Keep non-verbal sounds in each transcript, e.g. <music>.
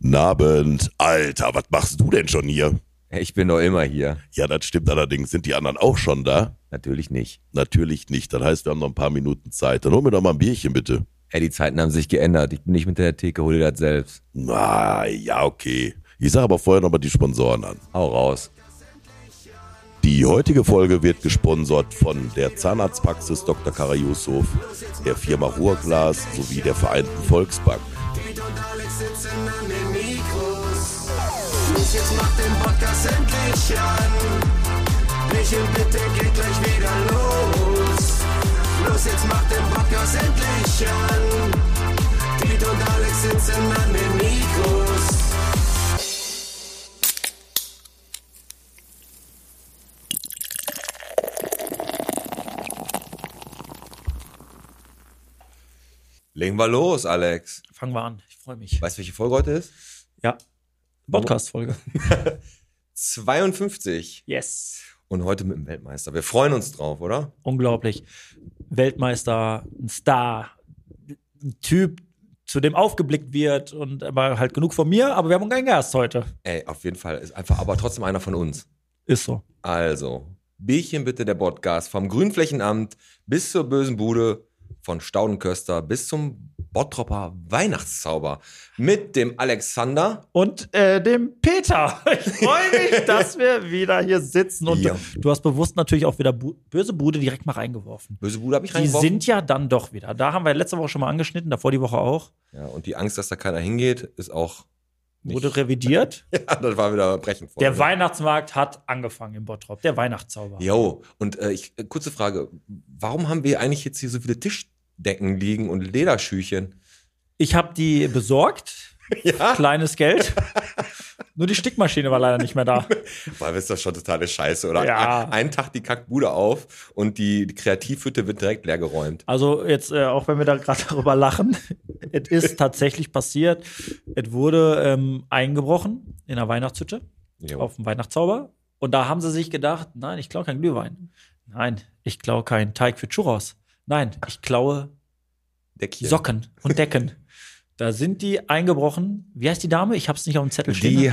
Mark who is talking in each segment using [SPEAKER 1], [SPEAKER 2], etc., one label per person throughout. [SPEAKER 1] Nabend. Alter, was machst du denn schon hier?
[SPEAKER 2] Ich bin doch immer hier.
[SPEAKER 1] Ja, das stimmt allerdings. Sind die anderen auch schon da?
[SPEAKER 2] Natürlich nicht.
[SPEAKER 1] Natürlich nicht. Das heißt, wir haben noch ein paar Minuten Zeit. Dann hol mir doch mal ein Bierchen, bitte.
[SPEAKER 2] Ey, die Zeiten haben sich geändert. Ich bin nicht mit der Theke, hol dir das selbst.
[SPEAKER 1] Na, ja, okay. Ich sage aber vorher nochmal die Sponsoren an.
[SPEAKER 2] Hau raus.
[SPEAKER 1] Die heutige Folge wird gesponsert von der Zahnarztpraxis Dr. Kara Yusuf, der Firma Ruhrglas sowie der Vereinten Volksbank.
[SPEAKER 3] Piet und Alex sitzen an den Mikros. Los, jetzt macht den Podcast endlich an. Michel, bitte geht gleich wieder los. Los, jetzt macht den Podcast endlich an. Piet und Alex sitzen an den Mikros.
[SPEAKER 2] Legen wir los, Alex.
[SPEAKER 4] Fangen wir an. Ich freue mich.
[SPEAKER 2] Weißt du, welche Folge heute ist?
[SPEAKER 4] Ja. Podcast-Folge.
[SPEAKER 2] 52.
[SPEAKER 4] Yes.
[SPEAKER 2] Und heute mit dem Weltmeister. Wir freuen uns drauf, oder?
[SPEAKER 4] Unglaublich. Weltmeister, ein Star, ein Typ, zu dem aufgeblickt wird und aber halt genug von mir, aber wir haben keinen Gast heute.
[SPEAKER 2] Ey, auf jeden Fall. Ist einfach aber trotzdem einer von uns.
[SPEAKER 4] Ist so.
[SPEAKER 2] Also, Bierchen bitte der Podcast vom Grünflächenamt bis zur bösen Bude, von Staudenköster bis zum Bottropper Weihnachtszauber mit dem Alexander.
[SPEAKER 4] Und äh, dem Peter. <laughs> Ich freue <laughs> mich, dass wir wieder hier sitzen. Und
[SPEAKER 2] Ja.
[SPEAKER 4] du, du hast bewusst natürlich auch wieder Bu böse Bude direkt mal reingeworfen.
[SPEAKER 2] Böse Bude habe ich
[SPEAKER 4] Die
[SPEAKER 2] reingeworfen.
[SPEAKER 4] sind ja dann doch wieder. Da haben wir letzte Woche schon mal angeschnitten, davor die Woche auch.
[SPEAKER 2] ja, und die Angst, dass da keiner hingeht, ist auch. Nicht.
[SPEAKER 4] Wurde revidiert.
[SPEAKER 2] Ja, das war wieder brechend vor.
[SPEAKER 4] Der Weihnachtsmarkt hat angefangen im Bottrop. Der Weihnachtszauber.
[SPEAKER 2] Jo, und äh, ich, äh, kurze Frage, warum haben wir eigentlich jetzt hier so viele Tischdecken liegen und
[SPEAKER 4] <laughs>
[SPEAKER 2] Lederschüchen?
[SPEAKER 4] Ich habe die besorgt.
[SPEAKER 2] Ja.
[SPEAKER 4] Kleines Geld. Nur die Stickmaschine war leider nicht mehr da.
[SPEAKER 2] Weil ist das schon totale Scheiße, oder?
[SPEAKER 4] Ja.
[SPEAKER 2] Ein- Einen Tag die Kackbude auf und die, die Kreativhütte wird direkt leer geräumt.
[SPEAKER 4] Also jetzt, äh, auch wenn wir da gerade <laughs> darüber lachen, es ist tatsächlich passiert. Es wurde ähm, eingebrochen in einer Weihnachtshütte
[SPEAKER 2] Jo.
[SPEAKER 4] auf dem Weihnachtszauber. Und da haben sie sich gedacht, nein, ich klaue keinen Glühwein. Nein, ich klaue keinen Teig für Churros. Nein, ich klaue
[SPEAKER 2] Deckchen.
[SPEAKER 4] Socken und Decken. da sind die eingebrochen. Wie heißt die Dame? Ich habe es nicht auf dem Zettel stehen.
[SPEAKER 2] Die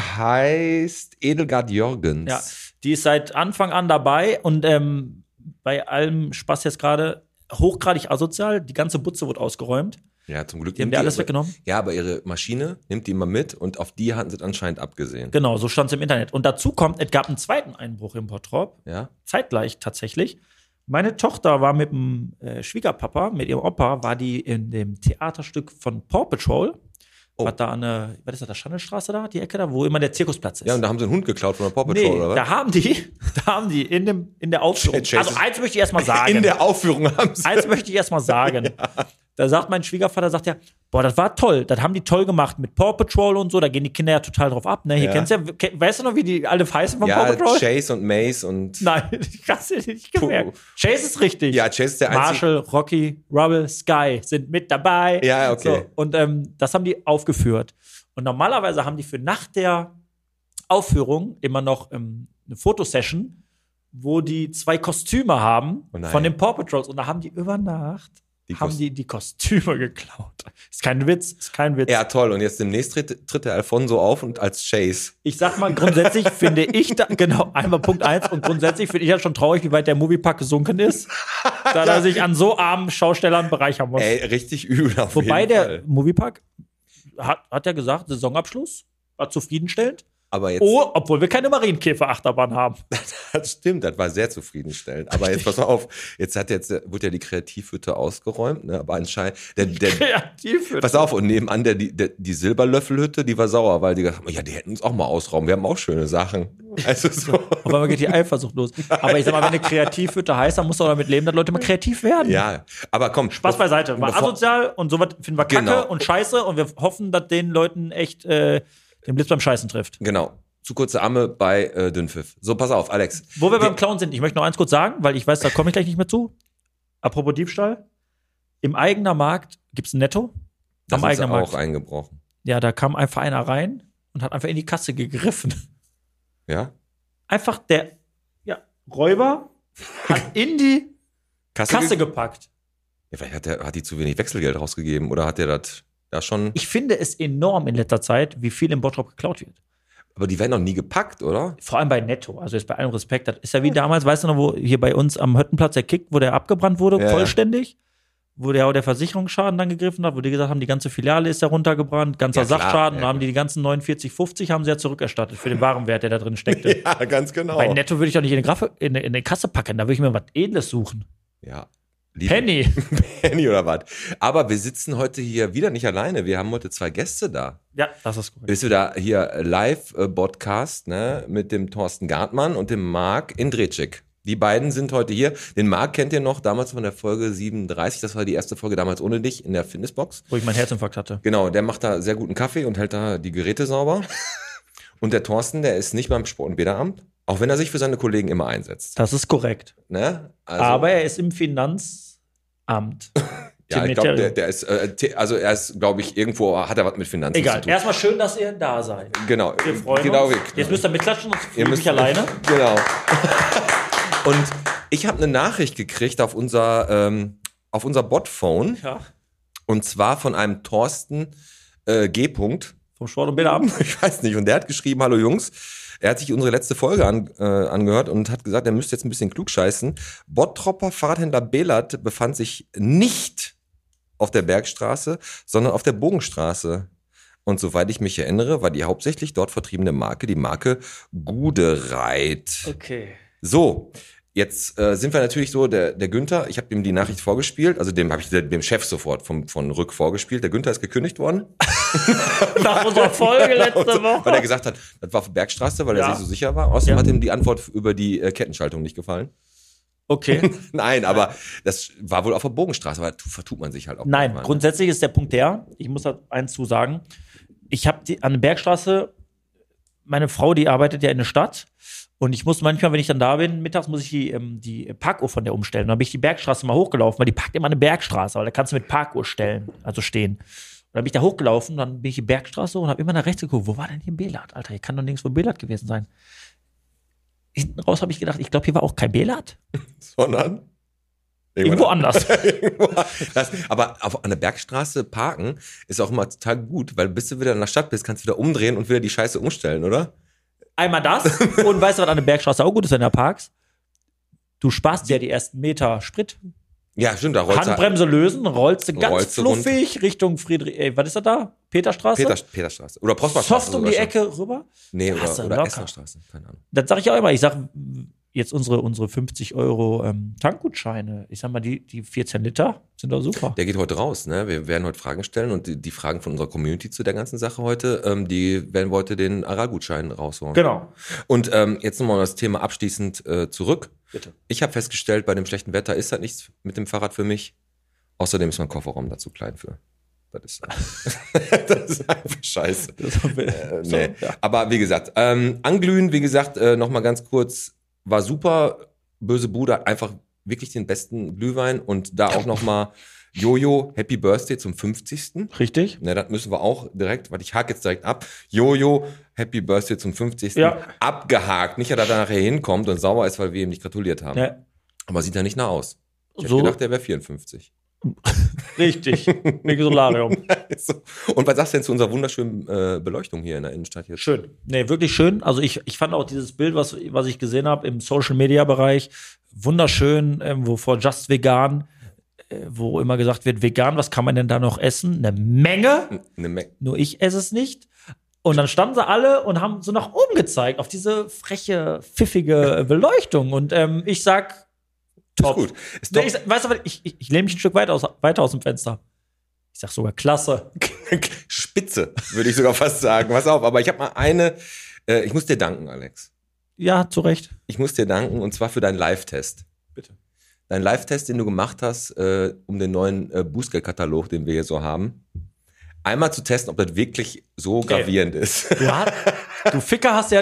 [SPEAKER 2] heißt Edelgard Jörgens.
[SPEAKER 4] Ja, die ist seit Anfang an dabei und ähm, bei allem Spaß jetzt gerade hochgradig asozial. Die ganze Butze wurde ausgeräumt.
[SPEAKER 2] Ja, zum Glück.
[SPEAKER 4] Die haben
[SPEAKER 2] nimmt
[SPEAKER 4] dir alles
[SPEAKER 2] aber-
[SPEAKER 4] weggenommen.
[SPEAKER 2] Ja, aber ihre Maschine nimmt die immer mit und auf die hatten sie es anscheinend abgesehen.
[SPEAKER 4] Genau, so stand es im Internet. Und dazu kommt, es gab einen zweiten Einbruch im Bottrop,
[SPEAKER 2] Ja.
[SPEAKER 4] zeitgleich tatsächlich. Meine Tochter war mit dem äh, Schwiegerpapa, mit ihrem Opa, war die in dem Theaterstück von Paw Patrol.
[SPEAKER 2] Oh.
[SPEAKER 4] Was da an der, was ist das, der Schandelstraße da, die Ecke da, wo immer der Zirkusplatz ist.
[SPEAKER 2] Ja, und da haben sie einen Hund geklaut von der Paw Patrol,
[SPEAKER 4] nee,
[SPEAKER 2] oder was?
[SPEAKER 4] da haben die, <laughs> da haben die in, dem, in der Aufführung.
[SPEAKER 2] Chase-
[SPEAKER 4] Also eins möchte ich erstmal sagen.
[SPEAKER 2] In der Aufführung haben sie. <laughs>
[SPEAKER 4] Eins möchte ich erstmal sagen. Da sagt mein Schwiegervater, sagt ja, boah, das war toll, das haben die toll gemacht mit Paw Patrol und so, da gehen die Kinder ja total drauf ab, ne? Hier
[SPEAKER 2] Ja.
[SPEAKER 4] kennst du ja, ke- weißt du noch, wie die alle heißen von Paw
[SPEAKER 2] Ja,
[SPEAKER 4] Patrol?
[SPEAKER 2] Chase und Mace und.
[SPEAKER 4] <laughs> Nein, <laughs> ich hab's dir nicht gemerkt.
[SPEAKER 2] Puh.
[SPEAKER 4] Chase ist richtig.
[SPEAKER 2] Ja, Chase ist der einzige.
[SPEAKER 4] Marshall, Rocky, Rubble, Sky sind mit dabei.
[SPEAKER 2] Ja, okay.
[SPEAKER 4] So, und ähm, das haben die aufgeführt. Und normalerweise haben die für nach der Aufführung immer noch ähm, eine Fotosession, wo die zwei Kostüme haben
[SPEAKER 2] Oh nein.
[SPEAKER 4] von den Paw Patrols. Und da haben die über Nacht
[SPEAKER 2] Die
[SPEAKER 4] haben
[SPEAKER 2] Kos-
[SPEAKER 4] die die Kostüme <laughs> geklaut. Ist kein Witz, ist kein Witz.
[SPEAKER 2] Ja, toll. Und jetzt demnächst tritt, tritt der Alfonso auf und als Chase.
[SPEAKER 4] Ich sag mal,
[SPEAKER 2] <laughs>
[SPEAKER 4] grundsätzlich finde ich da, genau, einmal Punkt eins, und grundsätzlich finde ich ja schon traurig, wie weit der Moviepark gesunken ist,
[SPEAKER 2] <laughs>
[SPEAKER 4] da er sich an so armen Schaustellern bereichern muss.
[SPEAKER 2] Ey, richtig übel auf
[SPEAKER 4] Wobei
[SPEAKER 2] jeden
[SPEAKER 4] der
[SPEAKER 2] Fall.
[SPEAKER 4] Moviepark hat, hat ja gesagt, Saisonabschluss war zufriedenstellend,
[SPEAKER 2] Aber jetzt,
[SPEAKER 4] oh, obwohl wir keine Marienkäferachterbahn haben.
[SPEAKER 2] <laughs> das stimmt, das war sehr zufriedenstellend. Aber jetzt pass mal auf, jetzt hat jetzt, wurde ja die Kreativhütte ausgeräumt, ne? aber anscheinend, der,
[SPEAKER 4] <laughs>
[SPEAKER 2] der,
[SPEAKER 4] Kreativ.
[SPEAKER 2] pass auf, und nebenan der, die- der, die Silberlöffelhütte, die war sauer, weil die gesagt haben, ja, die hätten uns auch mal ausrauben, wir haben auch schöne Sachen.
[SPEAKER 4] <laughs>
[SPEAKER 2] Also so.
[SPEAKER 4] Auf einmal geht die Eifersucht
[SPEAKER 2] <laughs>
[SPEAKER 4] los. Aber ich sag mal, wenn eine Kreativhütte heißt, dann muss doch damit leben, dass Leute mal kreativ werden.
[SPEAKER 2] Ja, aber komm.
[SPEAKER 4] Spaß beiseite. War
[SPEAKER 2] bevor-
[SPEAKER 4] asozial und sowas finden wir kacke
[SPEAKER 2] Genau.
[SPEAKER 4] und scheiße und wir hoffen, dass den Leuten echt äh, den Blitz beim Scheißen trifft.
[SPEAKER 2] Genau. Zu kurze Arme bei äh, Dünnpfiff. So, pass auf, Alex.
[SPEAKER 4] Wo wir
[SPEAKER 2] Die-
[SPEAKER 4] beim Clown sind, ich möchte noch eins kurz sagen, weil ich weiß, da komme ich gleich nicht mehr zu. Apropos Diebstahl. Im eigener Markt gibt es ein Netto.
[SPEAKER 2] Da
[SPEAKER 4] Am
[SPEAKER 2] sind sie
[SPEAKER 4] eigenen
[SPEAKER 2] auch
[SPEAKER 4] Markt.
[SPEAKER 2] eingebrochen.
[SPEAKER 4] Ja, da kam einfach einer rein und hat einfach in die Kasse gegriffen.
[SPEAKER 2] Ja?
[SPEAKER 4] Einfach der ja, Räuber
[SPEAKER 2] <laughs>
[SPEAKER 4] hat in die Kasse
[SPEAKER 2] ge-
[SPEAKER 4] gepackt.
[SPEAKER 2] Ja, vielleicht hat, der, hat die zu wenig Wechselgeld rausgegeben oder hat der das Da schon.
[SPEAKER 4] Ich finde es enorm in letzter Zeit, wie viel im Bottrop geklaut wird.
[SPEAKER 2] Aber die werden doch nie gepackt,
[SPEAKER 4] <laughs>
[SPEAKER 2] oder?
[SPEAKER 4] Vor allem bei Netto. Also jetzt bei allem Respekt. Das ist ja wie damals, weißt du noch, wo hier bei uns am Höttenplatz der Kick, wo der abgebrannt wurde,
[SPEAKER 2] Ja, ja.
[SPEAKER 4] vollständig. Wo der, der Versicherungsschaden dann gegriffen hat, wo die gesagt haben, die ganze Filiale ist da runtergebrannt, ganzer
[SPEAKER 2] Ja, klar.
[SPEAKER 4] Sachschaden,
[SPEAKER 2] Ja,
[SPEAKER 4] da haben
[SPEAKER 2] klar.
[SPEAKER 4] die die ganzen 49, 50 haben sie ja zurückerstattet für den wahren Wert, der da
[SPEAKER 2] <laughs>
[SPEAKER 4] drin steckte.
[SPEAKER 2] Ja, ganz genau.
[SPEAKER 4] Bei Netto würde ich doch nicht in die, Graffe, in, in die Kasse packen, da würde ich mir was Edles <laughs> suchen.
[SPEAKER 2] Ja. Liebe
[SPEAKER 4] Penny.
[SPEAKER 2] Penny oder was. Aber wir sitzen heute hier wieder nicht alleine. Wir haben heute zwei Gäste da.
[SPEAKER 4] Ja, das ist korrekt.
[SPEAKER 2] Bist du da hier Live-Podcast ne, mit dem Thorsten Gartmann und dem Marc Indrecek. Die beiden sind heute hier. Den Marc kennt ihr noch damals von der Folge 37. Das war die erste Folge damals ohne dich in der Fitnessbox.
[SPEAKER 4] Wo ich meinen Herzinfarkt hatte.
[SPEAKER 2] Genau, der macht da sehr guten Kaffee und hält da die Geräte
[SPEAKER 4] <laughs>
[SPEAKER 2] sauber. Und der Thorsten, der ist nicht beim Sport- und Bäderamt, auch wenn er sich für seine Kollegen immer einsetzt.
[SPEAKER 4] Das ist korrekt.
[SPEAKER 2] Ne? Also,
[SPEAKER 4] Aber er ist im Finanzamt.
[SPEAKER 2] ja, ich glaube,
[SPEAKER 4] Ministerium.
[SPEAKER 2] der, der ist, äh, te- also er ist, glaube ich, irgendwo hat er was mit Finanzen
[SPEAKER 4] <laughs> Egal.
[SPEAKER 2] zu tun.
[SPEAKER 4] Erstmal schön, dass ihr da seid.
[SPEAKER 2] Genau,
[SPEAKER 4] Wir freuen
[SPEAKER 2] genau,
[SPEAKER 4] uns.
[SPEAKER 2] wir-
[SPEAKER 4] Jetzt müsst ihr mitklatschen, sonst fühle ich mich alleine.
[SPEAKER 2] <laughs> Genau. Und ich habe eine Nachricht gekriegt auf unser, ähm, auf unser Botphone
[SPEAKER 4] Ja.
[SPEAKER 2] und zwar von einem Thorsten äh, G. -Punkt.
[SPEAKER 4] Vom Sport und <laughs> Bilderabend.
[SPEAKER 2] Ich <laughs> weiß nicht. Und der hat geschrieben, hallo Jungs, er hat sich unsere letzte Folge an, äh, angehört und hat gesagt, er müsste jetzt ein bisschen klug scheißen. Bottropper Fahrradhändler Behlert befand sich nicht auf der Bergstraße, sondern auf der Bogenstraße. Und soweit ich mich erinnere, war die hauptsächlich dort vertriebene Marke die Marke Gudereit.
[SPEAKER 4] Okay.
[SPEAKER 2] So, jetzt äh, sind wir natürlich so, der, der Günther, ich habe ihm die Nachricht vorgespielt, also dem habe ich dem Chef sofort vom, von Rück vorgespielt. Der Günther ist gekündigt worden,
[SPEAKER 4] Nach
[SPEAKER 2] <laughs>
[SPEAKER 4] unserer Folge letzte
[SPEAKER 2] weil er
[SPEAKER 4] Woche.
[SPEAKER 2] gesagt hat, das war auf der Bergstraße, weil er
[SPEAKER 4] Ja.
[SPEAKER 2] sich so sicher war. Außerdem
[SPEAKER 4] Ja.
[SPEAKER 2] hat ihm die Antwort über die äh, Kettenschaltung nicht gefallen. <laughs>
[SPEAKER 4] Okay.
[SPEAKER 2] Nein, aber das war wohl auf der Bogenstraße, weil tu- vertut man sich halt auch.
[SPEAKER 4] Nein,
[SPEAKER 2] manchmal.
[SPEAKER 4] grundsätzlich ist der Punkt der, ich muss da eins zu sagen. Ich habe an der Bergstraße, meine Frau, die arbeitet ja in der Stadt. Und ich muss manchmal, wenn ich dann da bin, mittags muss ich die, ähm, die Parkuhr von der umstellen. Und dann bin ich die Bergstraße mal hochgelaufen, weil die packt immer eine Bergstraße, weil da kannst du mit Parkuhr stellen, also stehen. Und dann bin ich da hochgelaufen, dann bin ich die Bergstraße und habe immer nach rechts geguckt, wo war denn hier Belat? Alter, hier kann doch nirgends von Belat gewesen sein. Hinten raus habe ich gedacht, ich glaube, hier war auch kein Belat.
[SPEAKER 2] ne? Sondern? <laughs>
[SPEAKER 4] Irgendwo anders.
[SPEAKER 2] Das, aber auf, an der Bergstraße parken ist auch immer total gut, weil bis du wieder in der Stadt bist, kannst du wieder umdrehen und wieder die Scheiße umstellen, oder? <laughs>
[SPEAKER 4] Einmal das. Und weißt du, was an der Bergstraße auch gut ist, wenn du da parkst? Du sparst dir die ersten Meter Sprit.
[SPEAKER 2] Ja, stimmt, da rollst du halt-
[SPEAKER 4] Handbremse lösen, rollst du ganz
[SPEAKER 2] Rollst du
[SPEAKER 4] fluffig Richtung Friedrich. Ey, was ist das da? Peterstraße?
[SPEAKER 2] Peter, Peterstraße. Oder Prosperstraße.
[SPEAKER 4] Soft um die
[SPEAKER 2] sogar schon.
[SPEAKER 4] Ecke rüber.
[SPEAKER 2] Nee,
[SPEAKER 4] Hast
[SPEAKER 2] oder,
[SPEAKER 4] du
[SPEAKER 2] oder
[SPEAKER 4] locker.
[SPEAKER 2] Essenerstraße. Keine Ahnung.
[SPEAKER 4] Das sage ich auch immer. Ich sage jetzt unsere, unsere 50 Euro ähm, Tankgutscheine. Ich sag mal, die, die 14 Liter sind doch super.
[SPEAKER 2] Der geht heute raus, ne? Wir werden heute Fragen stellen und die, die Fragen von unserer Community zu der ganzen Sache heute, ähm, die werden wir heute den Aral-Gutschein raushauen.
[SPEAKER 4] Genau.
[SPEAKER 2] Und ähm, jetzt nochmal das Thema abschließend äh, zurück.
[SPEAKER 4] Bitte.
[SPEAKER 2] Ich habe festgestellt, bei dem schlechten Wetter ist das nichts mit dem Fahrrad für mich. Außerdem ist mein Kofferraum dazu klein für. Das ist, <laughs> das ist einfach scheiße. Äh,
[SPEAKER 4] So,
[SPEAKER 2] nee.
[SPEAKER 4] ja.
[SPEAKER 2] Aber wie gesagt, ähm, anglühen, wie gesagt, äh, nochmal ganz kurz, war super. Böse Bude hat einfach wirklich den besten Glühwein und da auch nochmal Jojo, Happy Birthday zum 50.
[SPEAKER 4] Richtig?
[SPEAKER 2] Ne, das müssen wir auch direkt, warte, ich hake jetzt direkt ab. Jojo, Happy Birthday zum 50.
[SPEAKER 4] Ja.
[SPEAKER 2] Abgehakt. Nicht, dass er da nachher hinkommt und sauer ist, weil wir ihm nicht gratuliert haben.
[SPEAKER 4] Ja.
[SPEAKER 2] Aber sieht ja nicht nah aus. Ich
[SPEAKER 4] So.
[SPEAKER 2] hätte gedacht, der wäre 54.
[SPEAKER 4] Richtig. Wegen Solarium.
[SPEAKER 2] <laughs> So. Und was sagst du denn zu unserer wunderschönen äh, Beleuchtung hier in der Innenstadt jetzt?
[SPEAKER 4] Schön. Nee, wirklich schön. Also ich, ich fand auch dieses Bild, was, was ich gesehen habe im Social-Media-Bereich, wunderschön, ähm, wo vor Just Vegan, äh, wo immer gesagt wird, vegan, was kann man denn da noch essen? Eine Menge,
[SPEAKER 2] Eine Me-
[SPEAKER 4] nur ich esse es nicht. Und dann standen sie alle und haben so nach oben gezeigt, auf diese freche, pfiffige Beleuchtung. Und ähm, ich sag,
[SPEAKER 2] Ist
[SPEAKER 4] top.
[SPEAKER 2] gut. Ist
[SPEAKER 4] Nee,
[SPEAKER 2] top.
[SPEAKER 4] ich, sag- weißt du, was, ich, ich, ich lehne mich ein Stück weiter aus, weiter aus dem Fenster. Ich sag sogar, klasse.
[SPEAKER 2] <laughs> Spitze, würde ich sogar fast sagen. Pass auf, aber ich habe mal eine, äh, ich muss dir danken, Alex.
[SPEAKER 4] Ja, zu Recht.
[SPEAKER 2] Ich muss dir danken und zwar für deinen Live-Test.
[SPEAKER 4] Bitte.
[SPEAKER 2] Dein Live-Test, den du gemacht hast, äh, um den neuen äh, Bußgeldkatalog, den wir hier so haben, einmal zu testen, ob das wirklich so gravierend
[SPEAKER 4] <laughs>
[SPEAKER 2] ist.
[SPEAKER 4] Du, hast, du Ficker hast ja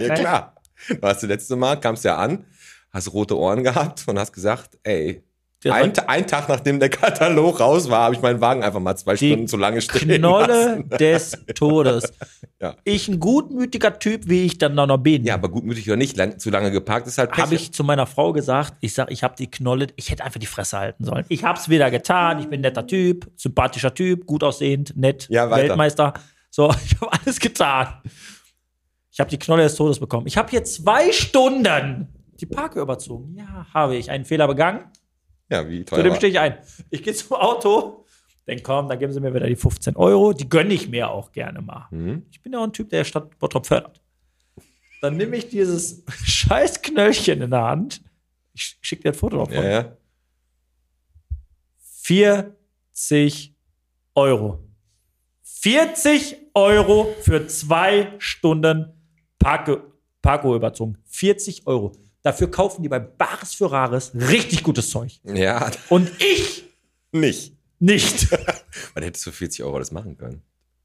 [SPEAKER 2] <laughs> ja,
[SPEAKER 4] ne?
[SPEAKER 2] klar. Du warst das letzte Mal, kamst ja an, hast rote Ohren gehabt und hast gesagt, ey,
[SPEAKER 4] der
[SPEAKER 2] Ein,
[SPEAKER 4] war
[SPEAKER 2] ein Tag nachdem der Katalog raus war, habe ich meinen Wagen einfach mal zwei
[SPEAKER 4] Die
[SPEAKER 2] Stunden zu lange stehen
[SPEAKER 4] Knolle
[SPEAKER 2] lassen.
[SPEAKER 4] des Todes.
[SPEAKER 2] <laughs> Ja.
[SPEAKER 4] Ich ein gutmütiger Typ, wie ich dann da noch bin.
[SPEAKER 2] Ja, aber gutmütig oder nicht, lang, zu lange geparkt ist halt Pech.
[SPEAKER 4] habe ich zu meiner Frau gesagt, ich sag, ich habe die Knolle, ich hätte einfach die Fresse halten sollen. Ich hab's wieder getan, ich bin ein netter Typ, sympathischer Typ, gut aussehend, nett,
[SPEAKER 2] Ja, weiter.
[SPEAKER 4] Weltmeister. So, <laughs> ich habe alles getan. Ich habe die Knolle des Todes bekommen. Ich habe hier zwei Stunden die Parke überzogen. Ja, habe ich einen Fehler begangen.
[SPEAKER 2] Ja, wie teuer
[SPEAKER 4] Zu dem
[SPEAKER 2] war-
[SPEAKER 4] stehe ich ein. Ich gehe zum Auto, denk komm, dann geben sie mir wieder die 15 Euro. Die gönne ich mir auch gerne
[SPEAKER 2] Hm.
[SPEAKER 4] mal. Ich bin ja auch ein Typ, der Stadt Bottrop fördert. Dann nehme ich dieses <laughs> scheiß Knöllchen in der Hand. Ich schicke dir ein Foto davon.
[SPEAKER 2] Ja, ja.
[SPEAKER 4] 40 Euro. 40 Euro für zwei Stunden Parko, Parko überzogen. 40 Euro. Dafür kaufen die bei Bares für Rares richtig gutes Zeug.
[SPEAKER 2] Ja, <laughs>
[SPEAKER 4] Und ich
[SPEAKER 2] nicht.
[SPEAKER 4] nicht. <laughs>
[SPEAKER 2] Man hätte für 40 Euro das machen können.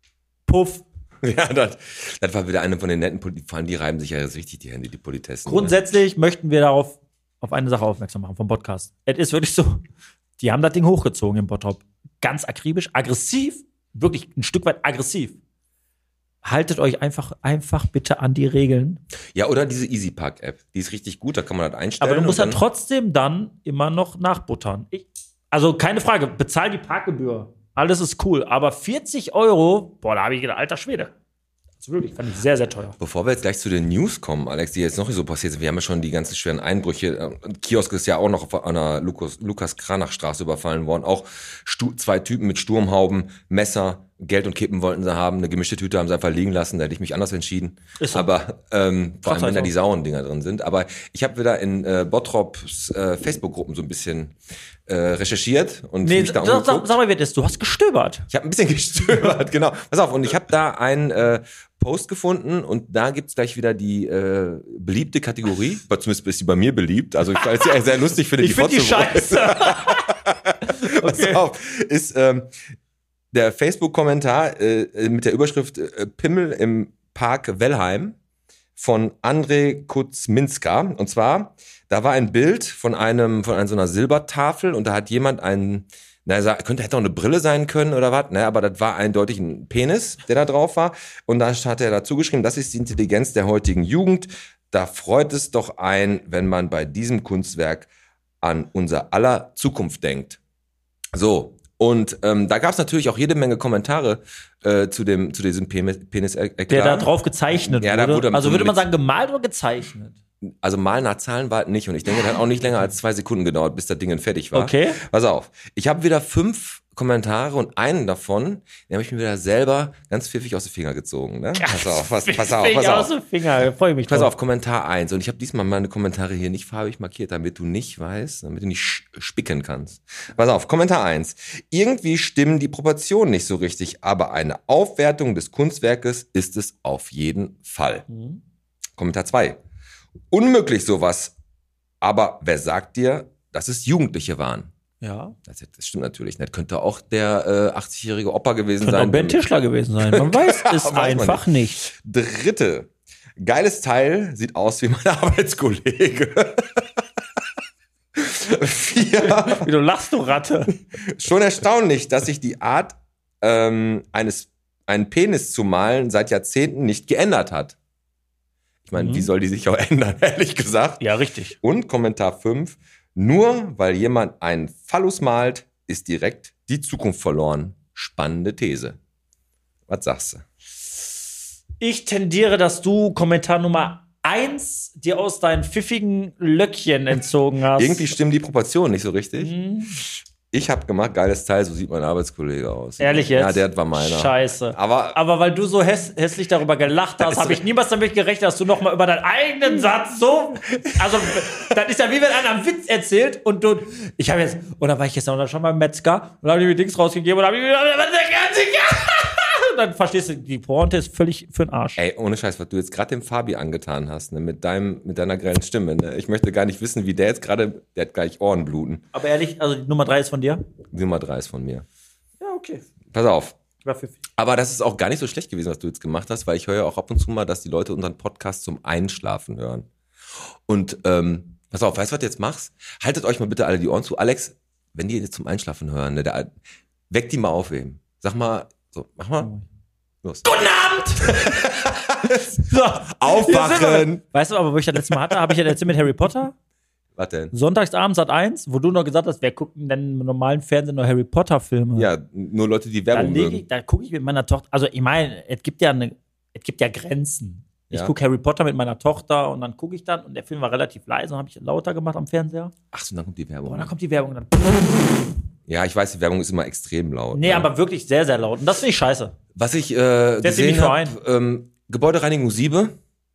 [SPEAKER 2] <laughs>
[SPEAKER 4] Puff.
[SPEAKER 2] Ja, das, das war wieder eine von den netten Polizisten. Vor allem, die reiben sich ja jetzt richtig die ne? Hände, die Politessen.
[SPEAKER 4] Grundsätzlich möchten wir darauf auf eine Sache aufmerksam machen vom Podcast. Es ist wirklich so, die haben das Ding hochgezogen im Bottrop. Ganz akribisch, aggressiv, wirklich ein Stück weit aggressiv. Haltet euch einfach, einfach bitte an die Regeln.
[SPEAKER 2] Ja, oder diese EasyPark-App. Die ist richtig gut, da kann man das einstellen.
[SPEAKER 4] Aber du musst ja
[SPEAKER 2] und dann-
[SPEAKER 4] trotzdem dann immer noch nachbuttern. Ich, also keine Frage, bezahl die Parkgebühr. Alles ist cool. Aber 40 Euro, boah, da habe ich gedacht, alter Schwede. Also wirklich, fand ich sehr, sehr teuer.
[SPEAKER 2] Bevor wir jetzt gleich zu den News kommen, Alex, die jetzt noch so passiert sind, wir haben ja schon die ganzen schweren Einbrüche. äh, Kiosk ist ja auch noch auf einer Lukas, Lukas Kranach Straße überfallen worden. Auch Stu zwei Typen mit Sturmhauben, Messer, Geld und Kippen wollten sie haben. Eine gemischte Tüte haben sie einfach liegen lassen. Da hätte ich mich anders entschieden.
[SPEAKER 4] Ist so. also.
[SPEAKER 2] Aber ähm, vor allem,
[SPEAKER 4] Tatsache
[SPEAKER 2] wenn da
[SPEAKER 4] so.
[SPEAKER 2] die sauren Dinger drin sind. Aber ich habe wieder in äh, Bottrops äh, Facebook-Gruppen so ein bisschen äh, recherchiert und
[SPEAKER 4] Nee,
[SPEAKER 2] mich da
[SPEAKER 4] sag, sag,
[SPEAKER 2] umgeguckt.
[SPEAKER 4] sag mal, wer das ist. Du hast gestöbert.
[SPEAKER 2] Ich habe ein bisschen <laughs> gestöbert, genau. Pass auf, und ich habe da einen äh, Post gefunden und da gibt's gleich wieder die äh, beliebte
[SPEAKER 4] <laughs>
[SPEAKER 2] Kategorie. Aber Zumindest ist die bei mir beliebt. Also ich weiß sehr, sehr lustig finde
[SPEAKER 4] Ich finde die
[SPEAKER 2] vorzubringen.
[SPEAKER 4] scheiße.
[SPEAKER 2] <laughs>
[SPEAKER 4] okay.
[SPEAKER 2] Pass auf, ist ähm, der Facebook-Kommentar äh, mit der Überschrift äh, Pimmel im Park Wellheim von André Kuzminska. Und zwar, da war ein Bild von einem, von einer, so einer Silbertafel und da hat jemand einen, na, er sagt, könnte, hätte auch eine Brille sein können oder was, ne, aber das war eindeutig ein Penis, der da drauf war. Und da hat er dazu geschrieben, das ist die Intelligenz der heutigen Jugend. Da freut es doch ein, wenn man bei diesem Kunstwerk an unser aller Zukunft denkt. So, und ähm, da gab es natürlich auch jede Menge Kommentare äh, zu, dem, zu diesem penis
[SPEAKER 4] Der da drauf gezeichnet
[SPEAKER 2] Ja, da
[SPEAKER 4] wurde.
[SPEAKER 2] wurde-
[SPEAKER 4] Also würde man
[SPEAKER 2] mit-
[SPEAKER 4] sagen, gemalt oder gezeichnet?
[SPEAKER 2] Also mal nach Zahlen war es nicht. Und ich denke, das hat auch nicht länger als zwei Sekunden gedauert, bis das Ding dann fertig war.
[SPEAKER 4] Okay.
[SPEAKER 2] Pass auf. Ich habe wieder fünf Kommentare und einen davon, den habe ich mir wieder selber ganz pfiffig aus den Finger gezogen. Ne? Pass auf, pass, pass auf, pass
[SPEAKER 4] Finger aus
[SPEAKER 2] auf.
[SPEAKER 4] dem Finger, freue mich
[SPEAKER 2] Pass
[SPEAKER 4] drauf.
[SPEAKER 2] auf, Kommentar eins Und ich habe diesmal meine Kommentare hier nicht farbig markiert, damit du nicht weißt, damit du nicht sch- spicken kannst. Pass auf, Kommentar eins Irgendwie stimmen die Proportionen nicht so richtig, aber eine Aufwertung des Kunstwerkes ist es auf jeden Fall.
[SPEAKER 4] Mhm.
[SPEAKER 2] Kommentar zwei Unmöglich sowas, aber wer sagt dir, dass es Jugendliche waren?
[SPEAKER 4] Ja.
[SPEAKER 2] Das, das stimmt natürlich nicht. Könnte auch der äh, 80-jährige Opa gewesen
[SPEAKER 4] Könnte auch
[SPEAKER 2] sein.
[SPEAKER 4] Ben Tischler gewesen sein.
[SPEAKER 2] <laughs>
[SPEAKER 4] Man weiß es
[SPEAKER 2] Weiß man
[SPEAKER 4] einfach nicht.
[SPEAKER 2] Dritte. Geiles Teil, sieht aus wie mein <laughs> Arbeitskollege. <laughs> Vier.
[SPEAKER 4] Wie du lachst, du Ratte.
[SPEAKER 2] Schon erstaunlich, dass sich die Art, ähm, eines, einen Penis zu malen, seit Jahrzehnten nicht geändert hat. Ich meine,
[SPEAKER 4] Mhm.
[SPEAKER 2] wie soll die sich auch <laughs> ändern, ehrlich gesagt?
[SPEAKER 4] Ja, richtig.
[SPEAKER 2] Und Kommentar 5. Nur weil jemand einen Phallus malt, ist direkt die Zukunft verloren. Spannende These. Was sagst du?
[SPEAKER 4] Ich tendiere, dass du Kommentar Nummer eins dir aus deinen pfiffigen Löckchen entzogen hast.
[SPEAKER 2] Irgendwie stimmen die Proportionen nicht so richtig.
[SPEAKER 4] Mhm.
[SPEAKER 2] Ich habe gemacht, geiles Teil, so sieht mein Arbeitskollege aus.
[SPEAKER 4] Ehrlich jetzt?
[SPEAKER 2] Ja, der war meiner.
[SPEAKER 4] Scheiße.
[SPEAKER 2] Aber
[SPEAKER 4] Aber weil du so häss hässlich darüber gelacht hast,
[SPEAKER 2] ist
[SPEAKER 4] habe ich niemals damit gerechnet, dass du nochmal über deinen eigenen Satz so. Also, das ist ja wie wenn einer einen Witz erzählt und du. Ich habe jetzt. Oder war ich jetzt noch schon beim Metzger und habe ich mir Dings rausgegeben und habe ich mir. <laughs> Und dann verstehst du, die Pointe ist völlig für den Arsch.
[SPEAKER 2] ey, ohne Scheiß, was du jetzt gerade dem Fabi angetan hast, ne, mit deinem, mit deiner grellen Stimme. Ne? Ich möchte gar nicht wissen, wie der jetzt gerade, der hat gleich Ohrenbluten.
[SPEAKER 4] Aber ehrlich, also die Nummer drei ist von dir.
[SPEAKER 2] Nummer drei ist von mir.
[SPEAKER 4] Ja, okay.
[SPEAKER 2] Pass auf.
[SPEAKER 4] Ich war pfiffig.
[SPEAKER 2] Aber das ist auch gar nicht so schlecht gewesen, was du jetzt gemacht hast, weil ich höre ja auch ab und zu mal, dass die Leute unseren Podcast zum Einschlafen hören. Und ähm, pass auf, weißt du, was du jetzt machst? Haltet euch mal bitte alle die Ohren zu. Alex, wenn die jetzt zum Einschlafen hören, ne, da, weck die mal auf eben. Sag mal, so, mach mal. Los.
[SPEAKER 4] Guten Abend! <laughs> so, hier sind wir.
[SPEAKER 2] Aufwachen!
[SPEAKER 4] Weißt du aber, wo ich das letzte Mal hatte, habe ich ja erzählt mit Harry Potter.
[SPEAKER 2] Was denn?
[SPEAKER 4] Sonntagsabend Sat 1, wo du noch gesagt hast, wer guckt denn im normalen Fernsehen noch Harry Potter-Filme?
[SPEAKER 2] Ja, nur Leute, die
[SPEAKER 4] da,
[SPEAKER 2] Werbung
[SPEAKER 4] leg ich,
[SPEAKER 2] mögen.
[SPEAKER 4] da gucke ich mit meiner Tochter. Also, ich meine, es gibt ja eine, es gibt ja Grenzen. Ich
[SPEAKER 2] Ja.
[SPEAKER 4] gucke Harry Potter mit meiner Tochter und dann gucke ich dann und der Film war relativ leise und habe ich lauter gemacht am Fernseher.
[SPEAKER 2] Ach so, dann kommt die Werbung.
[SPEAKER 4] Und dann kommt die Werbung dann.
[SPEAKER 2] Ja, ich weiß, die Werbung ist immer extrem laut.
[SPEAKER 4] Nee,
[SPEAKER 2] ne?
[SPEAKER 4] aber wirklich sehr, sehr laut. Und das finde ich scheiße.
[SPEAKER 2] Was ich äh,
[SPEAKER 4] Setz dich
[SPEAKER 2] gesehen
[SPEAKER 4] nicht vor
[SPEAKER 2] habe, ähm, Gebäudereinigung Siebe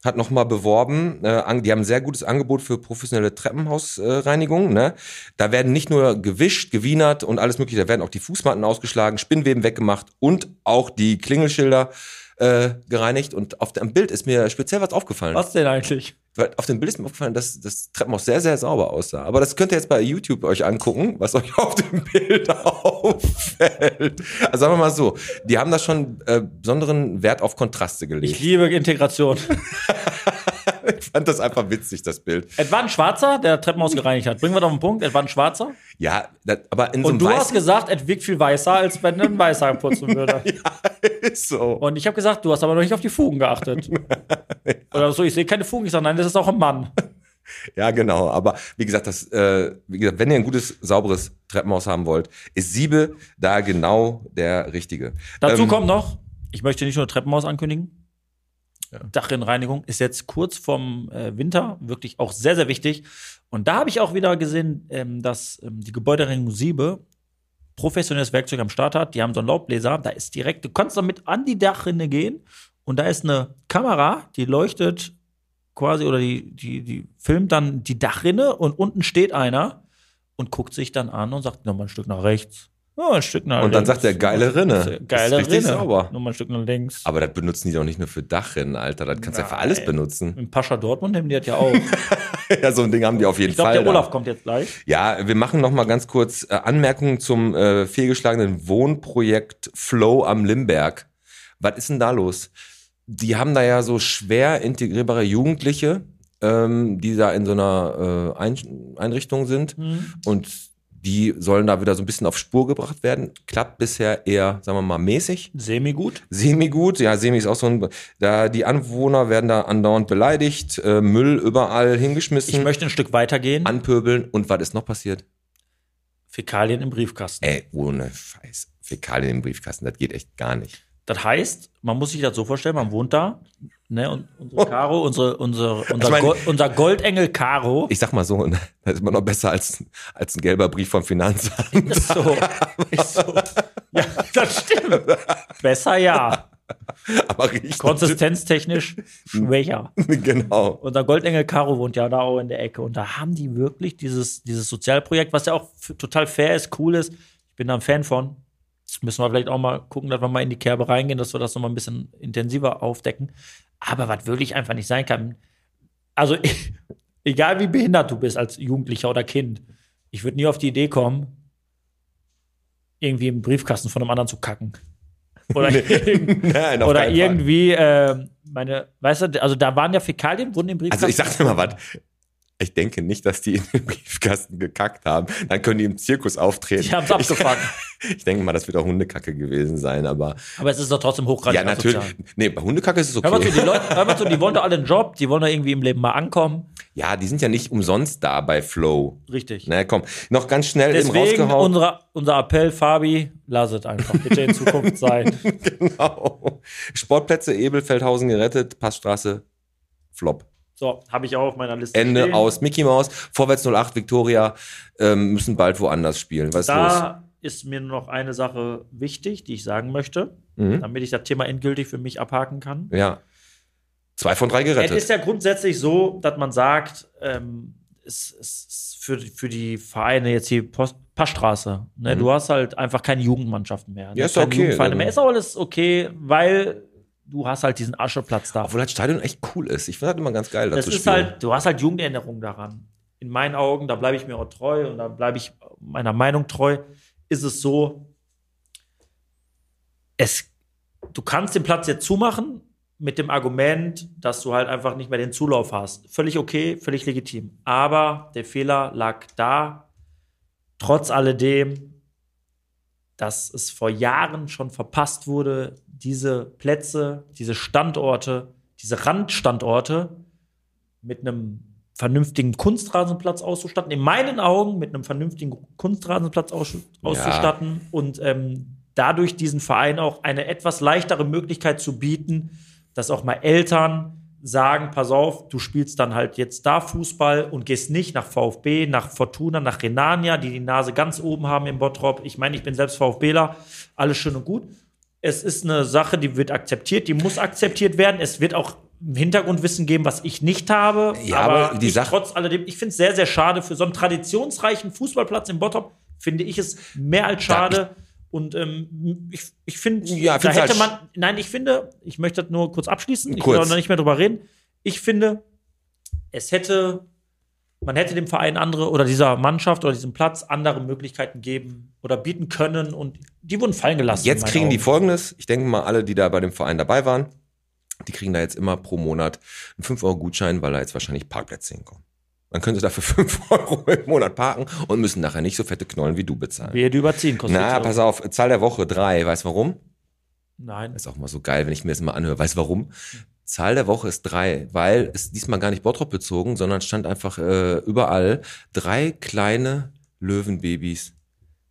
[SPEAKER 2] hat nochmal beworben. Äh, an, die haben ein sehr gutes Angebot für professionelle Treppenhausreinigung. Äh, Reinigung, ne? Da werden nicht nur gewischt, gewienert und alles mögliche, da werden auch die Fußmatten ausgeschlagen, Spinnweben weggemacht und auch die Klingelschilder äh, gereinigt. Und auf dem Bild ist mir speziell was aufgefallen.
[SPEAKER 4] Was denn eigentlich?
[SPEAKER 2] Weil auf dem Bild ist mir aufgefallen, dass das Treppenhaus sehr, sehr sauber aussah. Aber das könnt ihr jetzt bei YouTube euch angucken, was <laughs> euch auf dem Bild <laughs> auffällt. Also sagen wir mal so, die haben da schon äh, besonderen Wert auf Kontraste
[SPEAKER 4] Ich
[SPEAKER 2] gelegt.
[SPEAKER 4] liebe Integration.
[SPEAKER 2] Ich fand das einfach witzig, das Bild.
[SPEAKER 4] es war ein Schwarzer, der Treppenhaus gereinigt hat. Bringen wir doch auf den Punkt. Es war ein Schwarzer.
[SPEAKER 2] Ja, das, aber in so
[SPEAKER 4] Und
[SPEAKER 2] einem
[SPEAKER 4] du hast
[SPEAKER 2] weißen
[SPEAKER 4] gesagt, es wirkt viel weißer, als wenn ein Weißer
[SPEAKER 2] <laughs>
[SPEAKER 4] putzen würde.
[SPEAKER 2] ist so.
[SPEAKER 4] Und ich habe gesagt, du hast aber noch nicht auf die Fugen geachtet. Oder so, ich sehe keine Fugen. Ich sage, nein, das ist auch ein Mann.
[SPEAKER 2] Ja, genau. Aber wie gesagt, das, äh, wie gesagt, wenn ihr ein gutes, sauberes Treppenhaus haben wollt, ist Siebe da genau der richtige.
[SPEAKER 4] Dazu
[SPEAKER 2] Ähm,
[SPEAKER 4] kommt noch, ich möchte nicht nur Treppenhaus ankündigen. Dachrinnenreinigung ist jetzt kurz vorm äh, Winter wirklich auch sehr, sehr wichtig. Und da habe ich auch wieder gesehen, ähm, dass ähm, die Gebäudereinigung Siebe professionelles Werkzeug am Start hat. Die haben so einen Laubbläser, da ist direkt, du kannst damit an die Dachrinne gehen und da ist eine Kamera, die leuchtet quasi oder die, die, die filmt dann die Dachrinne und unten steht einer und guckt sich dann an und sagt nochmal ein Stück nach rechts. noch mal ein Stück nach
[SPEAKER 2] Und dann
[SPEAKER 4] links.
[SPEAKER 2] sagt er, geile Rinne.
[SPEAKER 4] Geile
[SPEAKER 2] Ist richtig
[SPEAKER 4] Rinne.
[SPEAKER 2] sauber.
[SPEAKER 4] Nochmal ein Stück nach links.
[SPEAKER 2] Aber das benutzen die doch nicht nur für Dachrinnen, Alter. Das kannst du ja für alles
[SPEAKER 4] Nein.
[SPEAKER 2] benutzen. <laughs>
[SPEAKER 4] Im Pascha Dortmund nehmen die das ja auch.
[SPEAKER 2] ja, so ein Ding haben die auf jeden
[SPEAKER 4] Ich glaube,
[SPEAKER 2] Fall.
[SPEAKER 4] der
[SPEAKER 2] da.
[SPEAKER 4] Olaf kommt jetzt gleich.
[SPEAKER 2] Ja, wir machen noch mal ganz kurz äh, Anmerkungen zum äh, fehlgeschlagenen Wohnprojekt Flow am Limberg. Was ist denn da los? Die haben da ja so schwer integrierbare Jugendliche, ähm, die da in so einer äh, Ein Einrichtung sind.
[SPEAKER 4] Mhm.
[SPEAKER 2] Und die sollen da wieder so ein bisschen auf Spur gebracht werden. Klappt bisher eher, sagen wir mal, mäßig.
[SPEAKER 4] Semi gut.
[SPEAKER 2] Semi gut, ja, Semi ist auch so ein. Da die Anwohner werden da andauernd beleidigt, äh, Müll überall
[SPEAKER 4] Ich
[SPEAKER 2] hingeschmissen,
[SPEAKER 4] möchte ein Stück weitergehen.
[SPEAKER 2] anpöbeln und was ist noch passiert?
[SPEAKER 4] Fäkalien im Briefkasten.
[SPEAKER 2] Ey, ohne Scheiß. Fäkalien im Briefkasten, das geht echt gar nicht.
[SPEAKER 4] Das heißt, man muss sich das so vorstellen, man wohnt da. Ne, und
[SPEAKER 2] <laughs>
[SPEAKER 4] unsere Caro, unsere, unsere, unser,
[SPEAKER 2] meine-
[SPEAKER 4] Go unser Goldengel Caro.
[SPEAKER 2] Ich sag mal so, ne, das ist immer noch besser als, als ein gelber Brief vom Finanzamt. <laughs>
[SPEAKER 4] Ist <laughs> so, ist so. Ja, das stimmt. Besser <laughs> ja.
[SPEAKER 2] Aber richtig.
[SPEAKER 4] Konsistenztechnisch schwächer.
[SPEAKER 2] genau.
[SPEAKER 4] Unser Goldengel Caro wohnt ja da auch in der Ecke. Und da haben die wirklich dieses, dieses Sozialprojekt, was ja auch f- total fair ist, cool ist. Ich bin da ein Fan von. Müssen wir vielleicht auch mal gucken, dass wir mal in die Kerbe reingehen, dass wir das nochmal ein bisschen intensiver aufdecken. Aber was wirklich einfach nicht sein kann, also <laughs> egal wie behindert du bist als Jugendlicher oder Kind, ich würde nie auf die Idee kommen, irgendwie im Briefkasten von einem anderen zu kacken. Oder <laughs> irgendwie-
[SPEAKER 2] Nein, auf
[SPEAKER 4] oder
[SPEAKER 2] keinen Fall.
[SPEAKER 4] irgendwie, äh, meine, weißt du, also da waren ja Fäkalien, wurden im Briefkasten.
[SPEAKER 2] Also ich sag dir mal was. Ich denke nicht, dass die in den Briefkasten gekackt haben. Dann können die im Zirkus auftreten.
[SPEAKER 4] Die haben's abgefangen.
[SPEAKER 2] Ich, <laughs> ich denke mal, das wird auch Hundekacke gewesen sein, aber
[SPEAKER 4] Aber es ist doch trotzdem hochgradig
[SPEAKER 2] ja, natürlich.
[SPEAKER 4] asozial.
[SPEAKER 2] Nee, bei Hundekacke ist es
[SPEAKER 4] Hör mal zu,
[SPEAKER 2] okay.
[SPEAKER 4] die Leute, hör mal zu, die wollen doch alle einen Job, die wollen doch irgendwie im Leben mal ankommen.
[SPEAKER 2] Ja, die sind ja nicht umsonst da bei Flow.
[SPEAKER 4] Richtig.
[SPEAKER 2] Na komm, noch ganz schnell eben
[SPEAKER 4] Deswegen
[SPEAKER 2] rausgehauen.
[SPEAKER 4] unser, unser Appell, Fabi, lass es einfach bitte in Zukunft sein.
[SPEAKER 2] <laughs> Genau. Sportplätze, Ebel, Feldhausen gerettet, Passstraße, Flop.
[SPEAKER 4] So, habe ich auch auf meiner Liste.
[SPEAKER 2] Ende
[SPEAKER 4] stehen.
[SPEAKER 2] aus Mickey Mouse, Vorwärts 08, Victoria, ähm, müssen bald woanders spielen. Was ist los?
[SPEAKER 4] Da ist mir nur noch eine Sache wichtig, die ich sagen möchte,
[SPEAKER 2] Mhm.
[SPEAKER 4] damit ich das Thema endgültig für mich abhaken kann.
[SPEAKER 2] Ja. Zwei von drei
[SPEAKER 4] Es ist
[SPEAKER 2] gerettet.
[SPEAKER 4] ja grundsätzlich so, dass man sagt, ähm, es, es ist für, die- für die Vereine jetzt hier Post, Passstraße. Ne?
[SPEAKER 2] Mhm.
[SPEAKER 4] Du hast halt einfach keine Jugendmannschaften mehr. Ne?
[SPEAKER 2] Ja, ist
[SPEAKER 4] keine
[SPEAKER 2] okay. also
[SPEAKER 4] Jugendvereine
[SPEAKER 2] Dann-
[SPEAKER 4] mehr. Ist auch alles okay, weil du hast halt diesen Ascheplatz da.
[SPEAKER 2] Obwohl das Stadion echt cool ist. Ich finde das immer ganz geil, da
[SPEAKER 4] Das
[SPEAKER 2] zu
[SPEAKER 4] ist
[SPEAKER 2] spielen.
[SPEAKER 4] halt, du hast halt Jugenderinnerungen daran. In meinen Augen, da bleibe ich mir auch treu und da bleibe ich meiner Meinung treu, ist es so, es, du kannst den Platz jetzt zumachen mit dem Argument, dass du halt einfach nicht mehr den Zulauf hast. Völlig okay, völlig legitim. Aber der Fehler lag da, trotz alledem, dass es vor Jahren schon verpasst wurde, diese Plätze, diese Standorte, diese Randstandorte mit einem vernünftigen Kunstrasenplatz auszustatten, in meinen Augen mit einem vernünftigen Kunstrasenplatz aus auszustatten und ähm, dadurch diesen Verein auch eine etwas leichtere Möglichkeit zu bieten, dass auch mal Eltern sagen, pass auf, du spielst dann halt jetzt da Fußball und gehst nicht nach VfB, nach Fortuna, nach Renania, die die Nase ganz oben haben im Bottrop. Ich meine, ich bin selbst VfBler, alles schön und gut. Es ist eine Sache, die wird akzeptiert, die muss akzeptiert werden. Es wird auch Hintergrundwissen geben, was ich nicht habe.
[SPEAKER 2] Ja, aber die
[SPEAKER 4] ich,
[SPEAKER 2] Sache-
[SPEAKER 4] trotz alledem, ich finde es sehr, sehr schade für so einen traditionsreichen Fußballplatz in Bottrop, finde ich es mehr als schade. und ähm, ich, ich finde,
[SPEAKER 2] Ja,
[SPEAKER 4] da
[SPEAKER 2] find's halt
[SPEAKER 4] hätte man, nein, ich finde, ich möchte das nur kurz abschließen, ich will
[SPEAKER 2] Kurz.
[SPEAKER 4] auch noch nicht mehr drüber reden. Ich finde, es hätte, man hätte dem Verein andere oder dieser Mannschaft oder diesem Platz andere Möglichkeiten geben oder bieten können und die wurden fallen gelassen. in
[SPEAKER 2] Jetzt
[SPEAKER 4] meinen
[SPEAKER 2] kriegen die
[SPEAKER 4] Augen.
[SPEAKER 2] folgendes. Ich denke mal, alle, die da bei dem Verein dabei waren, die kriegen da jetzt immer pro Monat einen 5-Euro-Gutschein, weil da jetzt wahrscheinlich Parkplätze hinkommen. Dann können sie dafür <laughs> 5 Euro im Monat parken und müssen nachher nicht so fette Knollen wie du bezahlen.
[SPEAKER 4] Wir die überziehen kostet.
[SPEAKER 2] Na,
[SPEAKER 4] also-
[SPEAKER 2] pass auf, Zahl der Woche drei. Weißt du warum?
[SPEAKER 4] Nein.
[SPEAKER 2] Das ist auch mal so geil, wenn ich mir das mal anhöre. Weißt du warum? Zahl der Woche ist drei, weil es diesmal gar nicht Bottrop bezogen, sondern stand einfach äh, überall. Drei kleine Löwenbabys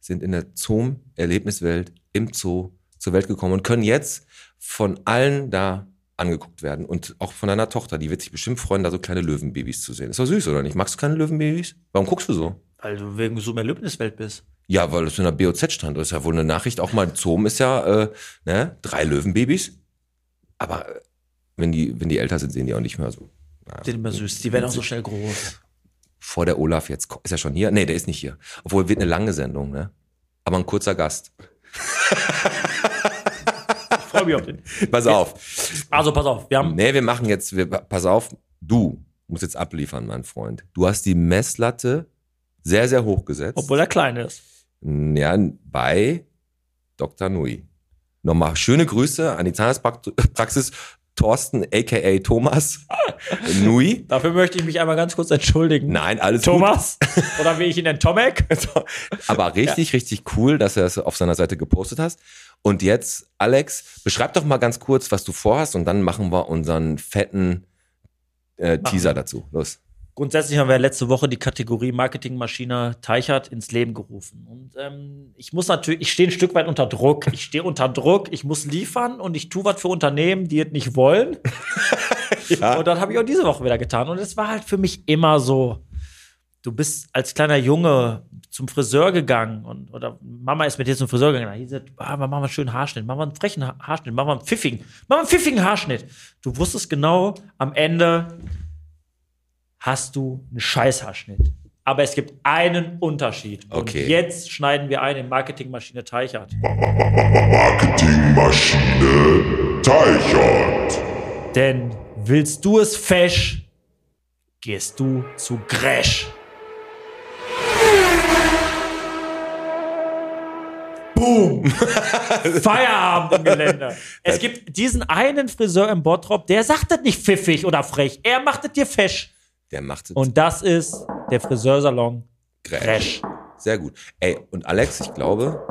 [SPEAKER 2] sind in der Zoom-Erlebniswelt im Zoo zur Welt gekommen und können jetzt von allen da angeguckt werden. Und auch von deiner Tochter, die wird sich bestimmt freuen, da so kleine Löwenbabys zu sehen. Ist doch süß, oder nicht? Magst du keine Löwenbabys? Warum guckst du so?
[SPEAKER 4] Weil du Also wegen so einer Erlebniswelt bist.
[SPEAKER 2] Ja, weil es in der BOZ stand. Das ist ja wohl eine Nachricht. Auch mal Zoom ist ja äh, ne? drei Löwenbabys. Aber äh, wenn die, wenn die älter sind, sehen die auch nicht mehr so.
[SPEAKER 4] Die sind immer süß. Die werden auch so schnell groß.
[SPEAKER 2] Vor der Olaf jetzt ko- ist er schon hier. Nee, der ist nicht hier. Obwohl wird eine lange Sendung, ne? Aber ein kurzer Gast.
[SPEAKER 4] Ich freue mich auf den.
[SPEAKER 2] Pass auf.
[SPEAKER 4] Also, pass auf. Wir haben.
[SPEAKER 2] Nee, wir machen jetzt, wir, pass auf, du musst jetzt abliefern, mein Freund. Du hast die Messlatte sehr, sehr hoch gesetzt.
[SPEAKER 4] Obwohl er klein ist.
[SPEAKER 2] Ja, bei Dr. Nui. Nochmal schöne Grüße an die Zahnarztpraxis Thorsten aka
[SPEAKER 4] <laughs>
[SPEAKER 2] Thomas Nui.
[SPEAKER 4] Dafür möchte ich mich einmal ganz kurz entschuldigen.
[SPEAKER 2] Nein, alles
[SPEAKER 4] <laughs> Thomas? Oder wie ich ihn nenne, Tomek?
[SPEAKER 2] gut. Aber richtig, richtig cool, dass er es auf seiner Seite gepostet hast. Und jetzt, Alex, beschreib doch mal ganz kurz, was du vorhast und dann machen wir unseren fetten äh, Teaser dazu. Los.
[SPEAKER 4] <laughs> Grundsätzlich haben wir letzte Woche die Kategorie Marketingmaschine Teichert ins Leben gerufen. Und ähm, ich muss natürlich, ich stehe ein Stück weit unter Druck. Ich stehe unter Druck, ich muss liefern und ich tue was für Unternehmen, die es nicht wollen. Und dann habe ich auch diese Woche wieder getan. Und es war halt für mich immer so. Du bist als kleiner Junge zum Friseur gegangen und oder Mama ist mit dir zum Friseur gegangen. Da hieß es, ah, machen wir einen schönen Haarschnitt, machen wir einen frechen Ha- Haarschnitt, machen wir einen pfiffigen, machen wir einen pfiffigen Haarschnitt. Du wusstest genau, am Ende hast du einen Scheißhaarschnitt. Aber es gibt einen Unterschied.
[SPEAKER 2] Okay.
[SPEAKER 4] Und jetzt schneiden wir ein in Marketingmaschine Teichert.
[SPEAKER 5] Marketingmaschine Teichert.
[SPEAKER 4] Denn willst du es fesch, gehst du zu Gresch. Boom! Feierabend im Gelände. Es gibt diesen einen Friseur im Bottrop, der sagt das nicht pfiffig oder frech. Er macht es dir fesch.
[SPEAKER 2] Der macht es
[SPEAKER 4] Und das ist der Friseursalon Gresch.
[SPEAKER 2] Sehr gut. Ey, und Alex, ich glaube,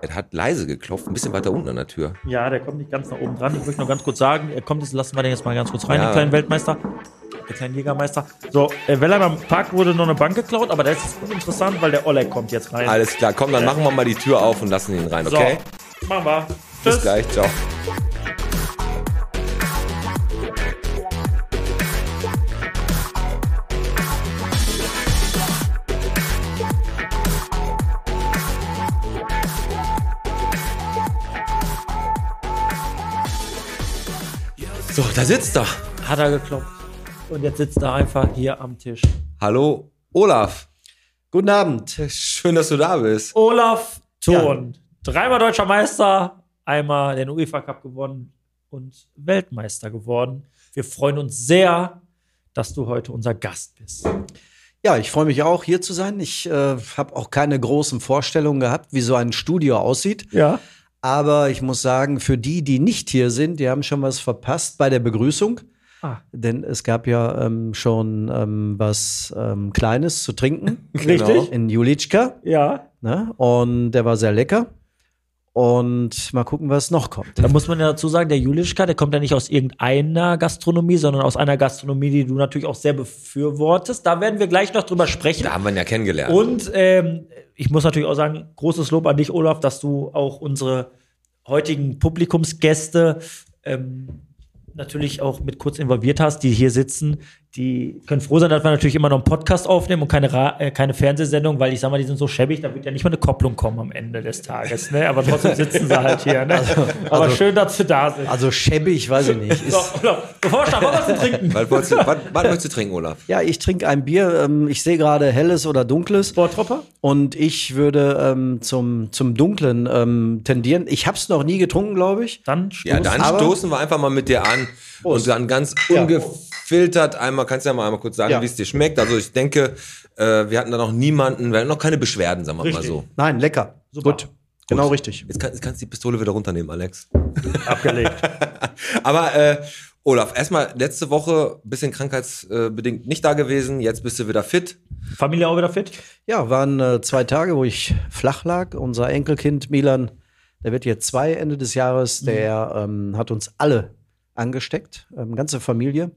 [SPEAKER 2] er hat leise geklopft, ein bisschen weiter unten an der Tür.
[SPEAKER 4] Ja, der kommt nicht ganz nach oben dran. Ich möchte nur ganz kurz sagen, er kommt jetzt, lassen wir den jetzt mal ganz kurz rein,
[SPEAKER 2] Ja.
[SPEAKER 4] den kleinen Weltmeister, den kleinen Jägermeister. So, äh, Wellheimer Park wurde noch eine Bank geklaut, aber das ist uninteressant, weil der Oleg kommt jetzt rein.
[SPEAKER 2] Alles klar, komm, dann machen wir mal die Tür auf und lassen ihn rein,
[SPEAKER 4] so,
[SPEAKER 2] okay?
[SPEAKER 4] machen wir.
[SPEAKER 2] Bis
[SPEAKER 4] Tschüss.
[SPEAKER 2] gleich, ciao. So, da sitzt er.
[SPEAKER 4] Hat er geklopft. Und jetzt sitzt er einfach hier am Tisch.
[SPEAKER 2] Hallo, Olaf.
[SPEAKER 6] Guten Abend.
[SPEAKER 2] Schön, dass du da bist.
[SPEAKER 4] Olaf Thon. Dreimal deutscher Meister, einmal den UEFA Cup gewonnen und Weltmeister geworden. Wir freuen uns sehr, dass du heute unser Gast bist.
[SPEAKER 6] Ja, ich freue mich auch, hier zu sein. Ich äh, habe auch keine großen Vorstellungen gehabt, wie so ein Studio aussieht.
[SPEAKER 4] Ja.
[SPEAKER 6] Aber ich muss sagen, für die, die nicht hier sind, die haben schon was verpasst bei der Begrüßung.
[SPEAKER 4] Ah.
[SPEAKER 6] Denn es gab ja ähm, schon ähm, was ähm, Kleines zu trinken
[SPEAKER 4] Richtig?
[SPEAKER 6] in Julitschka.
[SPEAKER 4] Ja.
[SPEAKER 6] Ne? Und der war sehr lecker. Und mal gucken, was
[SPEAKER 4] <laughs>
[SPEAKER 6] noch kommt.
[SPEAKER 4] Da muss man ja dazu sagen, der Julischka, der kommt ja nicht aus irgendeiner Gastronomie, sondern aus einer Gastronomie, die du natürlich auch sehr befürwortest. Da werden wir gleich noch drüber sprechen.
[SPEAKER 2] Da haben wir ihn ja kennengelernt.
[SPEAKER 4] Und ähm, ich muss natürlich auch sagen, großes Lob an dich, Olaf, dass du auch unsere heutigen Publikumsgäste ähm, natürlich auch mit kurz involviert hast, die hier sitzen. Die können froh sein, dass wir natürlich immer noch einen Podcast aufnehmen und keine, Ra äh, keine Fernsehsendung, weil ich sag mal, die sind so schäbig, da wird ja nicht mal eine Kopplung kommen am Ende des Tages. Ne? Aber trotzdem sitzen sie halt hier. Ne? Aber schön, dass sie da sind.
[SPEAKER 6] Also schäbig, weiß ich nicht.
[SPEAKER 4] So,
[SPEAKER 6] Ist,
[SPEAKER 4] Olaf, bevor wir starten, was zu trinken?
[SPEAKER 2] was, wolltest du, was,
[SPEAKER 4] <laughs>
[SPEAKER 2] was möchtest du trinken, Olaf?
[SPEAKER 6] ja, ich trinke ein Bier. Ähm, ich sehe gerade helles oder dunkles.
[SPEAKER 4] Bottropper?
[SPEAKER 6] Und ich würde ähm, zum, zum Dunklen ähm, tendieren. Ich habe es noch nie getrunken, glaube ich.
[SPEAKER 4] Dann
[SPEAKER 2] Ja,
[SPEAKER 4] stoß.
[SPEAKER 2] dann
[SPEAKER 6] aber-
[SPEAKER 2] stoßen wir einfach mal mit dir an und dann ganz ungefiltert einmal, kannst du ja mal einmal kurz sagen,
[SPEAKER 6] Ja.
[SPEAKER 2] wie es dir schmeckt. Also ich denke, äh, wir hatten da noch niemanden, wir hatten noch keine Beschwerden, sagen wir
[SPEAKER 4] Richtig.
[SPEAKER 2] mal so.
[SPEAKER 6] Nein, lecker.
[SPEAKER 4] Super.
[SPEAKER 6] Gut. Genau richtig.
[SPEAKER 2] Jetzt, kann, jetzt kannst du die Pistole wieder runternehmen, Alex.
[SPEAKER 4] abgelegt.
[SPEAKER 2] Aber äh, Olaf, erstmal letzte Woche bisschen krankheitsbedingt nicht da gewesen, jetzt bist du wieder fit.
[SPEAKER 4] Familie auch wieder fit?
[SPEAKER 6] Ja, waren äh, zwei Tage, wo ich flach lag. Unser Enkelkind Milan, der wird jetzt zwei Ende des Jahres,
[SPEAKER 4] Mhm.
[SPEAKER 6] der ähm, hat uns alle angesteckt, ähm, ganze Familie.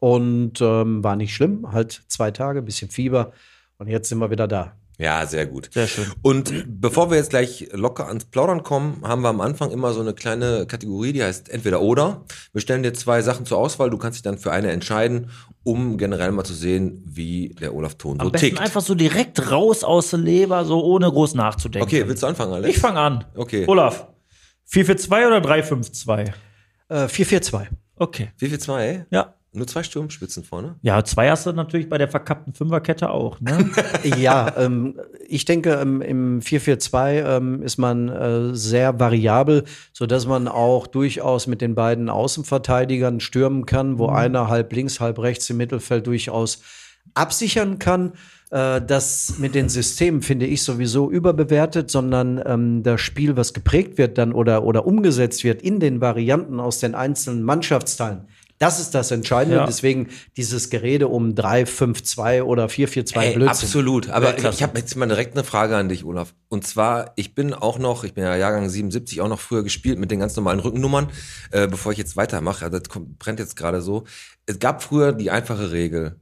[SPEAKER 6] Und ähm, war nicht schlimm, halt zwei Tage, bisschen Fieber. Und jetzt sind wir wieder da.
[SPEAKER 2] Ja, sehr gut.
[SPEAKER 4] Sehr schön.
[SPEAKER 2] Und bevor wir jetzt gleich locker ans Plaudern kommen, haben wir am Anfang immer so eine kleine Kategorie, die heißt entweder oder. Wir stellen dir zwei Sachen zur Auswahl, du kannst dich dann für eine entscheiden, um generell mal zu sehen, wie der Olaf Ton so
[SPEAKER 4] Am besten
[SPEAKER 2] tickt.
[SPEAKER 4] einfach so direkt raus aus der Leber, so ohne groß nachzudenken.
[SPEAKER 2] Okay, willst du anfangen, Alex?
[SPEAKER 4] Ich fange an.
[SPEAKER 2] Okay.
[SPEAKER 4] Olaf, 442 oder 352?
[SPEAKER 6] Äh, 442.
[SPEAKER 4] Okay.
[SPEAKER 2] Wie viel zwei?
[SPEAKER 4] Ja.
[SPEAKER 2] Nur zwei Sturmspitzen vorne?
[SPEAKER 4] Ja, zwei hast du natürlich bei der verkappten Fünferkette auch, ne?
[SPEAKER 6] ja, ähm, ich denke, ähm, im 442 ähm, ist man äh, sehr variabel, sodass man auch durchaus mit den beiden Außenverteidigern stürmen kann,
[SPEAKER 2] Mhm.
[SPEAKER 6] wo einer halb links, halb rechts im Mittelfeld durchaus absichern kann. Äh, Das mit den Systemen finde ich sowieso überbewertet, sondern ähm, das Spiel, was geprägt wird dann oder, oder umgesetzt wird in den Varianten aus den einzelnen Mannschaftsteilen, das ist das Entscheidende.
[SPEAKER 4] Ja.
[SPEAKER 6] Deswegen dieses Gerede um 3, 5, 2 oder 4, 4, 2
[SPEAKER 2] Ey,
[SPEAKER 6] Blödsinn.
[SPEAKER 2] absolut. Aber
[SPEAKER 4] Weltklasse.
[SPEAKER 2] ich habe jetzt mal direkt eine Frage an dich, Olaf. Und zwar, ich bin auch noch, ich bin ja Jahrgang 77, auch noch früher gespielt mit den ganz normalen Rückennummern, äh, bevor ich jetzt weitermache. Also das kommt, brennt jetzt gerade so. Es gab früher die einfache Regel.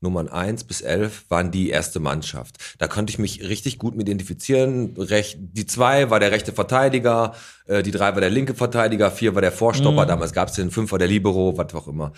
[SPEAKER 2] Nummern 1 bis 11 waren die erste Mannschaft. Da konnte ich mich richtig gut mit identifizieren. Recht, die 2 war der rechte Verteidiger, äh, die 3 war der linke Verteidiger, 4 war der Vorstopper, damals gab es den 5 war der Libero, was auch immer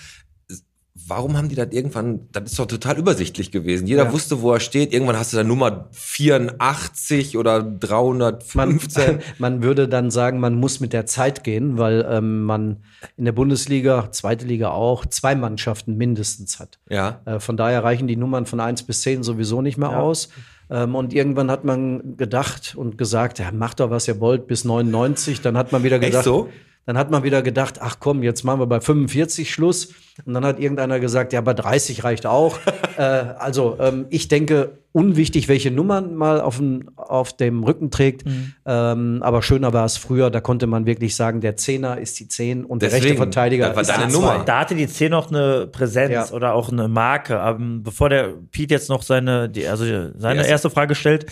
[SPEAKER 2] warum haben die das irgendwann, das ist doch total übersichtlich gewesen. Jeder wusste, wo er steht. Irgendwann hast du da Nummer 84 oder
[SPEAKER 6] man,
[SPEAKER 2] 315.
[SPEAKER 6] <laughs> man würde dann sagen, man muss mit der Zeit gehen, weil ähm, man in der Bundesliga, zweite Liga auch, zwei Mannschaften mindestens hat.
[SPEAKER 2] ja.
[SPEAKER 6] Äh, von daher reichen die Nummern von 1 bis 10 sowieso nicht mehr aus. Ähm, und irgendwann hat man gedacht und gesagt, ja, macht doch, was ihr wollt, bis 99. Dann hat man wieder gedacht,
[SPEAKER 2] so?
[SPEAKER 6] dann hat man wieder gedacht, ach komm, jetzt machen wir bei 45 Schluss. Und dann hat irgendeiner gesagt, ja, bei 30
[SPEAKER 2] <laughs>
[SPEAKER 6] reicht auch. äh, also ähm, ich denke, unwichtig, welche Nummern mal auf dem, auf dem Rücken trägt.
[SPEAKER 2] Mhm.
[SPEAKER 4] Mhm.
[SPEAKER 6] Ähm, aber schöner war es früher, da konnte man wirklich sagen, der Zehner ist die 10 und der rechte
[SPEAKER 2] Deswegen,
[SPEAKER 6] Verteidiger
[SPEAKER 2] das war
[SPEAKER 6] ist die
[SPEAKER 2] deine
[SPEAKER 6] 2.
[SPEAKER 2] Nummer.
[SPEAKER 4] da hatte die 10 noch eine Präsenz
[SPEAKER 6] Ja.
[SPEAKER 4] oder auch eine Marke. Ähm, bevor der Pete jetzt noch seine, die, also seine
[SPEAKER 2] erste.
[SPEAKER 4] erste. Frage stellt,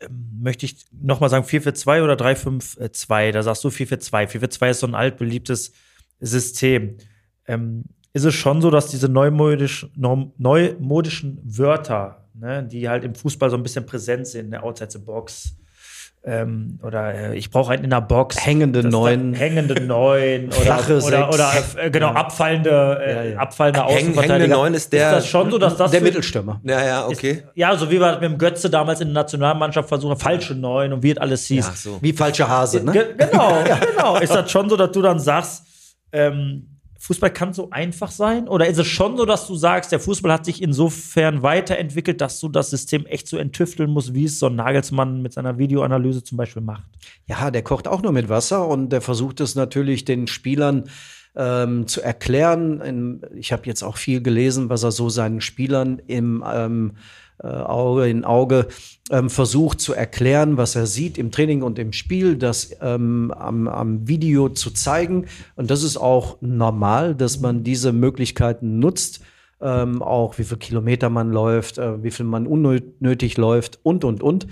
[SPEAKER 4] ähm, möchte ich nochmal sagen, 442 oder 352? Da sagst du 442. 442 ist so ein altbeliebtes System. Ähm, ist es schon so, dass diese neumodisch, norm, neumodischen Wörter, ne, die halt im Fußball so ein bisschen präsent sind, ne, outside the box, ähm, oder äh, ich brauche einen in der Box.
[SPEAKER 6] Hängende
[SPEAKER 4] dass da-
[SPEAKER 6] Neun.
[SPEAKER 4] Hängende
[SPEAKER 6] <laughs>
[SPEAKER 4] Neun
[SPEAKER 6] Flache
[SPEAKER 4] oder, oder,
[SPEAKER 6] Sechs.
[SPEAKER 4] oder äh, genau, abfallende, äh,
[SPEAKER 6] Ja, ja.
[SPEAKER 4] abfallende
[SPEAKER 2] Häng, hängende
[SPEAKER 4] Außenverteidiger.
[SPEAKER 2] 9 ist der.
[SPEAKER 4] ist das schon so, dass das
[SPEAKER 6] Der
[SPEAKER 4] für-
[SPEAKER 6] Mittelstürmer.
[SPEAKER 2] <laughs> Ja, ja, okay.
[SPEAKER 4] Ja, so wie wir mit dem Götze damals in der Nationalmannschaft versuchen, falsche Neun und wie es alles hieß.
[SPEAKER 2] Ach so.
[SPEAKER 6] Wie falsche Hase, ne?
[SPEAKER 4] Ge
[SPEAKER 2] <laughs>
[SPEAKER 4] genau, <laughs> genau. Ist das schon so, dass du dann sagst, ähm, Fußball kann so einfach sein? Oder ist es schon so, dass du sagst, der Fußball hat sich insofern weiterentwickelt, dass du das System echt so enttüfteln musst, wie es so ein Nagelsmann mit seiner Videoanalyse zum Beispiel macht?
[SPEAKER 6] Ja, der kocht auch nur mit Wasser und der versucht es natürlich den Spielern ähm, zu erklären. In, ich habe jetzt auch viel gelesen, was er so seinen Spielern im ähm, äh, Auge in Auge ähm, versucht zu erklären, was er sieht im Training und im Spiel, das ähm, am, am Video zu zeigen. Und das ist auch normal, dass man diese Möglichkeiten nutzt. Ähm, auch wie viel Kilometer man läuft, äh, wie viel man unnötig läuft und, und, und.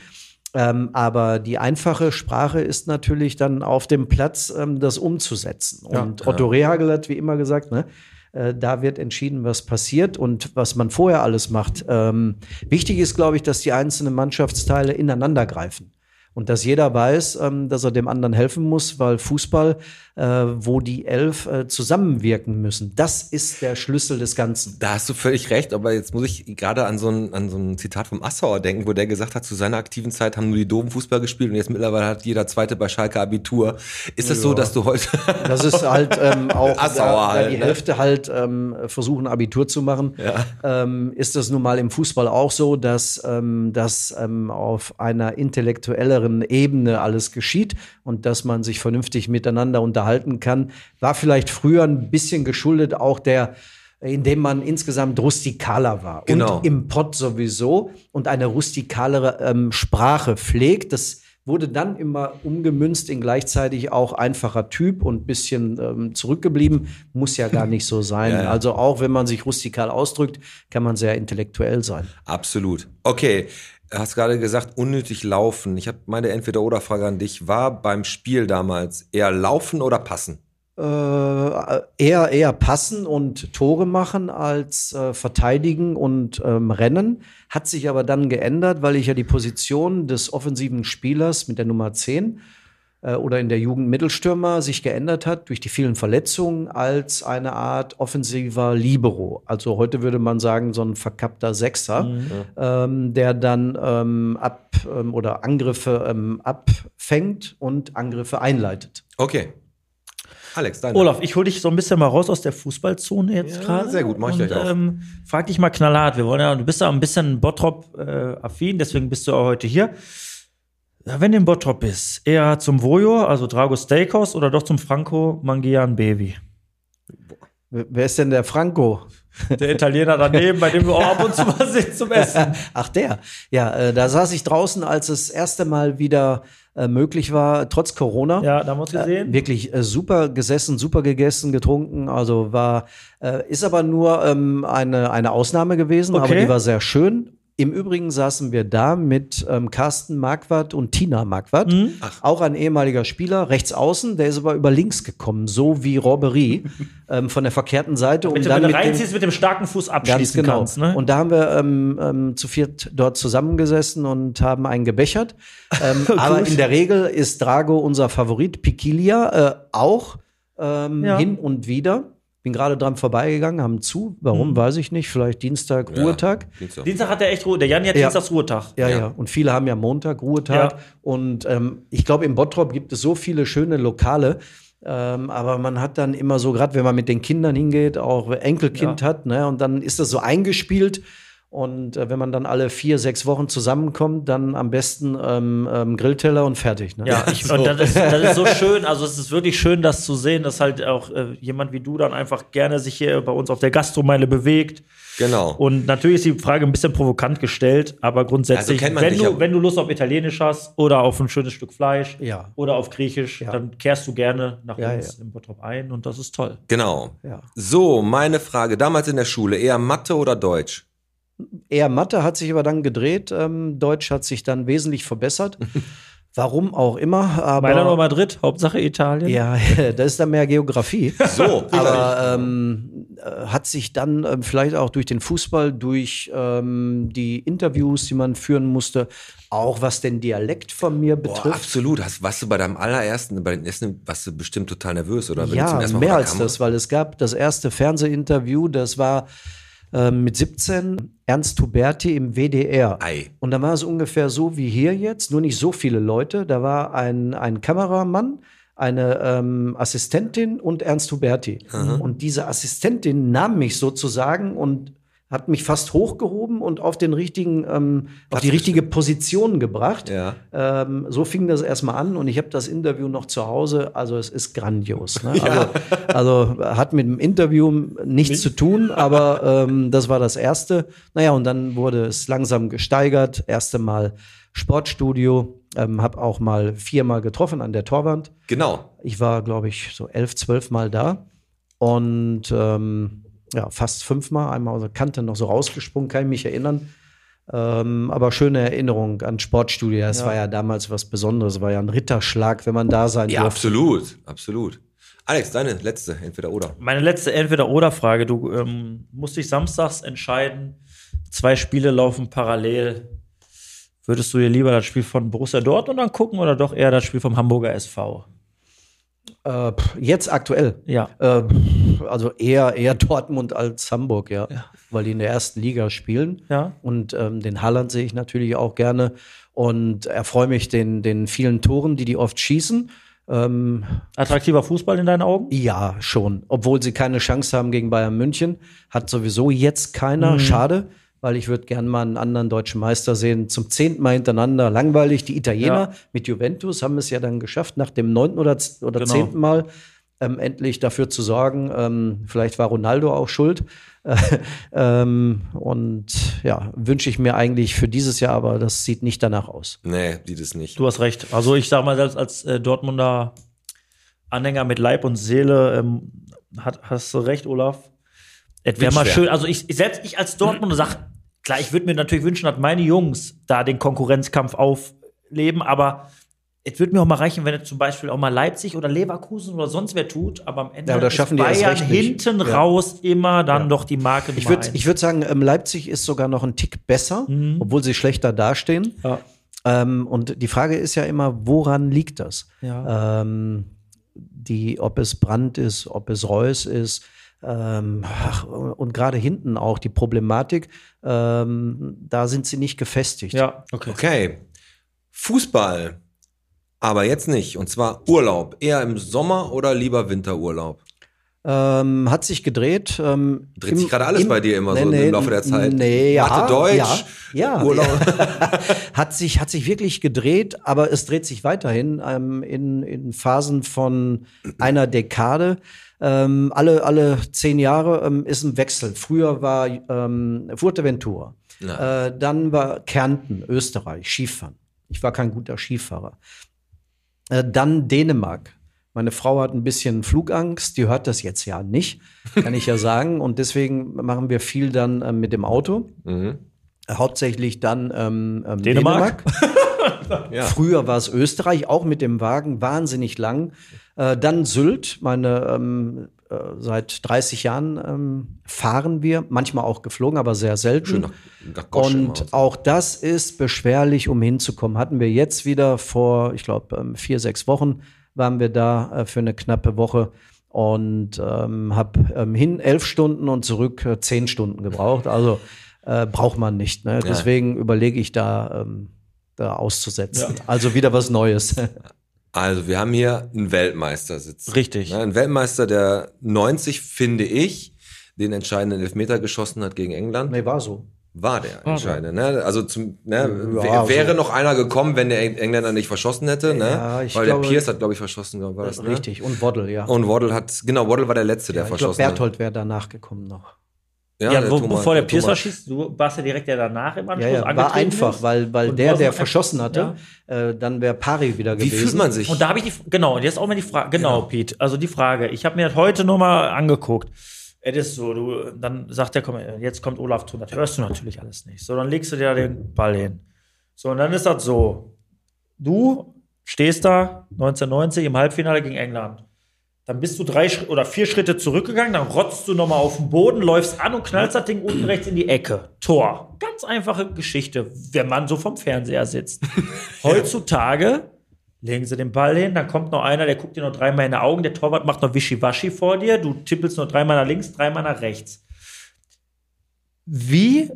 [SPEAKER 6] Ähm, aber die einfache Sprache ist natürlich dann auf dem Platz, ähm, das umzusetzen. Und Otto Rehagel hat wie immer gesagt, ne, äh, da wird entschieden, was passiert und was man vorher alles macht. Ähm, wichtig ist, glaube ich, dass die einzelnen Mannschaftsteile ineinander greifen. Und dass jeder weiß, ähm, dass er dem anderen helfen muss, weil Fußball, äh, wo die elf äh, zusammenwirken müssen, das ist der Schlüssel des Ganzen.
[SPEAKER 2] Da hast du völlig recht, aber jetzt muss ich gerade an so ein, an so ein Zitat vom Assauer denken, wo der gesagt hat, zu seiner aktiven Zeit haben nur die doofen Fußball gespielt und jetzt mittlerweile hat jeder Zweite bei Schalke Abitur. Ist das so, dass du heute... <laughs>
[SPEAKER 6] Das ist halt ähm, auch,
[SPEAKER 2] Assauer
[SPEAKER 6] da, da
[SPEAKER 2] halt,
[SPEAKER 6] die
[SPEAKER 2] ne?
[SPEAKER 6] Hälfte halt ähm, versuchen, Abitur zu machen, ähm, ist das nun mal im Fußball auch so, dass ähm, das ähm, auf einer intellektuelleren Ebene alles geschieht und dass man sich vernünftig miteinander unterhalten kann. War vielleicht früher ein bisschen geschuldet auch der indem man insgesamt rustikaler war
[SPEAKER 2] Genau.
[SPEAKER 6] und im Pott sowieso und eine rustikalere ähm, Sprache pflegt. Das wurde dann immer umgemünzt in gleichzeitig auch einfacher Typ und bisschen ähm, zurückgeblieben. Muss ja gar nicht so
[SPEAKER 2] <laughs>
[SPEAKER 6] sein.
[SPEAKER 2] Ja, ja.
[SPEAKER 6] Also auch wenn man sich rustikal ausdrückt, kann man sehr intellektuell sein.
[SPEAKER 2] Absolut. Okay, du hast gerade gesagt, unnötig laufen. Ich habe meine Entweder-Oder-Frage an dich. War beim Spiel damals eher laufen oder passen?
[SPEAKER 6] Äh, eher, eher passen und Tore machen als äh, verteidigen und ähm, rennen. Hat sich aber dann geändert, weil ich ja die Position des offensiven Spielers mit der Nummer 10 äh, oder in der Jugend Mittelstürmer sich geändert hat durch die vielen Verletzungen als eine Art offensiver Libero. Also heute würde man sagen, so ein verkappter Sechser,
[SPEAKER 4] Mhm.
[SPEAKER 6] ähm, der dann ähm, ab ähm, oder Angriffe ähm, abfängt und Angriffe einleitet.
[SPEAKER 2] Okay. Alex, deine.
[SPEAKER 4] Olaf, ich hole dich so ein bisschen mal raus aus der Fußballzone
[SPEAKER 2] Genau.
[SPEAKER 4] jetzt
[SPEAKER 2] Ja,
[SPEAKER 4] gerade.
[SPEAKER 2] sehr gut, mach ich
[SPEAKER 4] Und,
[SPEAKER 2] gleich auch.
[SPEAKER 4] Ähm, frag dich mal knallhart. Wir wollen ja, du bist ja ein bisschen Bottrop-affin, deswegen bist du auch heute hier. Ja, Wenn du in Bottrop bist, eher zum Vojo, also Drago Steakhouse oder doch zum Franco Mangian Baby?
[SPEAKER 6] Wer wer ist denn der Franco?
[SPEAKER 4] Der Italiener daneben, bei dem wir auch ab und zu mal sind zum Essen.
[SPEAKER 6] Ach der. Ja, äh, da saß ich draußen, als es das erste Mal wieder äh, möglich war, trotz Corona.
[SPEAKER 4] Ja, da haben wir uns gesehen.
[SPEAKER 6] Wirklich äh, super gesessen, super gegessen, getrunken. Also war, äh, ist aber nur ähm, eine, eine Ausnahme gewesen, aber
[SPEAKER 4] Okay.
[SPEAKER 6] die war sehr schön. Im Übrigen saßen wir da mit ähm, Carsten Marquardt und Tina Marquardt.
[SPEAKER 4] Mhm.
[SPEAKER 6] Auch ein ehemaliger Spieler, rechts außen, der ist aber über links gekommen, so wie Robbery ähm, von der verkehrten Seite. um
[SPEAKER 4] Bitte,
[SPEAKER 6] dann
[SPEAKER 4] wenn du
[SPEAKER 6] mit dem-
[SPEAKER 4] reinziehst, mit dem starken Fuß
[SPEAKER 6] Ganz
[SPEAKER 4] abschließen
[SPEAKER 6] genau.
[SPEAKER 4] kannst. Ne?
[SPEAKER 6] Und da haben wir ähm, ähm, zu viert dort zusammengesessen und haben einen gebechert. Ähm,
[SPEAKER 4] <laughs>
[SPEAKER 6] aber in der Regel ist Drago unser Favorit, Pikilia äh, auch ähm,
[SPEAKER 4] Ja.
[SPEAKER 6] hin und wieder. Bin gerade dran vorbeigegangen, haben zu. Warum,
[SPEAKER 4] Hm.
[SPEAKER 6] weiß ich nicht. Vielleicht Dienstag, Ruhetag.
[SPEAKER 2] Dienstag.
[SPEAKER 4] Dienstag hat er echt Ruhe. Der Jan hat
[SPEAKER 6] Ja.
[SPEAKER 4] Dienstags Ruhetag.
[SPEAKER 6] Ja,
[SPEAKER 2] Ja.
[SPEAKER 6] ja, Und viele haben ja Montag, Ruhetag.
[SPEAKER 4] Ja.
[SPEAKER 6] Und ähm, ich glaube, in Bottrop gibt es so viele schöne Lokale. Ähm, aber man hat dann immer so, gerade wenn man mit den Kindern hingeht, auch Enkelkind
[SPEAKER 4] Ja.
[SPEAKER 6] hat, ne, und dann ist das so eingespielt. Und äh, wenn man dann alle vier, sechs Wochen zusammenkommt, dann am besten ähm, ähm, Grillteller und fertig. Ne?
[SPEAKER 4] Ja, ich, und das ist, das ist so schön. Also es ist wirklich schön, das zu sehen, dass halt auch äh, jemand wie du dann einfach gerne sich hier bei uns auf der Gastromeile bewegt.
[SPEAKER 2] Genau.
[SPEAKER 4] Und natürlich ist die Frage ein bisschen provokant gestellt, aber
[SPEAKER 2] Also
[SPEAKER 4] grundsätzlich,
[SPEAKER 2] kennt man
[SPEAKER 4] wenn,
[SPEAKER 2] dich
[SPEAKER 4] du,
[SPEAKER 2] ja.
[SPEAKER 4] wenn du Lust auf Italienisch hast oder auf ein schönes Stück Fleisch
[SPEAKER 6] Ja.
[SPEAKER 4] oder auf Griechisch, dann kehrst du gerne nach
[SPEAKER 6] Ja,
[SPEAKER 4] uns im Bottrop ein und das ist toll.
[SPEAKER 2] genau.
[SPEAKER 6] <laughs> Ja.
[SPEAKER 2] So, meine Frage. Damals in der Schule, eher Mathe oder Deutsch?
[SPEAKER 6] Eher Mathe hat sich aber dann gedreht. Ähm, Deutsch hat sich dann wesentlich
[SPEAKER 4] <laughs>
[SPEAKER 6] verbessert. Warum auch immer. Aber
[SPEAKER 4] Mailand oder Madrid, Hauptsache Italien.
[SPEAKER 6] Ja, <laughs> das ist dann
[SPEAKER 4] <laughs>
[SPEAKER 6] mehr Geografie.
[SPEAKER 2] So,
[SPEAKER 6] Aber ähm, äh, hat sich dann ähm, vielleicht auch durch den Fußball, durch ähm, die Interviews, die man führen musste, auch was den Dialekt von mir
[SPEAKER 2] Boah,
[SPEAKER 6] betrifft.
[SPEAKER 2] absolut. Hast, warst du bei deinem allerersten, bei den ersten, warst du bestimmt total nervös, oder? du
[SPEAKER 6] ja,
[SPEAKER 2] ersten Mal
[SPEAKER 6] mehr
[SPEAKER 2] vor der
[SPEAKER 6] als
[SPEAKER 2] Kamera-
[SPEAKER 6] das, weil es gab das erste Fernsehinterview, das war ähm, mit 17 Ernst Huberti im WDR.
[SPEAKER 2] Ei.
[SPEAKER 6] Und da war es ungefähr so wie hier jetzt, nur nicht so viele Leute. Da war ein, ein Kameramann, eine ähm, Assistentin und Ernst Huberti. Und diese Assistentin nahm mich sozusagen und hat mich fast hochgehoben und auf den richtigen, ähm, auf die richtige Position gebracht.
[SPEAKER 2] Ja.
[SPEAKER 6] Ähm, so fing das erstmal an und ich habe das Interview noch zu Hause. Also es ist grandios. Ne? Also, also hat mit dem Interview nichts zu tun, aber ähm, das war das erste. Naja, und dann wurde es langsam gesteigert. Erste Mal Sportstudio, ähm, habe auch mal viermal getroffen an der Torwand.
[SPEAKER 2] Genau.
[SPEAKER 6] Ich war, glaube ich, so elf, zwölf Mal da und ähm, ja, fast fünfmal. Einmal aus der Kante noch so rausgesprungen, kann ich mich erinnern. Ähm, aber schöne Erinnerung an Sportstudio. Das war ja damals was Besonderes, war ja ein Ritterschlag, wenn man da sein
[SPEAKER 2] Ja,
[SPEAKER 6] durfte.
[SPEAKER 2] absolut. Absolut. Alex, deine letzte, entweder oder.
[SPEAKER 4] Meine letzte Entweder-Oder-Frage. Du ähm, musst dich samstags entscheiden. Zwei Spiele laufen parallel. Würdest du dir lieber das Spiel von Borussia Dortmund angucken oder doch eher das Spiel vom Hamburger SV?
[SPEAKER 6] Äh, pff, jetzt aktuell.
[SPEAKER 4] Ja.
[SPEAKER 6] Äh, also eher, eher Dortmund als Hamburg, ja. Weil die in der ersten Liga spielen.
[SPEAKER 4] Ja.
[SPEAKER 6] Und ähm, den Haaland sehe ich natürlich auch gerne. Und erfreue mich den, den vielen Toren, die die oft schießen. Ähm,
[SPEAKER 4] Attraktiver Fußball in deinen Augen?
[SPEAKER 6] Ja, schon. Obwohl sie keine Chance haben gegen Bayern München, hat sowieso jetzt
[SPEAKER 4] Mhm.
[SPEAKER 6] keiner. Schade, weil ich würde gern mal einen anderen deutschen Meister sehen. Zum zehnten Mal hintereinander langweilig. Die Italiener
[SPEAKER 4] Ja.
[SPEAKER 6] mit Juventus haben es ja dann geschafft, nach dem neunten oder, z- oder
[SPEAKER 4] Genau.
[SPEAKER 6] zehnten Mal ähm, endlich dafür zu sorgen. Ähm, vielleicht war Ronaldo auch schuld. Äh, <laughs> ähm, und ja, wünsche ich mir eigentlich für dieses Jahr, aber das sieht nicht danach aus.
[SPEAKER 2] Nee, sieht es nicht.
[SPEAKER 4] Du hast recht. Also ich sag mal, selbst als äh, Dortmunder Anhänger mit Leib und Seele ähm, hat, hast du recht, Olaf. Es wäre
[SPEAKER 2] Wird
[SPEAKER 4] mal
[SPEAKER 2] schwer.
[SPEAKER 4] schön. Also ich, selbst ich als Dortmunder sag, klar, ich würde mir natürlich wünschen, dass meine Jungs da den Konkurrenzkampf aufleben, aber es würde mir auch mal reichen, wenn es zum Beispiel auch mal Leipzig oder Leverkusen oder sonst wer tut, aber am Ende
[SPEAKER 6] Ja, aber das schaffen die erst
[SPEAKER 4] Bayern
[SPEAKER 6] recht nicht.
[SPEAKER 4] hinten
[SPEAKER 6] Ja.
[SPEAKER 4] raus immer dann doch die Marke
[SPEAKER 6] Ich
[SPEAKER 4] Nummer
[SPEAKER 6] würde
[SPEAKER 4] eins.
[SPEAKER 6] ich würd sagen, ähm, Leipzig ist sogar noch ein Tick besser,
[SPEAKER 4] Mhm.
[SPEAKER 6] obwohl sie schlechter dastehen.
[SPEAKER 4] Ja.
[SPEAKER 6] Ähm, und die Frage ist ja immer, woran liegt das?
[SPEAKER 4] Ja.
[SPEAKER 6] Ähm, die, ob es Brandt ist, ob es Reus ist. Ähm, ach, und gerade hinten auch die Problematik, ähm, da sind sie nicht gefestigt.
[SPEAKER 4] Ja, okay.
[SPEAKER 2] Okay. Fußball. Aber jetzt nicht. Und zwar Urlaub. Eher im Sommer oder lieber Winterurlaub?
[SPEAKER 6] Ähm, hat sich gedreht. Ähm,
[SPEAKER 2] Dreht sich gerade alles bei dir immer so im Laufe der Zeit.
[SPEAKER 6] Nee, ja,
[SPEAKER 2] Mathe, Deutsch,
[SPEAKER 6] ja, ja,
[SPEAKER 2] <laughs> Urlaub.
[SPEAKER 6] hat sich, hat sich wirklich gedreht, aber es dreht sich weiterhin ähm, in, in Phasen von einer Dekade. Ähm, alle, alle zehn Jahre ähm, ist ein Wechsel. Früher war ähm, Fuerteventura.
[SPEAKER 2] Ja.
[SPEAKER 6] Äh, dann war Kärnten, Österreich, Skifahren. Ich war kein guter Skifahrer. Äh, dann Dänemark. Meine Frau hat ein bisschen Flugangst, die hört das jetzt ja nicht, kann ich ja sagen. Und deswegen machen wir viel dann ähm, mit dem Auto.
[SPEAKER 2] Mhm,
[SPEAKER 6] Hauptsächlich dann ähm, ähm,
[SPEAKER 4] Dänemark?
[SPEAKER 6] Dänemark. Früher war es Österreich, auch mit dem Wagen, wahnsinnig lang. Äh, dann Sylt, meine ähm, äh, seit 30 Jahren ähm, fahren wir, manchmal auch geflogen, aber sehr selten.
[SPEAKER 2] Schön nach, nach Gosch immer
[SPEAKER 6] Und auch das ist beschwerlich, um hinzukommen. Hatten wir jetzt wieder vor, ich glaube, ähm, vier, sechs Wochen waren wir da äh, für eine knappe Woche und ähm, habe ähm, hin elf Stunden und zurück äh, zehn Stunden gebraucht. Also äh, braucht man nicht. Ne? Deswegen überlege ich da, ähm, da auszusetzen. Also wieder was
[SPEAKER 2] <laughs>
[SPEAKER 6] Neues.
[SPEAKER 2] Also, wir haben hier einen Weltmeister sitzen.
[SPEAKER 4] Richtig.
[SPEAKER 2] Ja, Ne, ein Weltmeister, der 90, finde ich, den entscheidenden Elfmeter geschossen hat gegen England.
[SPEAKER 6] nee, war so.
[SPEAKER 2] War der entscheidende. Ne? Also, zum, ne?
[SPEAKER 6] Ja,
[SPEAKER 2] wär-
[SPEAKER 6] also-
[SPEAKER 2] wäre noch einer gekommen, wenn der Eng- Engländer nicht verschossen hätte. Ne?
[SPEAKER 6] Ja, ich
[SPEAKER 2] Weil
[SPEAKER 6] glaube-
[SPEAKER 2] der Pierce hat, glaube ich, verschossen. glaub, War das, ne?
[SPEAKER 6] Richtig. Und Waddle, ja.
[SPEAKER 2] Und Waddle hat, genau, Waddle war der Letzte, der
[SPEAKER 6] ich glaube,
[SPEAKER 2] verschossen hat.
[SPEAKER 6] Berthold wäre danach gekommen noch.
[SPEAKER 4] Ja, wo,
[SPEAKER 2] Thomas-
[SPEAKER 4] bevor der Piercer
[SPEAKER 2] Thomas-
[SPEAKER 4] schießt, du warst ja direkt der danach im
[SPEAKER 6] Ja,
[SPEAKER 4] Anschluss
[SPEAKER 6] ja, war
[SPEAKER 4] angetreten
[SPEAKER 6] einfach,
[SPEAKER 4] ist.
[SPEAKER 6] weil, weil
[SPEAKER 4] Und
[SPEAKER 6] der,
[SPEAKER 4] du
[SPEAKER 6] der
[SPEAKER 4] hast-
[SPEAKER 6] verschossen hatte,
[SPEAKER 4] Ja.
[SPEAKER 6] äh, dann wäre Pari wieder
[SPEAKER 2] Wie
[SPEAKER 6] gewesen.
[SPEAKER 2] fühlt man sich?
[SPEAKER 4] Und da habe ich die, F- genau, und jetzt auch mal die Frage, genau, Pete, also die Frage, ich habe mir das heute nochmal angeguckt. Es ist so, du, dann sagt der, komm, jetzt kommt Olaf zu, das hörst du natürlich alles nicht. So, dann legst du dir da den Ball hin. So, und dann ist das so, du stehst da 1990 im Halbfinale gegen England. Dann bist du drei Schri- oder vier Schritte zurückgegangen, dann rotzt du nochmal auf den Boden, läufst an und knallst das Ding unten rechts in die Ecke. Tor. Ganz einfache Geschichte, wenn man so vom Fernseher sitzt. <laughs> Heutzutage legen sie den Ball hin, dann kommt noch einer, der guckt dir noch dreimal in die Augen, der Torwart macht noch Wischiwaschi vor dir, du tippelst noch dreimal nach links, dreimal nach rechts. Wie,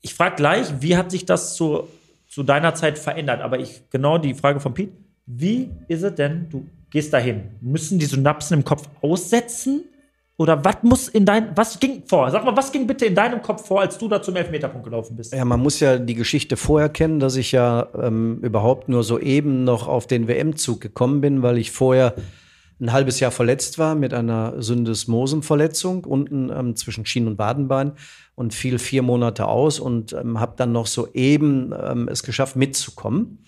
[SPEAKER 4] ich frage gleich, wie hat sich das zu, zu deiner Zeit verändert? Aber ich, genau die Frage von Pete, wie ist es denn, du gehst dahin? Müssen die Synapsen im Kopf aussetzen? Oder was muss in dein, was ging vor? Sag mal, was ging bitte in deinem Kopf vor, als du da zum Elfmeterpunkt gelaufen bist?
[SPEAKER 6] Ja, man muss ja die Geschichte vorher kennen, dass ich ja ähm, überhaupt nur soeben noch auf den WM-Zug gekommen bin, weil ich vorher ein halbes Jahr verletzt war mit einer Syndesmosenverletzung unten ähm, zwischen Schien und Wadenbein und fiel vier Monate aus und ähm, habe dann noch soeben ähm, es geschafft, mitzukommen.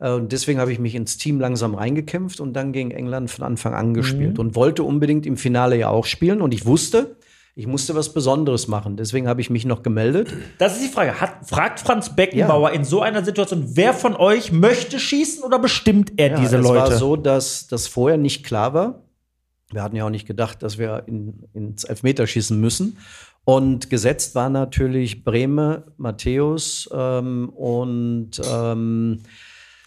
[SPEAKER 6] Äh, Und deswegen habe ich mich ins Team langsam reingekämpft und dann gegen England von Anfang an gespielt und wollte unbedingt im Finale ja auch spielen. Und ich wusste, ich musste was Besonderes machen. Deswegen habe ich mich noch gemeldet.
[SPEAKER 4] Das ist die Frage. Hat, fragt Franz Beckenbauer in so einer Situation, wer von euch möchte schießen oder bestimmt er diese
[SPEAKER 6] es
[SPEAKER 4] Leute?
[SPEAKER 6] war so, dass das vorher nicht klar war. Wir hatten ja auch nicht gedacht, dass wir in, ins Elfmeterschießen müssen. Und gesetzt war natürlich Breme, Matthäus ähm, und ähm,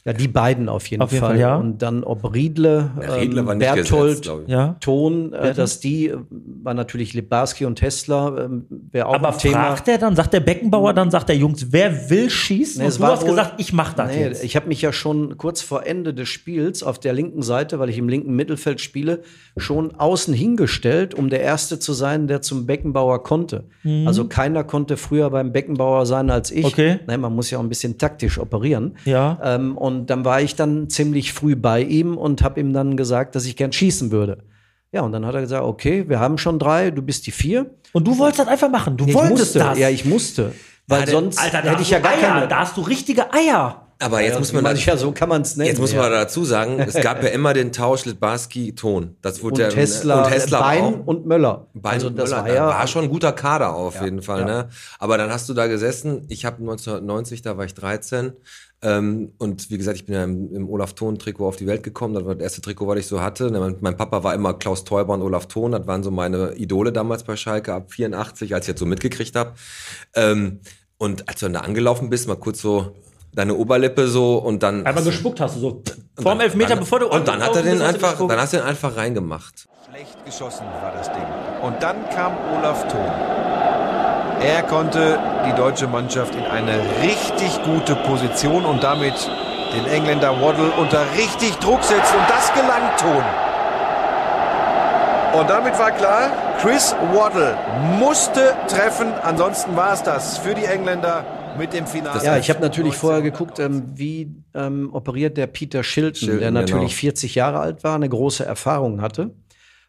[SPEAKER 6] ja, die beiden auf jeden
[SPEAKER 4] Auf jeden
[SPEAKER 6] Fall.
[SPEAKER 4] Fall, ja.
[SPEAKER 6] Und dann ob Riedle,
[SPEAKER 2] Der Redler
[SPEAKER 6] ähm,
[SPEAKER 2] war nicht gesetzt,
[SPEAKER 6] Berthold,
[SPEAKER 2] glaube ich.
[SPEAKER 4] ja.
[SPEAKER 6] Ton, äh, dass die, äh, war natürlich Lebarski und Tesla, ähm, wäre auch
[SPEAKER 4] Aber
[SPEAKER 6] ein Thema.
[SPEAKER 4] fragt er dann, sagt der Beckenbauer dann, sagt der Jungs, wer will schießen?
[SPEAKER 6] Nee,
[SPEAKER 4] und
[SPEAKER 6] es
[SPEAKER 4] du
[SPEAKER 6] war
[SPEAKER 4] hast
[SPEAKER 6] wohl-
[SPEAKER 4] gesagt, ich mach das
[SPEAKER 6] Nee,
[SPEAKER 4] jetzt.
[SPEAKER 6] ich habe mich ja schon kurz vor Ende des Spiels auf der linken Seite, weil ich im linken Mittelfeld spiele, schon außen hingestellt, um der Erste zu sein, der zum Beckenbauer konnte. Also keiner konnte früher beim Beckenbauer sein als ich.
[SPEAKER 4] Mhm. Okay.
[SPEAKER 6] Nein, man muss ja auch ein bisschen taktisch operieren.
[SPEAKER 4] Ja.
[SPEAKER 6] Ähm, und dann war ich dann ziemlich früh bei ihm und habe ihm dann gesagt, dass ich gern schießen würde. Ja, und dann hat er gesagt, okay, wir haben schon drei, du bist die vier.
[SPEAKER 4] und du wolltest das einfach machen. Du
[SPEAKER 6] Ja, ich
[SPEAKER 4] wolltest
[SPEAKER 6] musste,
[SPEAKER 4] das.
[SPEAKER 6] Ja, ich musste. Weil sonst
[SPEAKER 4] Alter, da
[SPEAKER 6] hätte
[SPEAKER 4] hast
[SPEAKER 6] ich ja
[SPEAKER 4] du
[SPEAKER 6] gar
[SPEAKER 4] Eier,
[SPEAKER 6] keine.
[SPEAKER 4] Da hast du richtige Eier.
[SPEAKER 2] Aber jetzt muss man,
[SPEAKER 6] Ja,
[SPEAKER 2] da-
[SPEAKER 6] ja, so kann man es nennen.
[SPEAKER 2] jetzt muss
[SPEAKER 6] ja.
[SPEAKER 2] man dazu sagen, es gab
[SPEAKER 6] <laughs>
[SPEAKER 2] ja immer den Tausch Litbarski-Ton. Das wurde
[SPEAKER 6] und
[SPEAKER 2] ja,
[SPEAKER 6] Tesla, äh,
[SPEAKER 2] und Tesla
[SPEAKER 6] Bein
[SPEAKER 2] auch.
[SPEAKER 6] und Möller.
[SPEAKER 2] Bein
[SPEAKER 6] also
[SPEAKER 2] und
[SPEAKER 6] das
[SPEAKER 2] Müller,
[SPEAKER 6] war
[SPEAKER 2] da
[SPEAKER 6] ja
[SPEAKER 2] war schon ein guter Kader auf jeden Fall. Ne? Aber dann hast du da gesessen. Ich habe 1990, da war ich 13. Ähm, und wie gesagt, ich bin ja im, im Olaf Thon-Trikot auf die Welt gekommen. Das war das erste Trikot, was ich so hatte. Ne, Mein, mein Papa war immer Klaus Teuber und Olaf Thon. Das waren so meine Idole damals bei Schalke ab 84, als ich das so mitgekriegt habe. Ähm, und als du dann da angelaufen bist, mal kurz so deine Oberlippe so und dann.
[SPEAKER 4] Einmal gespuckt hast du so. Vorm Elfmeter,
[SPEAKER 2] dann,
[SPEAKER 4] bevor du
[SPEAKER 2] Und dann hat er den
[SPEAKER 4] bist, hast du
[SPEAKER 2] einfach,
[SPEAKER 4] gespuckt.
[SPEAKER 2] dann hast du den einfach reingemacht.
[SPEAKER 7] Schlecht geschossen war das Ding. Und dann kam Olaf Thon. Er konnte die deutsche Mannschaft in eine richtig gute Position und damit den Engländer Waddle unter richtig Druck setzen. Und das gelang Thon. Und damit war klar, Chris Waddle musste treffen. Ansonsten war es das für die Engländer mit dem Finale.
[SPEAKER 6] Ja, ich habe natürlich vorher geguckt, ähm, wie ähm, operiert der Peter Shilton,
[SPEAKER 2] Shilton,
[SPEAKER 6] der natürlich
[SPEAKER 2] genau.
[SPEAKER 6] 40 Jahre alt war, eine große Erfahrung hatte.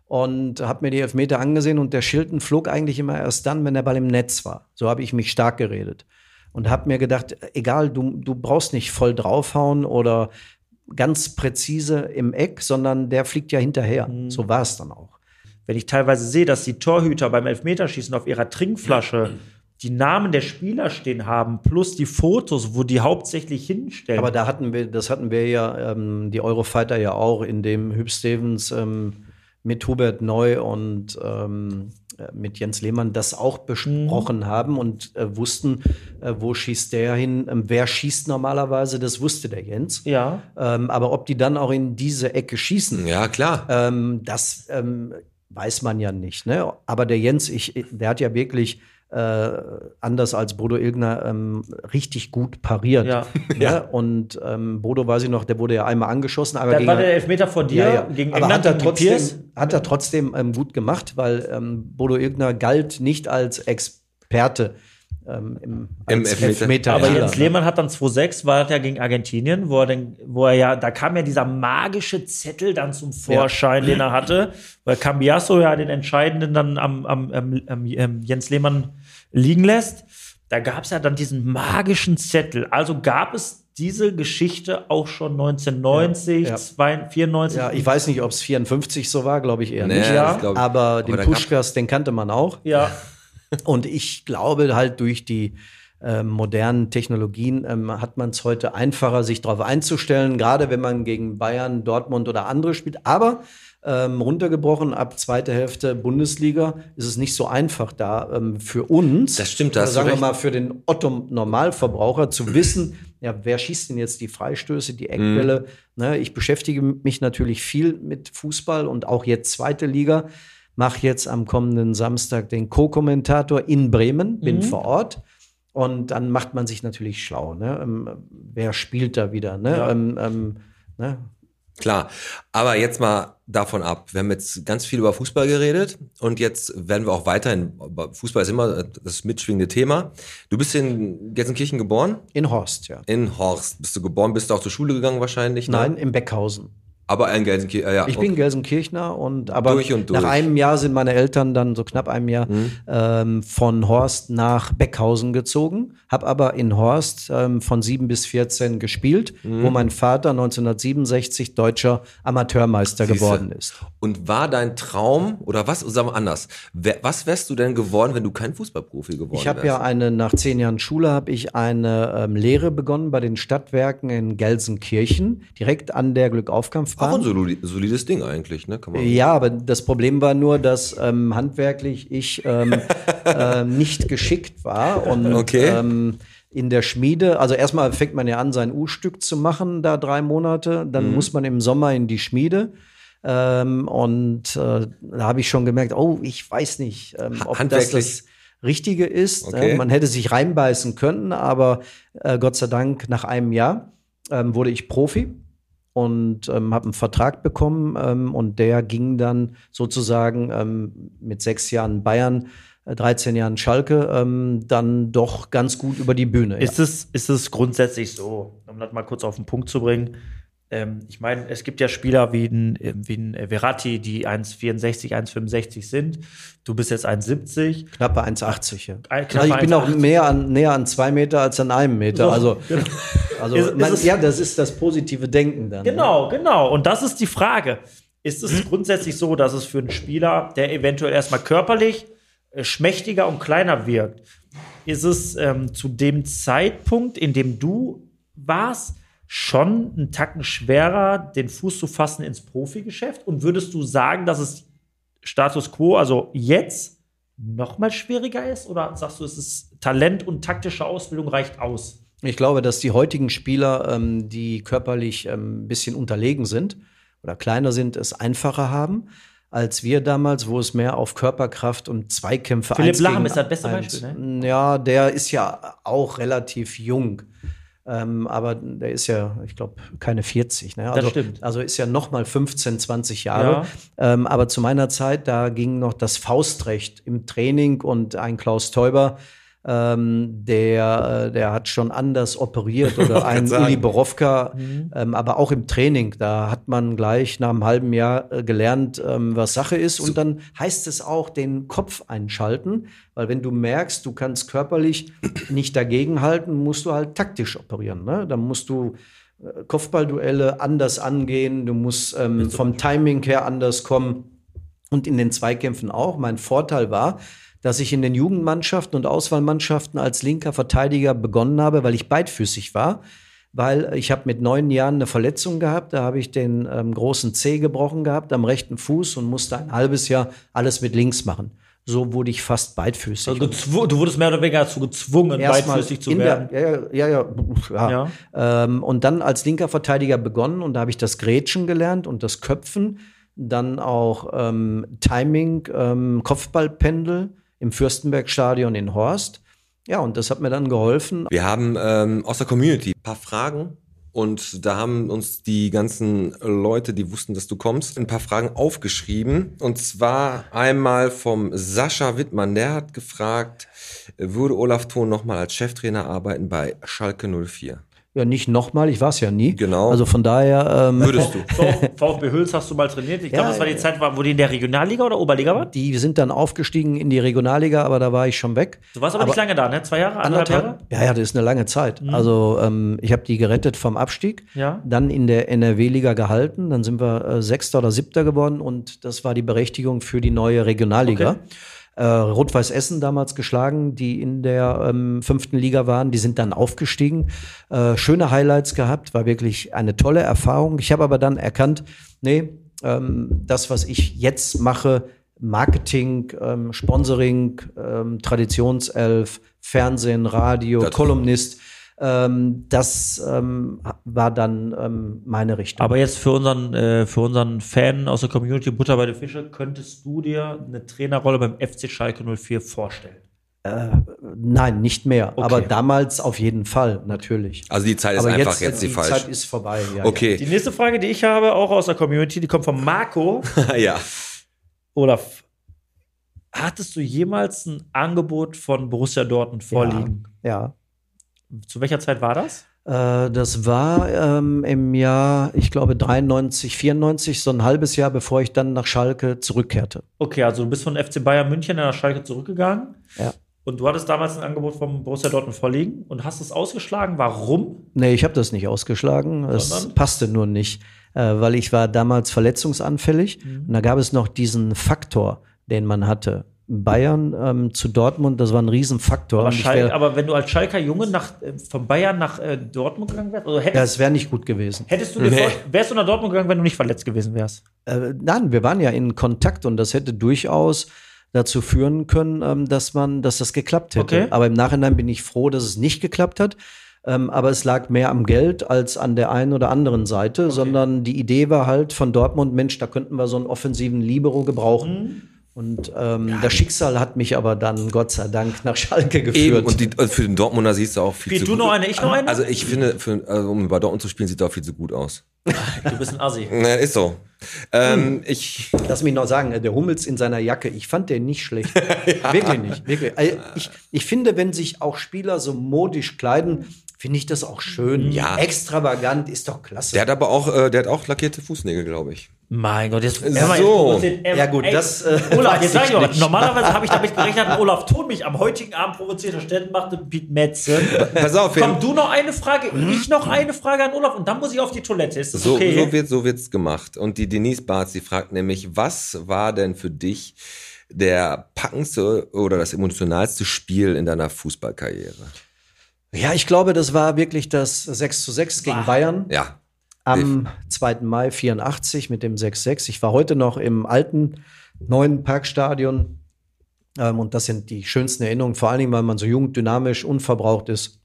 [SPEAKER 6] Und habe mir die Elfmeter angesehen und der Shilton flog eigentlich immer erst dann, wenn der Ball im Netz war. So habe ich mich stark geredet. Und habe mir gedacht, egal, du, du brauchst nicht voll draufhauen oder ganz präzise im Eck, sondern der fliegt ja hinterher.
[SPEAKER 2] Mhm.
[SPEAKER 6] So war es dann auch.
[SPEAKER 4] wenn ich teilweise sehe, dass die Torhüter beim Elfmeterschießen auf ihrer Trinkflasche die Namen der Spieler stehen haben, plus die Fotos, wo die hauptsächlich hinstellen.
[SPEAKER 6] Aber da hatten wir, das hatten wir ja, ähm, die Eurofighter ja auch, in dem Hüb Stevens ähm, mit Hubert Neu und ähm, äh, mit Jens Lehmann das auch besprochen haben und äh, wussten, äh, wo schießt der hin, ähm, wer schießt normalerweise, das wusste der Jens.
[SPEAKER 4] ja.
[SPEAKER 6] Ähm, aber ob die dann auch in diese Ecke schießen,
[SPEAKER 2] Ja, klar.
[SPEAKER 6] ähm, das ähm, weiß man ja nicht. Ne? Aber der Jens, ich, der hat ja wirklich äh, anders als Bodo Ilgner ähm, richtig gut pariert.
[SPEAKER 4] <laughs> Ja.
[SPEAKER 6] Ne? Und ähm, Bodo weiß ich noch, der wurde ja einmal angeschossen, aber
[SPEAKER 4] Da
[SPEAKER 6] gegen,
[SPEAKER 4] war der Elfmeter vor dir
[SPEAKER 6] ja, ja.
[SPEAKER 4] gegen
[SPEAKER 6] aber
[SPEAKER 4] England
[SPEAKER 6] hat er
[SPEAKER 4] gegen die Piers.
[SPEAKER 6] trotzdem, hat er trotzdem ähm, gut gemacht, weil ähm, Bodo Ilgner galt nicht als Experte ähm, im,
[SPEAKER 2] Im
[SPEAKER 6] als
[SPEAKER 2] Elfmeter.
[SPEAKER 4] Aber
[SPEAKER 6] Elfmeterspieler. ne?
[SPEAKER 4] Jens Lehmann hat dann 2-6, war das ja gegen Argentinien, wo er, dann, wo er ja, da kam ja dieser magische Zettel dann zum Vorschein, den er hatte, weil Cambiasso ja den entscheidenden dann am, am, am, am ähm, Jens Lehmann liegen lässt. Da gab es ja dann diesen magischen Zettel. Also gab es diese Geschichte auch schon 1990,
[SPEAKER 6] Ja, ja.
[SPEAKER 4] 92, 94.
[SPEAKER 6] Ja, ich weiß nicht, ob es 54 so war, glaube ich eher
[SPEAKER 2] Nee,
[SPEAKER 6] nicht.
[SPEAKER 2] das glaub ich.
[SPEAKER 6] Aber
[SPEAKER 2] Aber
[SPEAKER 6] den
[SPEAKER 2] da gab-
[SPEAKER 6] Puschkas, den kannte man auch.
[SPEAKER 4] ja.
[SPEAKER 6] Und ich glaube halt durch die ähm, modernen Technologien ähm, hat man es heute einfacher, sich darauf einzustellen, gerade wenn man gegen Bayern, Dortmund oder andere spielt. Aber ähm, runtergebrochen ab zweite Hälfte Bundesliga ist es nicht so einfach da ähm, für uns.
[SPEAKER 2] Das stimmt, da
[SPEAKER 6] oder
[SPEAKER 2] hast du
[SPEAKER 6] sagen wir
[SPEAKER 2] recht.
[SPEAKER 6] mal für den Otto Normalverbraucher zu wissen, ja, wer schießt denn jetzt die Freistöße, die Eckbälle?
[SPEAKER 2] Mhm.
[SPEAKER 6] Ne, ich beschäftige mich natürlich viel mit Fußball und auch jetzt zweite Liga. Mache jetzt am kommenden Samstag den Co-Kommentator in Bremen,
[SPEAKER 2] Mhm.
[SPEAKER 6] bin vor Ort. Und dann macht man sich natürlich schlau. Ne? Ähm, wer spielt da wieder? Ne?
[SPEAKER 4] Ja.
[SPEAKER 6] Ähm, ähm, ne?
[SPEAKER 2] Klar, aber jetzt mal davon ab. Wir haben jetzt ganz viel über Fußball geredet und jetzt werden wir auch weiterhin, Fußball ist immer äh, das mitschwingende Thema. Du bist in Gelsenkirchen geboren,
[SPEAKER 6] In Horst, ja.
[SPEAKER 2] in Horst. Bist du geboren, bist du auch zur Schule gegangen wahrscheinlich? Ne?
[SPEAKER 6] Nein, im Beckhausen.
[SPEAKER 2] Aber in Gelsenkirchen, äh, ja.
[SPEAKER 6] Ich bin Gelsenkirchner und aber
[SPEAKER 2] Ah, Durch und durch. Mhm.
[SPEAKER 6] nach einem Jahr sind meine Eltern dann so knapp einem Jahr ähm, von Horst nach Beckhausen gezogen, habe aber in Horst ähm, von 7 bis 14 gespielt,
[SPEAKER 2] Mhm.
[SPEAKER 6] wo mein Vater 1967 deutscher Amateurmeister
[SPEAKER 2] Siehste.
[SPEAKER 6] geworden ist.
[SPEAKER 2] Und war dein Traum, oder was, sagen wir anders, wer, was wärst du denn geworden, wenn du kein Fußballprofi geworden
[SPEAKER 6] Ich habe
[SPEAKER 2] wärst?
[SPEAKER 6] ja eine, nach zehn Jahren Schule habe ich eine ähm, Lehre begonnen bei den Stadtwerken in Gelsenkirchen, direkt an der Glückaufkampfbahn.
[SPEAKER 2] Auch ein soli- solides Ding eigentlich, ne? Kann man
[SPEAKER 6] Ja, aber das Problem war nur, dass ähm, handwerklich ich
[SPEAKER 2] <laughs>
[SPEAKER 6] ähm, ähm, nicht geschickt war und
[SPEAKER 2] Okay.
[SPEAKER 6] ähm, in der Schmiede, also erstmal fängt man ja an, sein U-Stück zu machen, da drei Monate,
[SPEAKER 2] Mhm.
[SPEAKER 6] dann muss man im Sommer in die Schmiede. Ähm, und äh, da habe ich schon gemerkt, oh, ich weiß nicht, ähm,
[SPEAKER 2] Ha-
[SPEAKER 6] ob das
[SPEAKER 2] handwerklich.
[SPEAKER 6] das Richtige ist.
[SPEAKER 2] Okay.
[SPEAKER 6] Äh, man hätte sich reinbeißen können, aber äh, Gott sei Dank nach einem Jahr ähm, wurde ich Profi und ähm, habe einen Vertrag bekommen ähm, und der ging dann sozusagen ähm, mit sechs Jahren Bayern, äh, 13 Jahren Schalke, ähm, dann doch ganz gut über die Bühne.
[SPEAKER 4] Ist, es, ist es grundsätzlich so, um das mal kurz auf den Punkt zu bringen? Ähm, ich meine, es gibt ja Spieler wie ein, äh, wie ein äh, Verratti, die 1,64, 1,65 sind. Du bist jetzt 1,70.
[SPEAKER 6] ja. Knappe 1,80. Ja.
[SPEAKER 4] Ein-
[SPEAKER 6] Ja,
[SPEAKER 4] knappe
[SPEAKER 6] ich bin auch
[SPEAKER 4] 1,80.
[SPEAKER 6] mehr an, näher an zwei Meter als an einem Meter.
[SPEAKER 4] So, genau.
[SPEAKER 6] also, also
[SPEAKER 4] Ist- ist
[SPEAKER 6] man,
[SPEAKER 4] es-
[SPEAKER 6] ja, das ist das positive Denken dann. ne?
[SPEAKER 4] Genau, genau. Und das ist die Frage. Ist es grundsätzlich so, dass es für einen Spieler, der eventuell erstmal körperlich äh, schmächtiger und kleiner wirkt, ist es ähm, zu dem Zeitpunkt, in dem du warst, schon einen Tacken schwerer, den Fuß zu fassen ins Profigeschäft? Und würdest du sagen, dass es Status quo, also jetzt, noch mal schwieriger ist? Oder sagst du, es ist Talent und taktische Ausbildung reicht aus?
[SPEAKER 6] Ich glaube, dass die heutigen Spieler, ähm, die körperlich ähm, ein bisschen unterlegen sind oder kleiner sind, es einfacher haben als wir damals, wo es mehr auf Körperkraft und Zweikämpfe
[SPEAKER 4] Philipp
[SPEAKER 6] eins
[SPEAKER 4] Lahm
[SPEAKER 6] gegen
[SPEAKER 4] ist das beste
[SPEAKER 6] eins-
[SPEAKER 4] Beispiel, ne?
[SPEAKER 6] Ja, der ist ja auch relativ jung. Ähm, aber der ist ja, ich glaube, keine 40. Ne? Also,
[SPEAKER 4] stimmt.
[SPEAKER 6] Also ist ja noch mal 15, 20 Jahre. Ähm, aber zu meiner Zeit, da ging noch das Faustrecht im Training und ein Klaus Teuber, ähm, der, äh, der hat schon anders operiert oder ein
[SPEAKER 2] sagen.
[SPEAKER 6] Uli Borowka, ähm, aber auch im Training, da hat man gleich nach einem halben Jahr äh, gelernt, ähm, was Sache ist und dann heißt es auch den Kopf einschalten, weil wenn du merkst, du kannst körperlich nicht dagegenhalten, musst du halt taktisch operieren, ne? Dann musst du äh, Kopfballduelle anders angehen, du musst ähm, vom Timing her anders kommen und in den Zweikämpfen auch. Mein Vorteil war, dass ich in den Jugendmannschaften und Auswahlmannschaften als linker Verteidiger begonnen habe, weil ich beidfüßig war. Weil ich habe mit neun Jahren eine Verletzung gehabt, da habe ich den ähm, großen Zeh gebrochen gehabt am rechten Fuß und musste ein halbes Jahr alles mit links machen. So wurde ich fast beidfüßig.
[SPEAKER 4] Also gezw- du wurdest mehr oder weniger dazu gezwungen,
[SPEAKER 6] Erstmal
[SPEAKER 4] beidfüßig zu
[SPEAKER 6] in
[SPEAKER 4] werden.
[SPEAKER 6] der- Ja, ja, ja. ja, ja. Ähm, und dann als linker Verteidiger begonnen und da habe ich das Grätschen gelernt und das Köpfen, dann auch ähm, Timing, ähm, Kopfballpendel im Fürstenbergstadion in Horst. Ja, und das hat mir dann geholfen.
[SPEAKER 2] Wir haben ähm, aus der Community ein paar Fragen und da haben uns die ganzen Leute, die wussten, dass du kommst, ein paar Fragen aufgeschrieben. Und zwar einmal vom Sascha Wittmann, der hat gefragt, würde Olaf Thon nochmal als Cheftrainer arbeiten bei Schalke 04?
[SPEAKER 6] Ja, nicht nochmal, ich war es ja nie.
[SPEAKER 2] Genau.
[SPEAKER 6] Also von daher, ähm,
[SPEAKER 2] Würdest du?
[SPEAKER 4] So, VfB Hüls hast du mal trainiert. Ich glaube,
[SPEAKER 6] Ja,
[SPEAKER 4] das war die
[SPEAKER 6] ja.
[SPEAKER 4] Zeit, wo die in der Regionalliga oder Oberliga waren.
[SPEAKER 6] die sind dann aufgestiegen in die Regionalliga, aber da war ich schon weg.
[SPEAKER 4] Du warst aber, nicht lange da, ne? Zwei Jahre, anderthalb Jahre? Mhm.
[SPEAKER 6] Anderthalb? Ja, ja, das ist eine lange Zeit. Also ähm, ich habe die gerettet vom Abstieg,
[SPEAKER 4] Ja.
[SPEAKER 6] dann in der NRW-Liga gehalten, dann sind wir äh, Sechster oder Siebter geworden und das war die Berechtigung für die neue Regionalliga.
[SPEAKER 4] Okay.
[SPEAKER 6] Äh, Rot-Weiß Essen damals geschlagen, die in der ähm, fünften Liga waren, die sind dann aufgestiegen. Äh, schöne Highlights gehabt, war wirklich eine tolle Erfahrung. Ich habe aber dann erkannt, nee, ähm, das, was ich jetzt mache, Marketing, ähm, Sponsoring, ähm, Traditionself, Fernsehen, Radio,
[SPEAKER 2] Das-
[SPEAKER 6] Kolumnist, ähm, das ähm, war dann ähm, meine Richtung.
[SPEAKER 4] Aber jetzt für unseren, äh, für unseren Fan aus der Community Butter bei den Fische, könntest du dir eine Trainerrolle beim FC Schalke 04 vorstellen?
[SPEAKER 6] Nein, nicht mehr.
[SPEAKER 4] Okay.
[SPEAKER 6] Aber damals auf jeden Fall, natürlich. äh,
[SPEAKER 2] Also die Zeit ist einfach jetzt, die,
[SPEAKER 6] die
[SPEAKER 2] falsch.
[SPEAKER 6] Zeit ist vorbei. Ja,
[SPEAKER 2] okay.
[SPEAKER 4] Die nächste Frage, die ich habe, auch aus der Community, die kommt von Marco.
[SPEAKER 2] <laughs> ja.
[SPEAKER 4] Olaf, hattest du jemals ein Angebot von Borussia Dortmund vorliegen?
[SPEAKER 6] Ja.
[SPEAKER 4] Zu welcher Zeit war das?
[SPEAKER 6] ja. Äh, das war ähm, im Jahr, ich glaube, 93, 94, so ein halbes Jahr, bevor ich dann nach Schalke zurückkehrte.
[SPEAKER 4] Okay, also du bist von FC Bayern München nach Schalke zurückgegangen.
[SPEAKER 6] Ja.
[SPEAKER 4] Und du hattest damals ein Angebot von Borussia Dortmund vorliegen und hast es ausgeschlagen. Warum?
[SPEAKER 6] Nee, ich habe das nicht ausgeschlagen. Es
[SPEAKER 4] Sondern?
[SPEAKER 6] passte nur nicht, äh, weil ich war damals verletzungsanfällig.
[SPEAKER 4] Mhm.
[SPEAKER 6] Und da gab es noch diesen Faktor, den man hatte. Bayern ähm, zu Dortmund, das war ein Riesenfaktor.
[SPEAKER 4] Aber,
[SPEAKER 6] Und ich
[SPEAKER 4] Schalke,
[SPEAKER 6] wär-
[SPEAKER 4] aber wenn du als Schalker Junge nach, äh, von Bayern nach äh, Dortmund gegangen wärst, also
[SPEAKER 6] ja,
[SPEAKER 4] hättest,
[SPEAKER 6] es wäre nicht gut gewesen.
[SPEAKER 4] hättest du dir
[SPEAKER 2] Nee.
[SPEAKER 4] vor, wärst du nach Dortmund gegangen, wenn du nicht verletzt gewesen wärst?
[SPEAKER 6] Äh, nein, wir waren ja in Kontakt und das hätte durchaus dazu führen können, ähm, dass man, dass das geklappt hätte.
[SPEAKER 4] Okay.
[SPEAKER 6] Aber im Nachhinein bin ich froh, dass es nicht geklappt hat. Ähm, aber es lag mehr am Geld als an der einen oder anderen Seite, sondern die Idee war halt von Dortmund, Mensch, da könnten wir so einen offensiven Libero gebrauchen. Und ähm, das Schicksal hat mich aber dann, Gott sei Dank, nach Schalke geführt.
[SPEAKER 2] Eben. Und, die, und für den Dortmunder siehst du auch viel
[SPEAKER 4] Wie,
[SPEAKER 2] zu
[SPEAKER 4] du
[SPEAKER 2] gut
[SPEAKER 4] noch eine, ich noch eine?
[SPEAKER 2] Also ich finde, für, also um bei Dortmund zu spielen, sieht er auch viel zu gut aus.
[SPEAKER 4] Du bist ein Assi.
[SPEAKER 2] Ja, ist so.
[SPEAKER 6] Hm.
[SPEAKER 2] Ähm, ich,
[SPEAKER 6] Lass mich noch sagen, äh, der Hummels in seiner Jacke, ich fand den nicht
[SPEAKER 2] <laughs>
[SPEAKER 6] schlecht. Wirklich nicht. Wirklich. Also Ich, ich finde, wenn sich auch Spieler so modisch kleiden, finde ich das auch schön.
[SPEAKER 2] Ja.
[SPEAKER 6] Extravagant ist doch klasse.
[SPEAKER 2] der hat aber auch, äh, der hat auch lackierte Fußnägel, glaube ich.
[SPEAKER 4] Mein Gott, jetzt.
[SPEAKER 2] So.
[SPEAKER 6] Ja, gut, das, äh,
[SPEAKER 4] Olaf,
[SPEAKER 6] weiß
[SPEAKER 4] jetzt sag ich
[SPEAKER 6] ich
[SPEAKER 4] auch,
[SPEAKER 6] nicht.
[SPEAKER 4] normalerweise habe ich damit gerechnet, dass Olaf Thon mich am heutigen Abend provoziert und stattdessen machte Piet Metze.
[SPEAKER 6] <laughs>
[SPEAKER 2] Pass auf, wir-
[SPEAKER 4] Komm, du noch eine Frage, ich noch eine Frage an Olaf und dann muss ich auf die Toilette. Ist das
[SPEAKER 2] Hm? So,
[SPEAKER 4] okay?
[SPEAKER 2] so wird so wird's gemacht. Und die Denise Barth, sie fragt nämlich, was war denn für dich der packendste oder das emotionalste Spiel in deiner Fußballkarriere?
[SPEAKER 6] Ja, ich glaube, das war wirklich das 6 zu 6 gegen Bayern
[SPEAKER 2] Ja.
[SPEAKER 6] am 2. Mai 84 mit dem 6 6. Ich war heute noch im alten neuen Parkstadion. Ähm, und das sind die schönsten Erinnerungen, vor allen Dingen, weil man so jung, dynamisch, unverbraucht ist.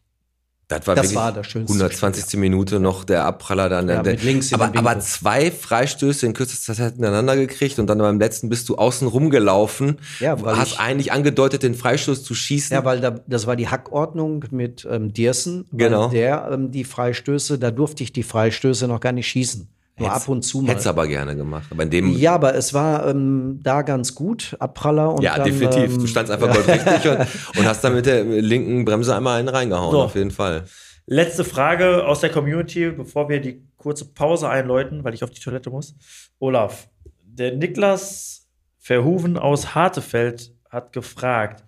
[SPEAKER 2] Das war,
[SPEAKER 6] Das
[SPEAKER 2] wirklich
[SPEAKER 6] war das schönste
[SPEAKER 2] 120. Minute noch der Abpraller dann.
[SPEAKER 6] Ja,
[SPEAKER 2] der,
[SPEAKER 6] mit links in
[SPEAKER 2] aber,
[SPEAKER 6] den Winkel.
[SPEAKER 2] aber zwei Freistöße in kürzester Zeit hintereinander gekriegt und dann beim letzten bist du außen rumgelaufen.
[SPEAKER 6] Ja, weil
[SPEAKER 2] hast
[SPEAKER 6] ich-
[SPEAKER 2] eigentlich angedeutet, den Freistoß zu schießen.
[SPEAKER 6] Ja, weil da, das war die Hackordnung mit ähm, Diersen. weil
[SPEAKER 2] Genau.
[SPEAKER 6] Der ähm, die Freistöße, da durfte ich die Freistöße noch gar nicht schießen. Nur
[SPEAKER 2] Hätt's-
[SPEAKER 6] ab und zu mal.
[SPEAKER 2] Hättest aber gerne gemacht. Aber in dem,
[SPEAKER 6] Ja, aber es war ähm, da ganz gut, Abpraller und
[SPEAKER 2] Ja,
[SPEAKER 6] dann,
[SPEAKER 2] definitiv.
[SPEAKER 6] Ähm,
[SPEAKER 2] du standst einfach goldrichtig
[SPEAKER 4] <laughs>
[SPEAKER 2] und, und hast dann mit der linken Bremse einmal einen reingehauen,
[SPEAKER 4] So.
[SPEAKER 2] auf jeden Fall.
[SPEAKER 4] Letzte Frage aus der Community, bevor wir die kurze Pause einläuten, weil ich auf die Toilette muss. Olaf, der Niklas Verhoeven aus Hartefeld hat gefragt,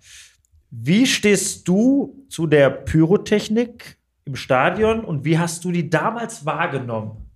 [SPEAKER 4] wie stehst du zu der Pyrotechnik im Stadion und wie hast du die damals wahrgenommen?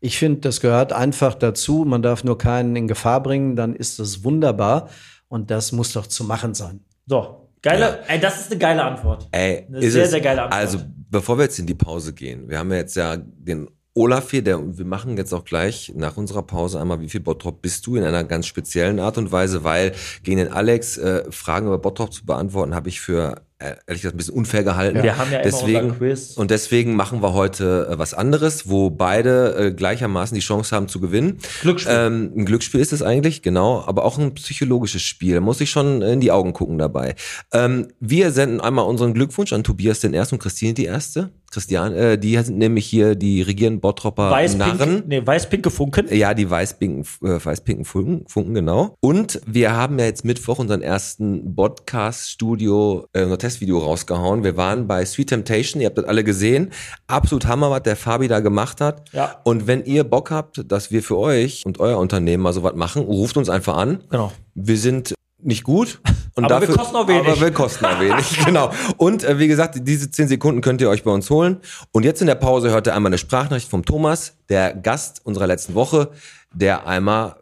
[SPEAKER 6] Ich finde, das gehört einfach dazu. Man darf nur keinen in Gefahr bringen, dann ist das wunderbar. Und das muss doch zu machen sein.
[SPEAKER 4] So, geile, ey, das ist eine geile Antwort.
[SPEAKER 2] Ey,
[SPEAKER 4] Eine sehr, sehr geile Antwort.
[SPEAKER 2] Also, bevor wir jetzt in die Pause gehen, wir haben ja jetzt ja den Olaf hier, der, und wir machen jetzt auch gleich nach unserer Pause einmal, wie viel Bottrop bist du in einer ganz speziellen Art und Weise, weil gegen den Alex äh, Fragen über Bottrop zu beantworten, habe ich für äh, ehrlich gesagt ein bisschen unfair gehalten.
[SPEAKER 4] Wir haben ja immer
[SPEAKER 2] deswegen,
[SPEAKER 4] unser Quiz.
[SPEAKER 2] Und deswegen machen wir heute äh, was anderes, wo beide äh, gleichermaßen die Chance haben zu gewinnen.
[SPEAKER 4] Glücksspiel.
[SPEAKER 2] Ähm, ein Glücksspiel ist es eigentlich, genau, aber auch ein psychologisches Spiel. Muss ich schon in die Augen gucken dabei. Ähm, wir senden einmal unseren Glückwunsch an Tobias den Ersten und Christine die Erste. Christian, äh, die sind nämlich hier die regierenden Bottropper Narren.
[SPEAKER 4] Weiß-pink- nee, weiß-pinke Funken.
[SPEAKER 2] Ja, die weiß-pinken äh, weiß Funken, Funken, genau. Und wir haben ja jetzt Mittwoch unseren ersten Podcast-Studio, äh, unser Testvideo rausgehauen. Wir waren bei Sweet Temptation, ihr habt das alle gesehen. Absolut Hammer, was der Fabi da gemacht hat.
[SPEAKER 4] Ja.
[SPEAKER 2] Und wenn ihr Bock habt, dass wir für euch und euer Unternehmen mal sowas machen, ruft uns einfach an.
[SPEAKER 4] Genau.
[SPEAKER 2] Wir sind nicht gut. Und
[SPEAKER 4] Aber wir
[SPEAKER 2] dafür,
[SPEAKER 4] kosten auch wenig.
[SPEAKER 2] Aber wir kosten auch
[SPEAKER 4] <laughs>
[SPEAKER 2] wenig, genau. Und äh, wie gesagt, diese 10 Sekunden könnt ihr euch bei uns holen. Und jetzt in der Pause hört ihr einmal eine Sprachnachricht vom Thomas, der Gast unserer letzten Woche, der einmal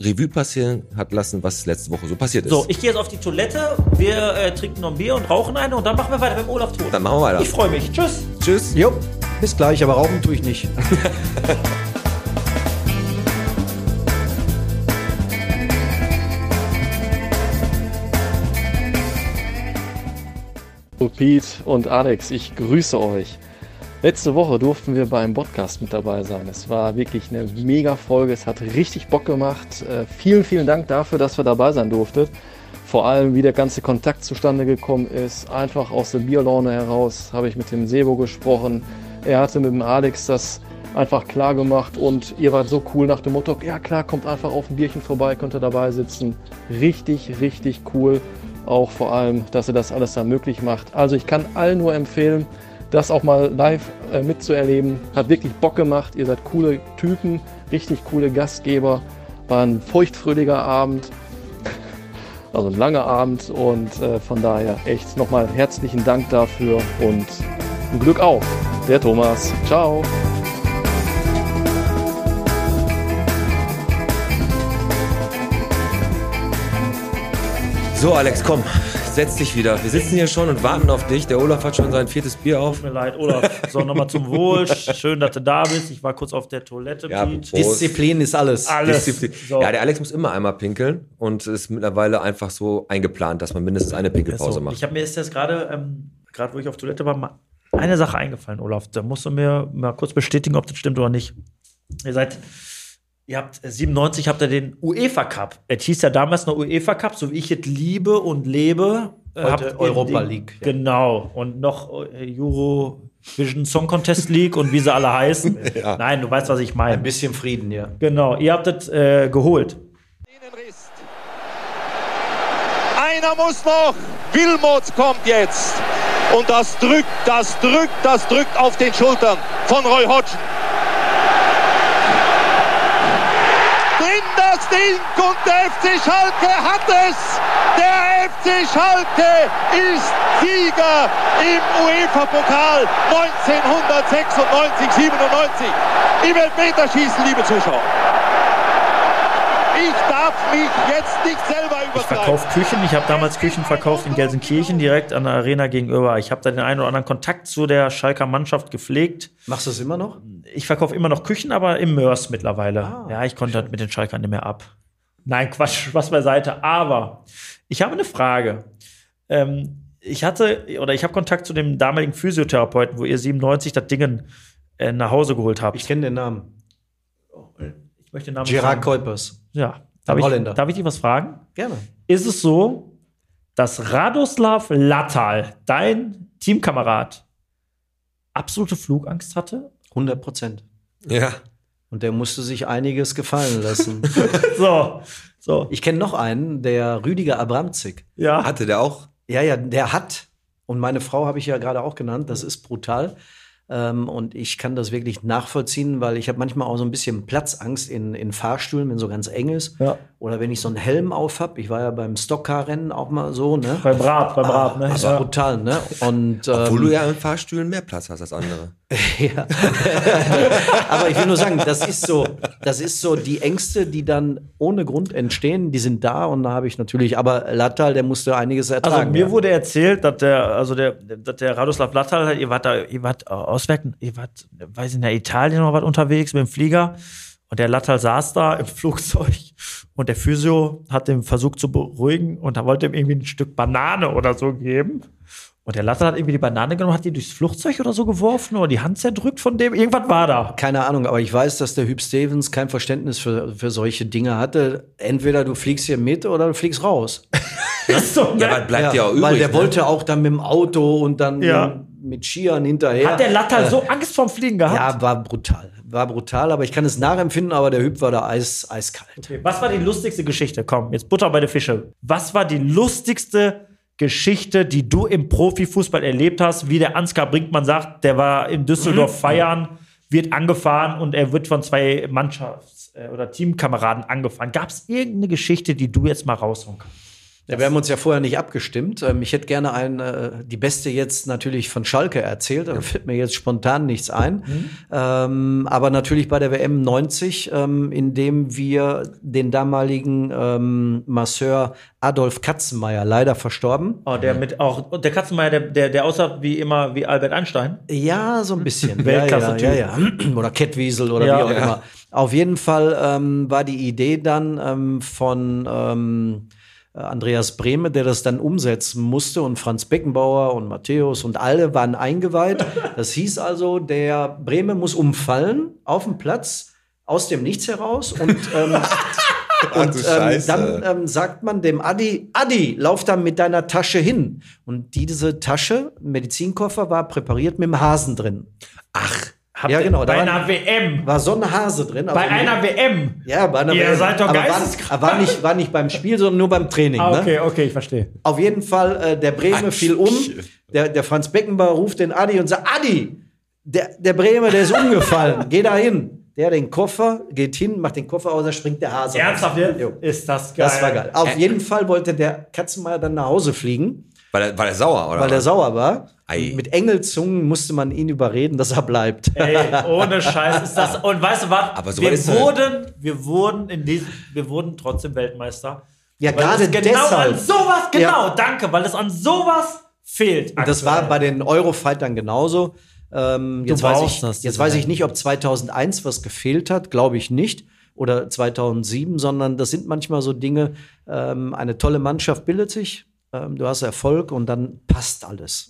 [SPEAKER 2] Revue passieren hat lassen, was letzte Woche so passiert ist.
[SPEAKER 4] So, ich gehe jetzt auf die Toilette, wir äh, trinken noch ein Bier und rauchen eine und dann machen wir weiter mit dem Olaf Tod.
[SPEAKER 2] Dann machen wir weiter.
[SPEAKER 4] Ich freue mich. Tschüss.
[SPEAKER 2] Tschüss.
[SPEAKER 6] Jo, bis gleich, aber rauchen tue ich nicht.
[SPEAKER 8] Hallo Pete und Alex, ich grüße euch. Letzte Woche durften wir beim Podcast mit dabei sein. Es war wirklich eine mega Folge. Es hat richtig Bock gemacht. Äh, vielen, vielen Dank dafür, dass wir dabei sein durftet. Vor allem, wie der ganze Kontakt zustande gekommen ist. Einfach aus der Bierlaune heraus habe ich mit dem Sebo gesprochen. Er hatte mit dem Alex das einfach klar gemacht und ihr wart so cool nach dem Motto, ja klar, kommt einfach auf ein Bierchen vorbei, könnt ihr dabei sitzen. Richtig, richtig cool. Auch vor allem, dass ihr das alles da möglich macht. Also ich kann allen nur empfehlen, das auch mal live äh, mitzuerleben. Hat wirklich Bock gemacht. Ihr seid coole Typen, richtig coole Gastgeber. War ein feuchtfröhlicher Abend, also ein langer Abend und äh, von daher echt nochmal herzlichen Dank dafür und Glück auf. Der Thomas. Ciao.
[SPEAKER 2] So, Alex, komm, setz dich wieder. Wir sitzen hier schon und warten auf dich. Der Olaf hat schon sein viertes Bier auf.
[SPEAKER 4] Tut mir leid, Olaf. So, nochmal zum Wohl. Schön, dass du da bist. Ich war kurz auf der Toilette,
[SPEAKER 2] Ja,
[SPEAKER 4] Pete.
[SPEAKER 2] Prost.
[SPEAKER 6] Disziplin ist alles.
[SPEAKER 4] Alles.
[SPEAKER 2] Disziplin.
[SPEAKER 4] So.
[SPEAKER 2] Ja, der Alex muss immer einmal pinkeln und ist mittlerweile einfach so eingeplant, dass man mindestens eine Pinkelpause
[SPEAKER 4] so, Ich
[SPEAKER 2] macht.
[SPEAKER 4] habe mir jetzt erst gerade, ähm, gerade wo ich auf Toilette war, mal eine Sache eingefallen, Olaf. Da musst du mir mal kurz bestätigen, ob das stimmt oder nicht. Ihr seid, ihr habt 97 habt ihr den UEFA Cup. Es hieß ja damals noch UEFA Cup, so wie ich es liebe und lebe. äh,
[SPEAKER 6] Heute
[SPEAKER 4] habt ihr
[SPEAKER 6] Europa
[SPEAKER 4] den-
[SPEAKER 6] League.
[SPEAKER 4] Genau. Und noch äh, Eurovision Song Contest League und wie sie alle
[SPEAKER 6] <laughs>
[SPEAKER 4] heißen. Nein, du weißt, was ich
[SPEAKER 6] Ein
[SPEAKER 4] meine.
[SPEAKER 6] bisschen Frieden, ja.
[SPEAKER 4] Genau, ihr habt das äh, geholt.
[SPEAKER 9] Einer muss noch. Wilmots kommt jetzt. Und das drückt, das drückt, das drückt auf den Schultern von Roy Hodgson. Drin das Ding und der FC Schalke hat es. Der FC Schalke ist Sieger im UEFA-Pokal 1996-97. Im Elfmeterschießen, liebe Zuschauer. Ich darf mich jetzt nicht selber
[SPEAKER 4] Ich
[SPEAKER 9] übertreiben.
[SPEAKER 4] verkaufe Küchen. Ich habe damals Küchen verkauft in Gelsenkirchen, direkt an der Arena gegenüber. Ich habe da den einen oder anderen Kontakt zu der Schalker Mannschaft gepflegt.
[SPEAKER 6] Machst du es immer noch?
[SPEAKER 4] Ich verkaufe immer noch Küchen, aber im Mörs mittlerweile. ja, ich konnte das mit den Schalkern nicht mehr ab. Nein, Quatsch, <laughs> was beiseite. Aber ich habe eine Frage. Ähm, ich hatte oder ich habe Kontakt zu dem damaligen Physiotherapeuten, wo ihr 97 das Dingen äh, nach Hause geholt habt.
[SPEAKER 6] Ich kenne den Namen.
[SPEAKER 4] ich möchte den Namen
[SPEAKER 6] Gerard
[SPEAKER 4] sagen.
[SPEAKER 6] Kuipers.
[SPEAKER 4] Ja. Darf ich,
[SPEAKER 6] Holländer.
[SPEAKER 4] darf ich dich was fragen?
[SPEAKER 6] Gerne.
[SPEAKER 4] ist es so, dass Radoslav Latal, dein Teamkamerad, absolute Flugangst hatte?
[SPEAKER 6] 100 Prozent.
[SPEAKER 2] Ja.
[SPEAKER 6] Und der musste sich einiges gefallen lassen.
[SPEAKER 4] So, so,
[SPEAKER 6] ich kenne noch einen, der Rüdiger Abramczyk.
[SPEAKER 4] ja.
[SPEAKER 2] Hatte der auch?
[SPEAKER 6] Ja, ja, der hat, und meine Frau habe ich ja gerade auch genannt, das ist brutal. Ähm, und ich kann das wirklich nachvollziehen, weil ich habe manchmal auch so ein bisschen Platzangst in, in Fahrstühlen, wenn so ganz eng ist.
[SPEAKER 4] Ja.
[SPEAKER 6] Oder wenn ich so einen Helm auf habe. Ich war ja beim Stockcar-Rennen auch mal so, ne?
[SPEAKER 4] beim Rab, beim Rab, ne?
[SPEAKER 6] Das war
[SPEAKER 4] Ja.
[SPEAKER 6] brutal, ne? Und,
[SPEAKER 2] Obwohl
[SPEAKER 6] ähm,
[SPEAKER 2] du ja im Fahrstühlen mehr Platz hast als andere.
[SPEAKER 6] Ja. Aber ich will nur sagen, das ist so, das ist so die Ängste, die dann ohne Grund entstehen, die sind da und da habe ich natürlich, aber Lattal, der musste einiges ertragen.
[SPEAKER 4] Also mir
[SPEAKER 6] ja.
[SPEAKER 4] wurde erzählt, dass der, also der, dass der Radoslav Latal, ihr wart da, ihr wart auswärts, ihr wart, weiß ich nicht, in Italien oder was unterwegs mit dem Flieger und der Latal saß da im <laughs> Flugzeug und der Physio hat den versucht zu beruhigen und da wollte ihm irgendwie ein Stück Banane oder so geben. Und der Latal hat irgendwie die Banane genommen, hat die durchs Flugzeug oder so geworfen oder die Hand zerdrückt von dem. Irgendwas war
[SPEAKER 6] <laughs>
[SPEAKER 4] da.
[SPEAKER 6] keine Ahnung, aber ich weiß, dass der Hüb Stevens kein Verständnis für, für solche Dinge hatte. Entweder du fliegst hier mit oder du fliegst raus.
[SPEAKER 4] Ist so,
[SPEAKER 2] Ja,
[SPEAKER 4] ne?
[SPEAKER 2] was bleibt ja, auch übrig.
[SPEAKER 6] weil der
[SPEAKER 2] ne?
[SPEAKER 6] wollte auch dann mit dem Auto und dann
[SPEAKER 4] Ja.
[SPEAKER 6] mit Skiern hinterher.
[SPEAKER 4] hat der Latal so Angst vorm Fliegen gehabt?
[SPEAKER 6] äh, ja, war brutal. War brutal, aber ich kann es nachempfinden, aber der Hüb war da eis, eiskalt.
[SPEAKER 4] Okay, was war die lustigste Geschichte? Komm, jetzt Butter bei den Fische. Was war die lustigste Geschichte, die du im Profifußball erlebt hast? Wie der Ansgar Brinkmann sagt, der war in Düsseldorf feiern, wird angefahren und er wird von zwei Mannschafts- äh, oder Teamkameraden angefahren. Gab es irgendeine Geschichte, die du jetzt mal raushauen kannst?
[SPEAKER 6] Ja, wir haben uns ja vorher nicht abgestimmt. Ähm, ich hätte gerne einen, äh, die beste jetzt natürlich von Schalke erzählt, aber fällt mir jetzt spontan nichts ein. Ähm, aber natürlich bei der WM 90, ähm, in dem wir den damaligen ähm, Masseur Adolf Katzenmeier, leider verstorben.
[SPEAKER 4] Oh, der mit auch und der Katzenmeier, der, der, der aussah wie immer wie Albert Einstein.
[SPEAKER 6] Ja, so ein
[SPEAKER 4] <laughs>
[SPEAKER 6] bisschen.
[SPEAKER 4] Weltklasse-Typ.
[SPEAKER 6] ja, ja, ja. <clears throat> Oder Kettwiesel oder
[SPEAKER 4] Ja.
[SPEAKER 6] wie auch
[SPEAKER 4] Ja.
[SPEAKER 6] immer. Auf jeden Fall ähm, war die Idee dann ähm, von ähm, Andreas Brehme, der das dann umsetzen musste und Franz Beckenbauer und Matthäus und alle waren eingeweiht. Das hieß also, der Brehme muss umfallen auf dem Platz aus dem Nichts heraus und ähm,
[SPEAKER 2] du
[SPEAKER 6] Und ähm,
[SPEAKER 2] Scheiße.
[SPEAKER 6] dann ähm, sagt man dem Adi, Adi, lauf da mit deiner Tasche hin. Und diese Tasche, Medizinkoffer, war präpariert mit dem Hasen drin.
[SPEAKER 4] Habt
[SPEAKER 6] Ja,
[SPEAKER 4] ihr-
[SPEAKER 6] genau, da Also
[SPEAKER 4] Bei
[SPEAKER 6] waren-
[SPEAKER 4] einer WM.
[SPEAKER 6] War so ein Hase drin.
[SPEAKER 4] Bei
[SPEAKER 6] aber-
[SPEAKER 4] einer WM.
[SPEAKER 6] Ja, bei einer
[SPEAKER 4] Ihr
[SPEAKER 6] WM.
[SPEAKER 4] seid doch
[SPEAKER 6] aber
[SPEAKER 4] geisteskrank.
[SPEAKER 6] war, war, nicht, war nicht beim Spiel, sondern nur beim Training.
[SPEAKER 4] Ah,
[SPEAKER 6] Ne?
[SPEAKER 4] okay, okay, ich verstehe.
[SPEAKER 6] Auf jeden Fall, äh, der Breme fiel um. Der, der Franz Beckenbauer ruft den Adi und sagt: Adi, der, der Breme, der ist umgefallen, geh da hin. Der den Koffer, geht hin, macht den Koffer aus, da springt der Hase. raus.
[SPEAKER 4] Ernsthaft,
[SPEAKER 6] Jo.
[SPEAKER 4] jetzt? Ist das geil.
[SPEAKER 6] Das war geil. Auf jeden Fall wollte der Katzenmeier dann nach Hause fliegen,
[SPEAKER 2] Weil er, weil er sauer, oder?
[SPEAKER 6] weil
[SPEAKER 4] Ah.
[SPEAKER 6] er sauer war.
[SPEAKER 2] Ei.
[SPEAKER 6] Und Mit Engelzungen musste man ihn überreden, dass er bleibt.
[SPEAKER 4] Ey, ohne Scheiß ist das. Und weißt du was?
[SPEAKER 2] Aber so
[SPEAKER 4] wir,
[SPEAKER 6] halt.
[SPEAKER 2] ist es.
[SPEAKER 4] wurden, wir wurden in diesem, wir wurden trotzdem Weltmeister.
[SPEAKER 6] <laughs> Ja,
[SPEAKER 4] Weil
[SPEAKER 6] gerade
[SPEAKER 4] es genau
[SPEAKER 6] deshalb.
[SPEAKER 4] an sowas, genau,
[SPEAKER 6] Ja.
[SPEAKER 4] danke, weil es an sowas fehlt.
[SPEAKER 6] Und das war bei den Eurofightern genauso. Ähm, jetzt weiß
[SPEAKER 4] brauchst
[SPEAKER 6] ich,
[SPEAKER 4] das,
[SPEAKER 6] jetzt
[SPEAKER 4] diese
[SPEAKER 6] weiß ich nicht, ob 2001 was gefehlt hat, glaube ich nicht. Oder 2007, sondern das sind manchmal so Dinge. Ähm, eine tolle Mannschaft bildet sich, ähm, du hast Erfolg und dann passt alles.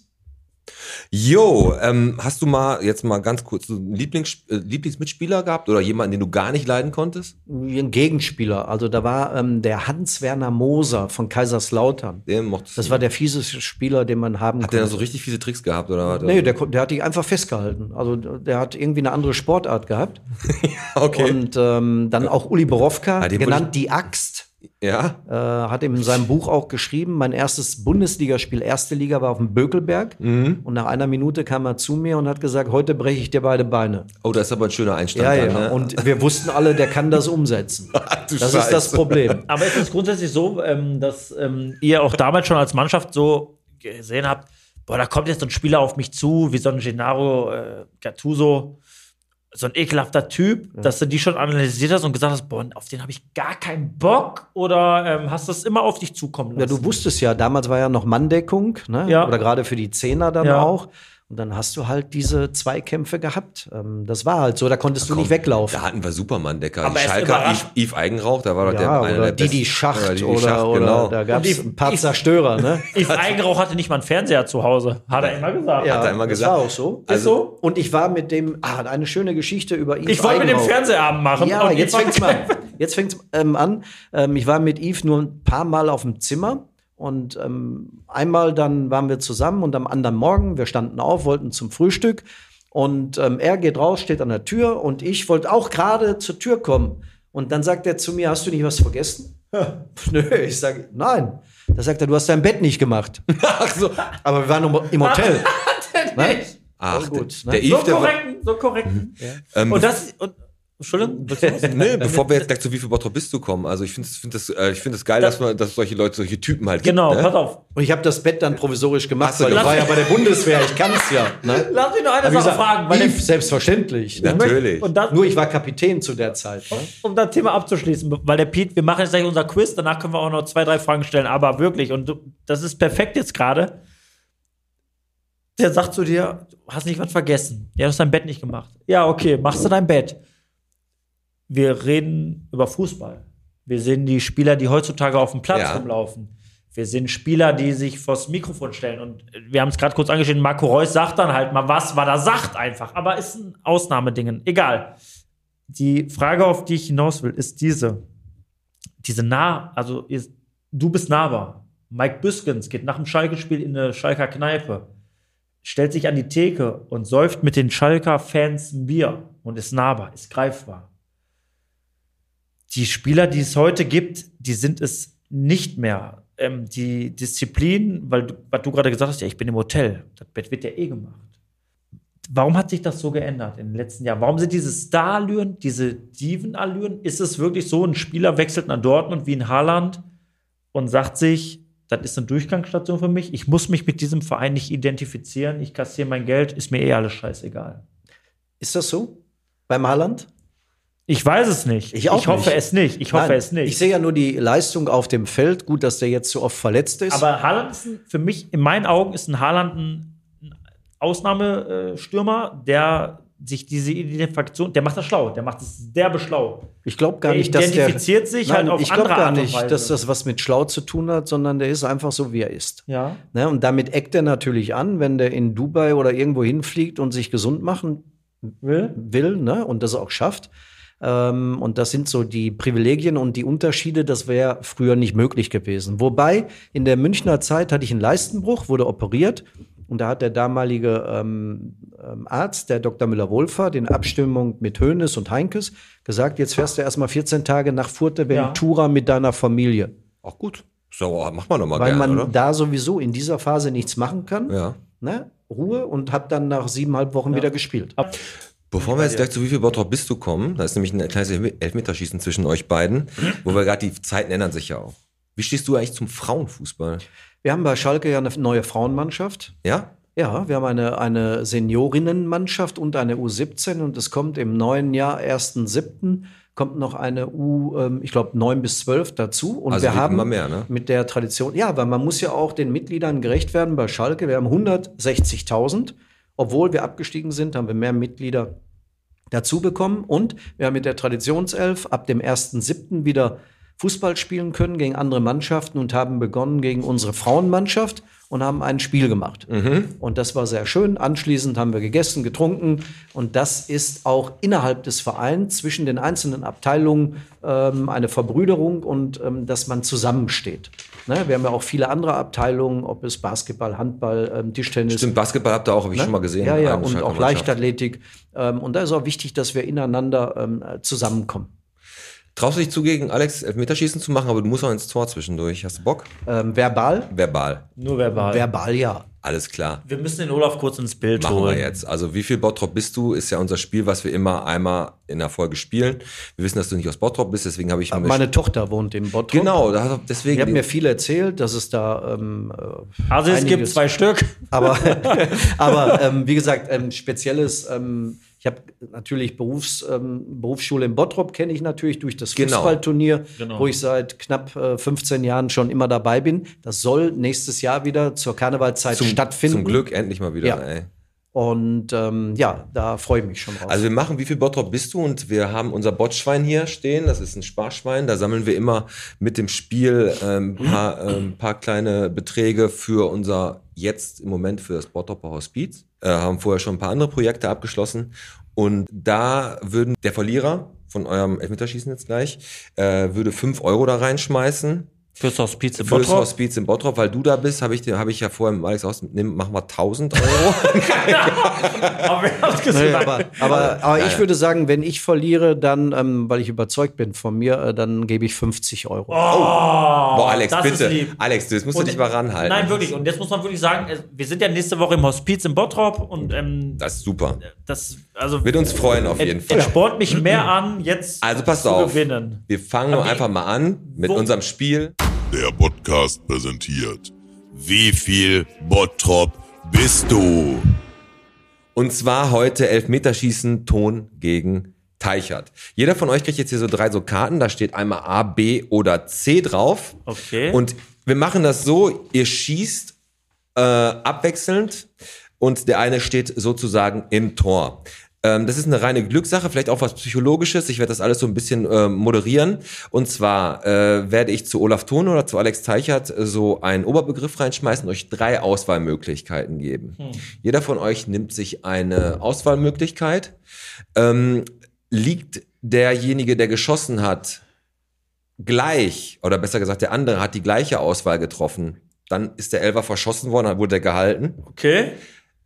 [SPEAKER 2] Jo, ähm, hast du mal jetzt mal ganz kurz so einen Lieblings, äh, Lieblingsmitspieler gehabt oder jemanden, den du gar nicht leiden konntest?
[SPEAKER 6] Wie Ein Gegenspieler, also da war ähm, der Hans-Werner Moser von Kaiserslautern.
[SPEAKER 2] Den mochtest
[SPEAKER 6] Das
[SPEAKER 2] du.
[SPEAKER 6] war der fieseste Spieler, den man haben
[SPEAKER 2] Hat der
[SPEAKER 6] konnte.
[SPEAKER 2] dann so richtig fiese Tricks gehabt oder was?
[SPEAKER 6] nee, der, kon- der hat dich einfach festgehalten. Also der hat irgendwie eine andere Sportart gehabt.
[SPEAKER 2] okay.
[SPEAKER 6] Und ähm, dann auch Uli Borowka,
[SPEAKER 2] Ah, den wollte
[SPEAKER 6] genannt die Axt,
[SPEAKER 2] ja.
[SPEAKER 6] äh, hat in seinem Buch auch geschrieben, mein erstes Bundesligaspiel, erste Liga war auf dem Bökelberg.
[SPEAKER 2] Mhm.
[SPEAKER 6] Und nach einer Minute kam er zu mir und hat gesagt, heute breche ich dir beide Beine.
[SPEAKER 2] Oh, das ist aber ein schöner Einstand.
[SPEAKER 6] ja,
[SPEAKER 2] dann,
[SPEAKER 6] ja.
[SPEAKER 2] Ne?
[SPEAKER 6] Und wir wussten alle, der kann das umsetzen.
[SPEAKER 2] <laughs> Ach, du
[SPEAKER 6] das ist das
[SPEAKER 2] Scheiße.
[SPEAKER 6] Problem.
[SPEAKER 4] Aber ist es grundsätzlich so, ähm, dass ähm, ihr auch damals schon als Mannschaft so gesehen habt, boah, da kommt jetzt so ein Spieler auf mich zu, wie so ein Gennaro äh, Gattuso, so ein ekelhafter Typ, dass du die schon analysiert hast und gesagt hast, boah, auf den habe ich gar keinen Bock oder ähm, hast das immer auf dich zukommen lassen?
[SPEAKER 6] Ja, du wusstest ja, damals war ja noch Manndeckung, ne?
[SPEAKER 4] Ja.
[SPEAKER 6] oder gerade für die Zehner dann
[SPEAKER 4] Ja.
[SPEAKER 6] auch. Und dann hast du halt diese Zweikämpfe gehabt. Ähm, Das war halt so, da konntest du nicht weglaufen.
[SPEAKER 2] Da hatten wir Superman-Decker.
[SPEAKER 4] Aber
[SPEAKER 2] Die
[SPEAKER 4] er ist
[SPEAKER 2] Schalker,
[SPEAKER 4] überrascht.
[SPEAKER 2] Yves, Yves Eigenrauch, da war doch der
[SPEAKER 6] Ja,
[SPEAKER 2] einer der
[SPEAKER 6] oder Didi
[SPEAKER 2] besten-
[SPEAKER 6] Schacht oder,
[SPEAKER 2] Didi
[SPEAKER 6] oder,
[SPEAKER 2] Schacht, genau.
[SPEAKER 6] da gab es
[SPEAKER 4] Und die-
[SPEAKER 6] ein paar Zerstörer, ne?
[SPEAKER 4] Yves Eigenrauch hatte nicht mal einen Fernseher zu Hause, hat er immer gesagt.
[SPEAKER 6] Ja,
[SPEAKER 2] er immer
[SPEAKER 6] das
[SPEAKER 2] gesagt.
[SPEAKER 6] war auch so.
[SPEAKER 2] Also-
[SPEAKER 6] ist so. Und ich war mit dem, ah, eine schöne Geschichte über ihn.
[SPEAKER 4] Ich wollte mit dem Fernsehabend machen.
[SPEAKER 6] Ja,
[SPEAKER 4] und
[SPEAKER 6] jetzt
[SPEAKER 4] ihr
[SPEAKER 6] fängt's
[SPEAKER 4] macht-
[SPEAKER 6] mal
[SPEAKER 4] <laughs>
[SPEAKER 6] an. Jetzt fängt's ähm, an. Ähm, ich war mit Yves nur ein paar Mal auf dem Zimmer und ähm, einmal dann waren wir zusammen und am anderen Morgen, wir standen auf, wollten zum Frühstück und ähm, er geht raus, steht an der Tür und ich wollte auch gerade zur Tür kommen. Und dann sagt er zu mir, hast du nicht was vergessen? <laughs> Nö, ich sage, nein. Da sagt er, du hast dein Bett nicht gemacht. <laughs>
[SPEAKER 2] Ach so.
[SPEAKER 6] Aber wir waren im- im Hotel.
[SPEAKER 4] <laughs>
[SPEAKER 6] ne?
[SPEAKER 2] Ach,
[SPEAKER 6] gut,
[SPEAKER 2] der,
[SPEAKER 6] ne?
[SPEAKER 2] der Yves,
[SPEAKER 4] So
[SPEAKER 2] der war,
[SPEAKER 4] korrekt, so korrekt.
[SPEAKER 6] Mhm.
[SPEAKER 2] ähm,
[SPEAKER 4] Und das, und,
[SPEAKER 6] <laughs>
[SPEAKER 4] Entschuldigung, willst du
[SPEAKER 2] <laughs>
[SPEAKER 4] was?
[SPEAKER 2] Nee, bevor wir jetzt gleich zu wie viel Bottrop bist du kommen. Also ich finde es find das, äh, ich find das geil, dass, man, dass es solche Leute, solche Typen halt
[SPEAKER 4] Genau,
[SPEAKER 2] gibt.
[SPEAKER 4] pass
[SPEAKER 2] Ne?
[SPEAKER 4] auf.
[SPEAKER 6] Und ich habe das Bett dann provisorisch gemacht,
[SPEAKER 2] Hast du
[SPEAKER 6] weil ich
[SPEAKER 2] gemacht.
[SPEAKER 6] war ja bei der Bundeswehr, ich kann es ja. Ne?
[SPEAKER 4] Lass mich noch eine
[SPEAKER 6] Hab ich
[SPEAKER 4] Sache
[SPEAKER 6] gesagt,
[SPEAKER 4] fragen, weil
[SPEAKER 6] Yves, selbstverständlich. ne?
[SPEAKER 2] Natürlich.
[SPEAKER 4] und das,
[SPEAKER 6] Nur ich war Kapitän zu der Zeit. Ne?
[SPEAKER 4] um das Thema abzuschließen, weil der Pete, wir machen jetzt gleich unser Quiz, danach können wir auch noch zwei, drei Fragen stellen, aber wirklich, und du- das ist perfekt jetzt gerade. Der sagt zu dir, du hast nicht was vergessen. Ja, du hast dein Bett nicht gemacht. Ja, okay, machst du dein Bett. Wir reden über Fußball. Wir sehen die Spieler, die heutzutage auf dem Platz
[SPEAKER 2] Ja.
[SPEAKER 4] rumlaufen. Wir sehen Spieler, die sich vors Mikrofon stellen. Und wir haben es gerade kurz angeschnitten, Marco Reus sagt dann halt mal was, weil er sagt einfach. Aber ist ein Ausnahmedingen. Egal. Die Frage, auf die ich hinaus will, ist diese. Diese nah, also ist, du bist nahbar. Mike Büskens geht nach dem Schalke-Spiel in eine Schalker Kneipe, stellt sich an die Theke und säuft mit den Schalker Fans ein Bier und ist nahbar, ist greifbar. Die Spieler, die es heute gibt, die sind es nicht mehr. Ähm, die Disziplin, weil du, was du gerade gesagt hast, ja, ich bin im Hotel, das Bett wird ja eh gemacht. Warum hat sich das so geändert in den letzten Jahren? Warum sind diese Star-Allüren, diese Diven-Allüren? Ist es wirklich so, ein Spieler wechselt nach Dortmund wie in Haaland und sagt sich, das ist eine Durchgangsstation für mich, ich muss mich mit diesem Verein nicht identifizieren, ich kassiere mein Geld, ist mir eh alles scheißegal.
[SPEAKER 6] Ist das so? Beim Haaland?
[SPEAKER 4] Ich weiß es nicht.
[SPEAKER 6] Ich auch
[SPEAKER 4] hoffe
[SPEAKER 6] nicht.
[SPEAKER 4] es nicht. Ich hoffe
[SPEAKER 6] Nein,
[SPEAKER 4] es nicht.
[SPEAKER 6] Ich sehe ja nur die Leistung auf dem Feld. Gut, dass der jetzt so oft verletzt ist.
[SPEAKER 4] Aber Haaland ist ein, für mich, in meinen Augen, ist ein Haaland ein ein Ausnahmestürmer, der sich diese Identifikation, der macht das schlau, der macht es derbe schlau.
[SPEAKER 6] ich glaube gar
[SPEAKER 4] der
[SPEAKER 6] nicht, dass der.
[SPEAKER 4] identifiziert sich halt auf
[SPEAKER 6] ich glaube
[SPEAKER 4] andere
[SPEAKER 6] gar
[SPEAKER 4] Art und
[SPEAKER 6] nicht,
[SPEAKER 4] Weise.
[SPEAKER 6] dass das was mit schlau zu tun hat, sondern der ist einfach so, wie er ist.
[SPEAKER 4] Ja.
[SPEAKER 6] Ne? Und damit eckt er natürlich an, wenn der in Dubai oder irgendwo hinfliegt und sich gesund machen
[SPEAKER 4] Will?
[SPEAKER 6] will ne? und das auch schafft. Ähm, und das sind so die Privilegien und die Unterschiede, das wäre früher nicht möglich gewesen. Wobei, in der Münchner Zeit hatte ich einen Leistenbruch, wurde operiert. Und da hat der damalige ähm, ähm, Arzt, der Dr. Müller-Wohlfahrt, in Abstimmung mit Hoeneß und Heinkes gesagt, jetzt fährst du erstmal 14 Tage nach Fuerteventura mit deiner Familie.
[SPEAKER 2] Auch gut. So, macht man nochmal
[SPEAKER 6] Weil
[SPEAKER 2] gerne,
[SPEAKER 6] man
[SPEAKER 2] oder?
[SPEAKER 6] da sowieso in dieser Phase nichts machen kann.
[SPEAKER 2] ja.
[SPEAKER 6] Ne? Ruhe und hab dann nach siebeneinhalb Wochen wieder gespielt.
[SPEAKER 2] Bevor wir jetzt gleich zu wie viel Bottrop bist du kommen, da ist nämlich ein kleines Elfmeterschießen zwischen euch beiden, wo wir gerade die Zeiten ändern sich ja auch. Wie stehst du eigentlich zum Frauenfußball?
[SPEAKER 6] Wir haben bei Schalke ja eine neue Frauenmannschaft.
[SPEAKER 2] Ja?
[SPEAKER 6] Ja, wir haben eine, eine Seniorinnenmannschaft und eine U17 und es kommt im neuen Jahr, 1.7., kommt noch eine U, ähm, ich glaube, 9 bis 12 dazu. Und
[SPEAKER 2] Also
[SPEAKER 6] wir
[SPEAKER 2] wird
[SPEAKER 6] haben
[SPEAKER 2] immer mehr, ne?
[SPEAKER 6] mit der Tradition, ja, weil man muss ja auch den Mitgliedern gerecht werden bei Schalke. Wir haben 160.000. Obwohl wir abgestiegen sind, haben wir mehr Mitglieder dazu bekommen. Und wir haben mit der Traditionself ab dem 1.7. wieder Fußball spielen können gegen andere Mannschaften und haben begonnen gegen unsere Frauenmannschaft und haben ein Spiel gemacht. Und das war sehr schön. Anschließend haben wir gegessen, getrunken. Und das ist auch innerhalb des Vereins zwischen den einzelnen Abteilungen ähm, eine Verbrüderung und ähm, dass man zusammensteht. Ne? Wir haben ja auch viele andere Abteilungen, ob es Basketball, Handball, ähm, Tischtennis,
[SPEAKER 2] Stimmt, Basketball habt ihr auch, habe ich
[SPEAKER 6] Ne?
[SPEAKER 2] schon mal gesehen.
[SPEAKER 6] Ja, ja,
[SPEAKER 2] Eine
[SPEAKER 6] und
[SPEAKER 2] Schalker
[SPEAKER 6] auch
[SPEAKER 2] Mannschaft.
[SPEAKER 6] Leichtathletik. Ähm, und da ist auch wichtig, dass wir ineinander ähm, zusammenkommen.
[SPEAKER 2] Traust du dich zu, gegen Alex Elfmeterschießen zu machen, aber du musst auch ins Tor zwischendurch. Hast du Bock?
[SPEAKER 6] Ähm, verbal?
[SPEAKER 2] Verbal.
[SPEAKER 4] Nur verbal.
[SPEAKER 6] Verbal, ja.
[SPEAKER 2] Alles klar.
[SPEAKER 4] wir müssen den Olaf kurz ins Bild
[SPEAKER 2] Machen wir
[SPEAKER 4] holen.
[SPEAKER 2] jetzt. Also, wie viel Bottrop bist du? Ist ja unser Spiel, was wir immer einmal in der Folge spielen. Wir wissen, dass du nicht aus Bottrop bist, deswegen habe ich mir-
[SPEAKER 6] Äh, Meine Tochter wohnt im Bottrop.
[SPEAKER 2] Genau, da hat-
[SPEAKER 6] Die hat
[SPEAKER 2] deswegen.
[SPEAKER 6] mir viel erzählt, dass es
[SPEAKER 2] <laughs>
[SPEAKER 6] da, ähm, äh,
[SPEAKER 4] Also es gibt
[SPEAKER 6] Einiges.
[SPEAKER 4] zwei Stück.
[SPEAKER 6] aber, aber ähm, wie gesagt, ähm, spezielles. Ähm, ich habe natürlich Berufs, ähm, Berufsschule in Bottrop, kenne ich natürlich durch das
[SPEAKER 2] Genau.
[SPEAKER 6] Fußballturnier,
[SPEAKER 4] Genau.
[SPEAKER 6] wo ich seit knapp äh, 15 Jahren schon immer dabei bin. Das soll nächstes Jahr wieder zur Karnevalzeit
[SPEAKER 2] zum,
[SPEAKER 6] stattfinden.
[SPEAKER 2] zum Glück endlich mal wieder.
[SPEAKER 6] Ja.
[SPEAKER 2] Ey.
[SPEAKER 6] Und ähm, ja, da freue ich mich schon drauf.
[SPEAKER 2] Also wir machen, wie viel Bottrop bist du? Und wir haben unser Botschwein hier stehen. Das ist ein Sparschwein. Da sammeln wir immer mit dem Spiel ähm, paar, ähm, paar kleine Beträge für unser jetzt im Moment für das Bottroper Hospiz. Äh, haben vorher schon ein paar andere Projekte abgeschlossen. Und da würden der Verlierer von eurem Elfmeterschießen jetzt gleich, äh, würde fünf Euro da reinschmeißen.
[SPEAKER 4] Fürs Hospiz in
[SPEAKER 2] Fürs
[SPEAKER 4] Bottrop.
[SPEAKER 2] Hospiz in Bottrop, weil du da bist, habe ich, dir- hab ich ja vorher mit Alex aus, nimm, machen wir 1000 Euro. <laughs>
[SPEAKER 4] Aber wir haben's gesagt.
[SPEAKER 6] <laughs> Nee, aber aber, aber ich würde sagen, wenn ich verliere, dann, ähm, weil ich überzeugt bin von mir, äh, dann gebe ich 50 Euro.
[SPEAKER 2] Boah, Alex,
[SPEAKER 4] das ist
[SPEAKER 2] bitte.
[SPEAKER 4] lieb.
[SPEAKER 2] Alex, du- das musst du
[SPEAKER 4] Und-
[SPEAKER 2] dich mal ranhalten.
[SPEAKER 4] Nein, wirklich. Und jetzt muss man wirklich sagen, äh, wir sind ja nächste Woche im Hospiz in Bottrop und ähm,
[SPEAKER 2] Das ist super.
[SPEAKER 4] das, also,
[SPEAKER 2] Wird uns freuen auf jeden
[SPEAKER 4] es,
[SPEAKER 2] Fall.
[SPEAKER 4] es spornt <clears throat> mich mehr an, jetzt
[SPEAKER 2] Also passt
[SPEAKER 4] zu
[SPEAKER 2] auf.
[SPEAKER 4] gewinnen.
[SPEAKER 2] Wir fangen
[SPEAKER 4] Aber wie-
[SPEAKER 2] einfach mal an mit
[SPEAKER 4] wo-
[SPEAKER 2] unserem Spiel.
[SPEAKER 1] Der Podcast präsentiert. Wie viel Bottrop bist du?
[SPEAKER 2] Und zwar heute Elfmeterschießen, Ton gegen Teichert. Jeder von euch kriegt jetzt hier so drei so Karten. Da steht einmal A, B oder C drauf.
[SPEAKER 4] Okay.
[SPEAKER 2] Und wir machen das so, ihr schießt äh, abwechselnd und der eine steht sozusagen im Tor. Ähm, das ist eine reine Glückssache, vielleicht auch was Psychologisches. Ich werde das alles so ein bisschen äh, moderieren. Und zwar äh, werde ich zu Olaf Thon oder zu Alex Teichert äh, so einen Oberbegriff reinschmeißen und euch drei Auswahlmöglichkeiten geben. Jeder von euch nimmt sich eine Auswahlmöglichkeit. Ähm, liegt derjenige, der geschossen hat, gleich, oder besser gesagt, der andere hat die gleiche Auswahl getroffen. Dann ist der Elfer verschossen worden, dann wurde er gehalten.
[SPEAKER 4] okay.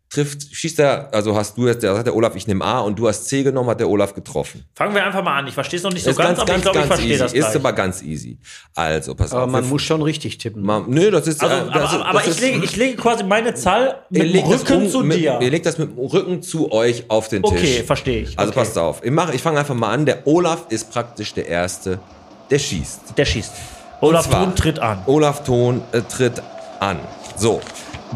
[SPEAKER 2] Trifft, schießt er, also hast du jetzt, der sagt der Olaf, ich nehme A und du hast C genommen, hat der Olaf getroffen.
[SPEAKER 4] Fangen wir einfach mal an. Ich verstehe es noch nicht so ganz, aber ich glaube, ich verstehe
[SPEAKER 2] easy.
[SPEAKER 4] das
[SPEAKER 2] Ist
[SPEAKER 4] gleich.
[SPEAKER 2] aber ganz easy. Also, pass
[SPEAKER 6] Aber
[SPEAKER 2] auf.
[SPEAKER 6] man
[SPEAKER 2] wir-
[SPEAKER 6] muss schon richtig tippen.
[SPEAKER 2] man, nö, das ist,
[SPEAKER 4] also,
[SPEAKER 2] äh, das,
[SPEAKER 4] aber aber
[SPEAKER 2] das
[SPEAKER 4] ich,
[SPEAKER 2] ist-
[SPEAKER 4] lege, ich lege quasi meine Zahl
[SPEAKER 2] ihr
[SPEAKER 4] mit dem
[SPEAKER 2] legt das
[SPEAKER 4] Rücken
[SPEAKER 2] um-
[SPEAKER 4] zu
[SPEAKER 2] mit,
[SPEAKER 4] dir.
[SPEAKER 2] Ihr legt das mit dem Rücken zu euch auf den Tisch.
[SPEAKER 4] Okay, verstehe ich.
[SPEAKER 2] Also
[SPEAKER 4] okay.
[SPEAKER 2] passt auf. Ich, mach- ich fange einfach mal an. Der Olaf ist praktisch der Erste, der schießt.
[SPEAKER 4] Der schießt. Olaf
[SPEAKER 2] zwar-
[SPEAKER 4] Thun tritt an.
[SPEAKER 2] Olaf Thon äh, tritt an. So,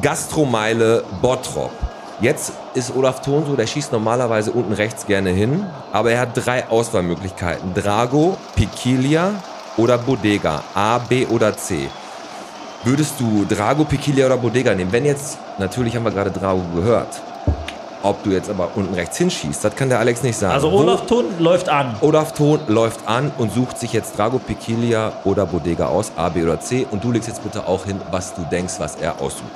[SPEAKER 2] Gastromeile Bottrop. Jetzt ist Olaf Thon so, der schießt normalerweise unten rechts gerne hin, aber er hat drei Auswahlmöglichkeiten. Drago, Pikilia oder Bodega. A, B oder C. Würdest du Drago, Pikilia oder Bodega nehmen? Wenn jetzt, natürlich haben wir gerade Drago gehört. Ob du jetzt aber unten rechts hinschießt, das kann der Alex nicht sagen.
[SPEAKER 4] Also
[SPEAKER 2] Wo-
[SPEAKER 4] Olaf Thun läuft an.
[SPEAKER 2] Olaf Thon läuft an und sucht sich jetzt Drago Pekilia oder Bodega aus, A, B oder C. Und du legst jetzt bitte auch hin, was du denkst, was er aussucht.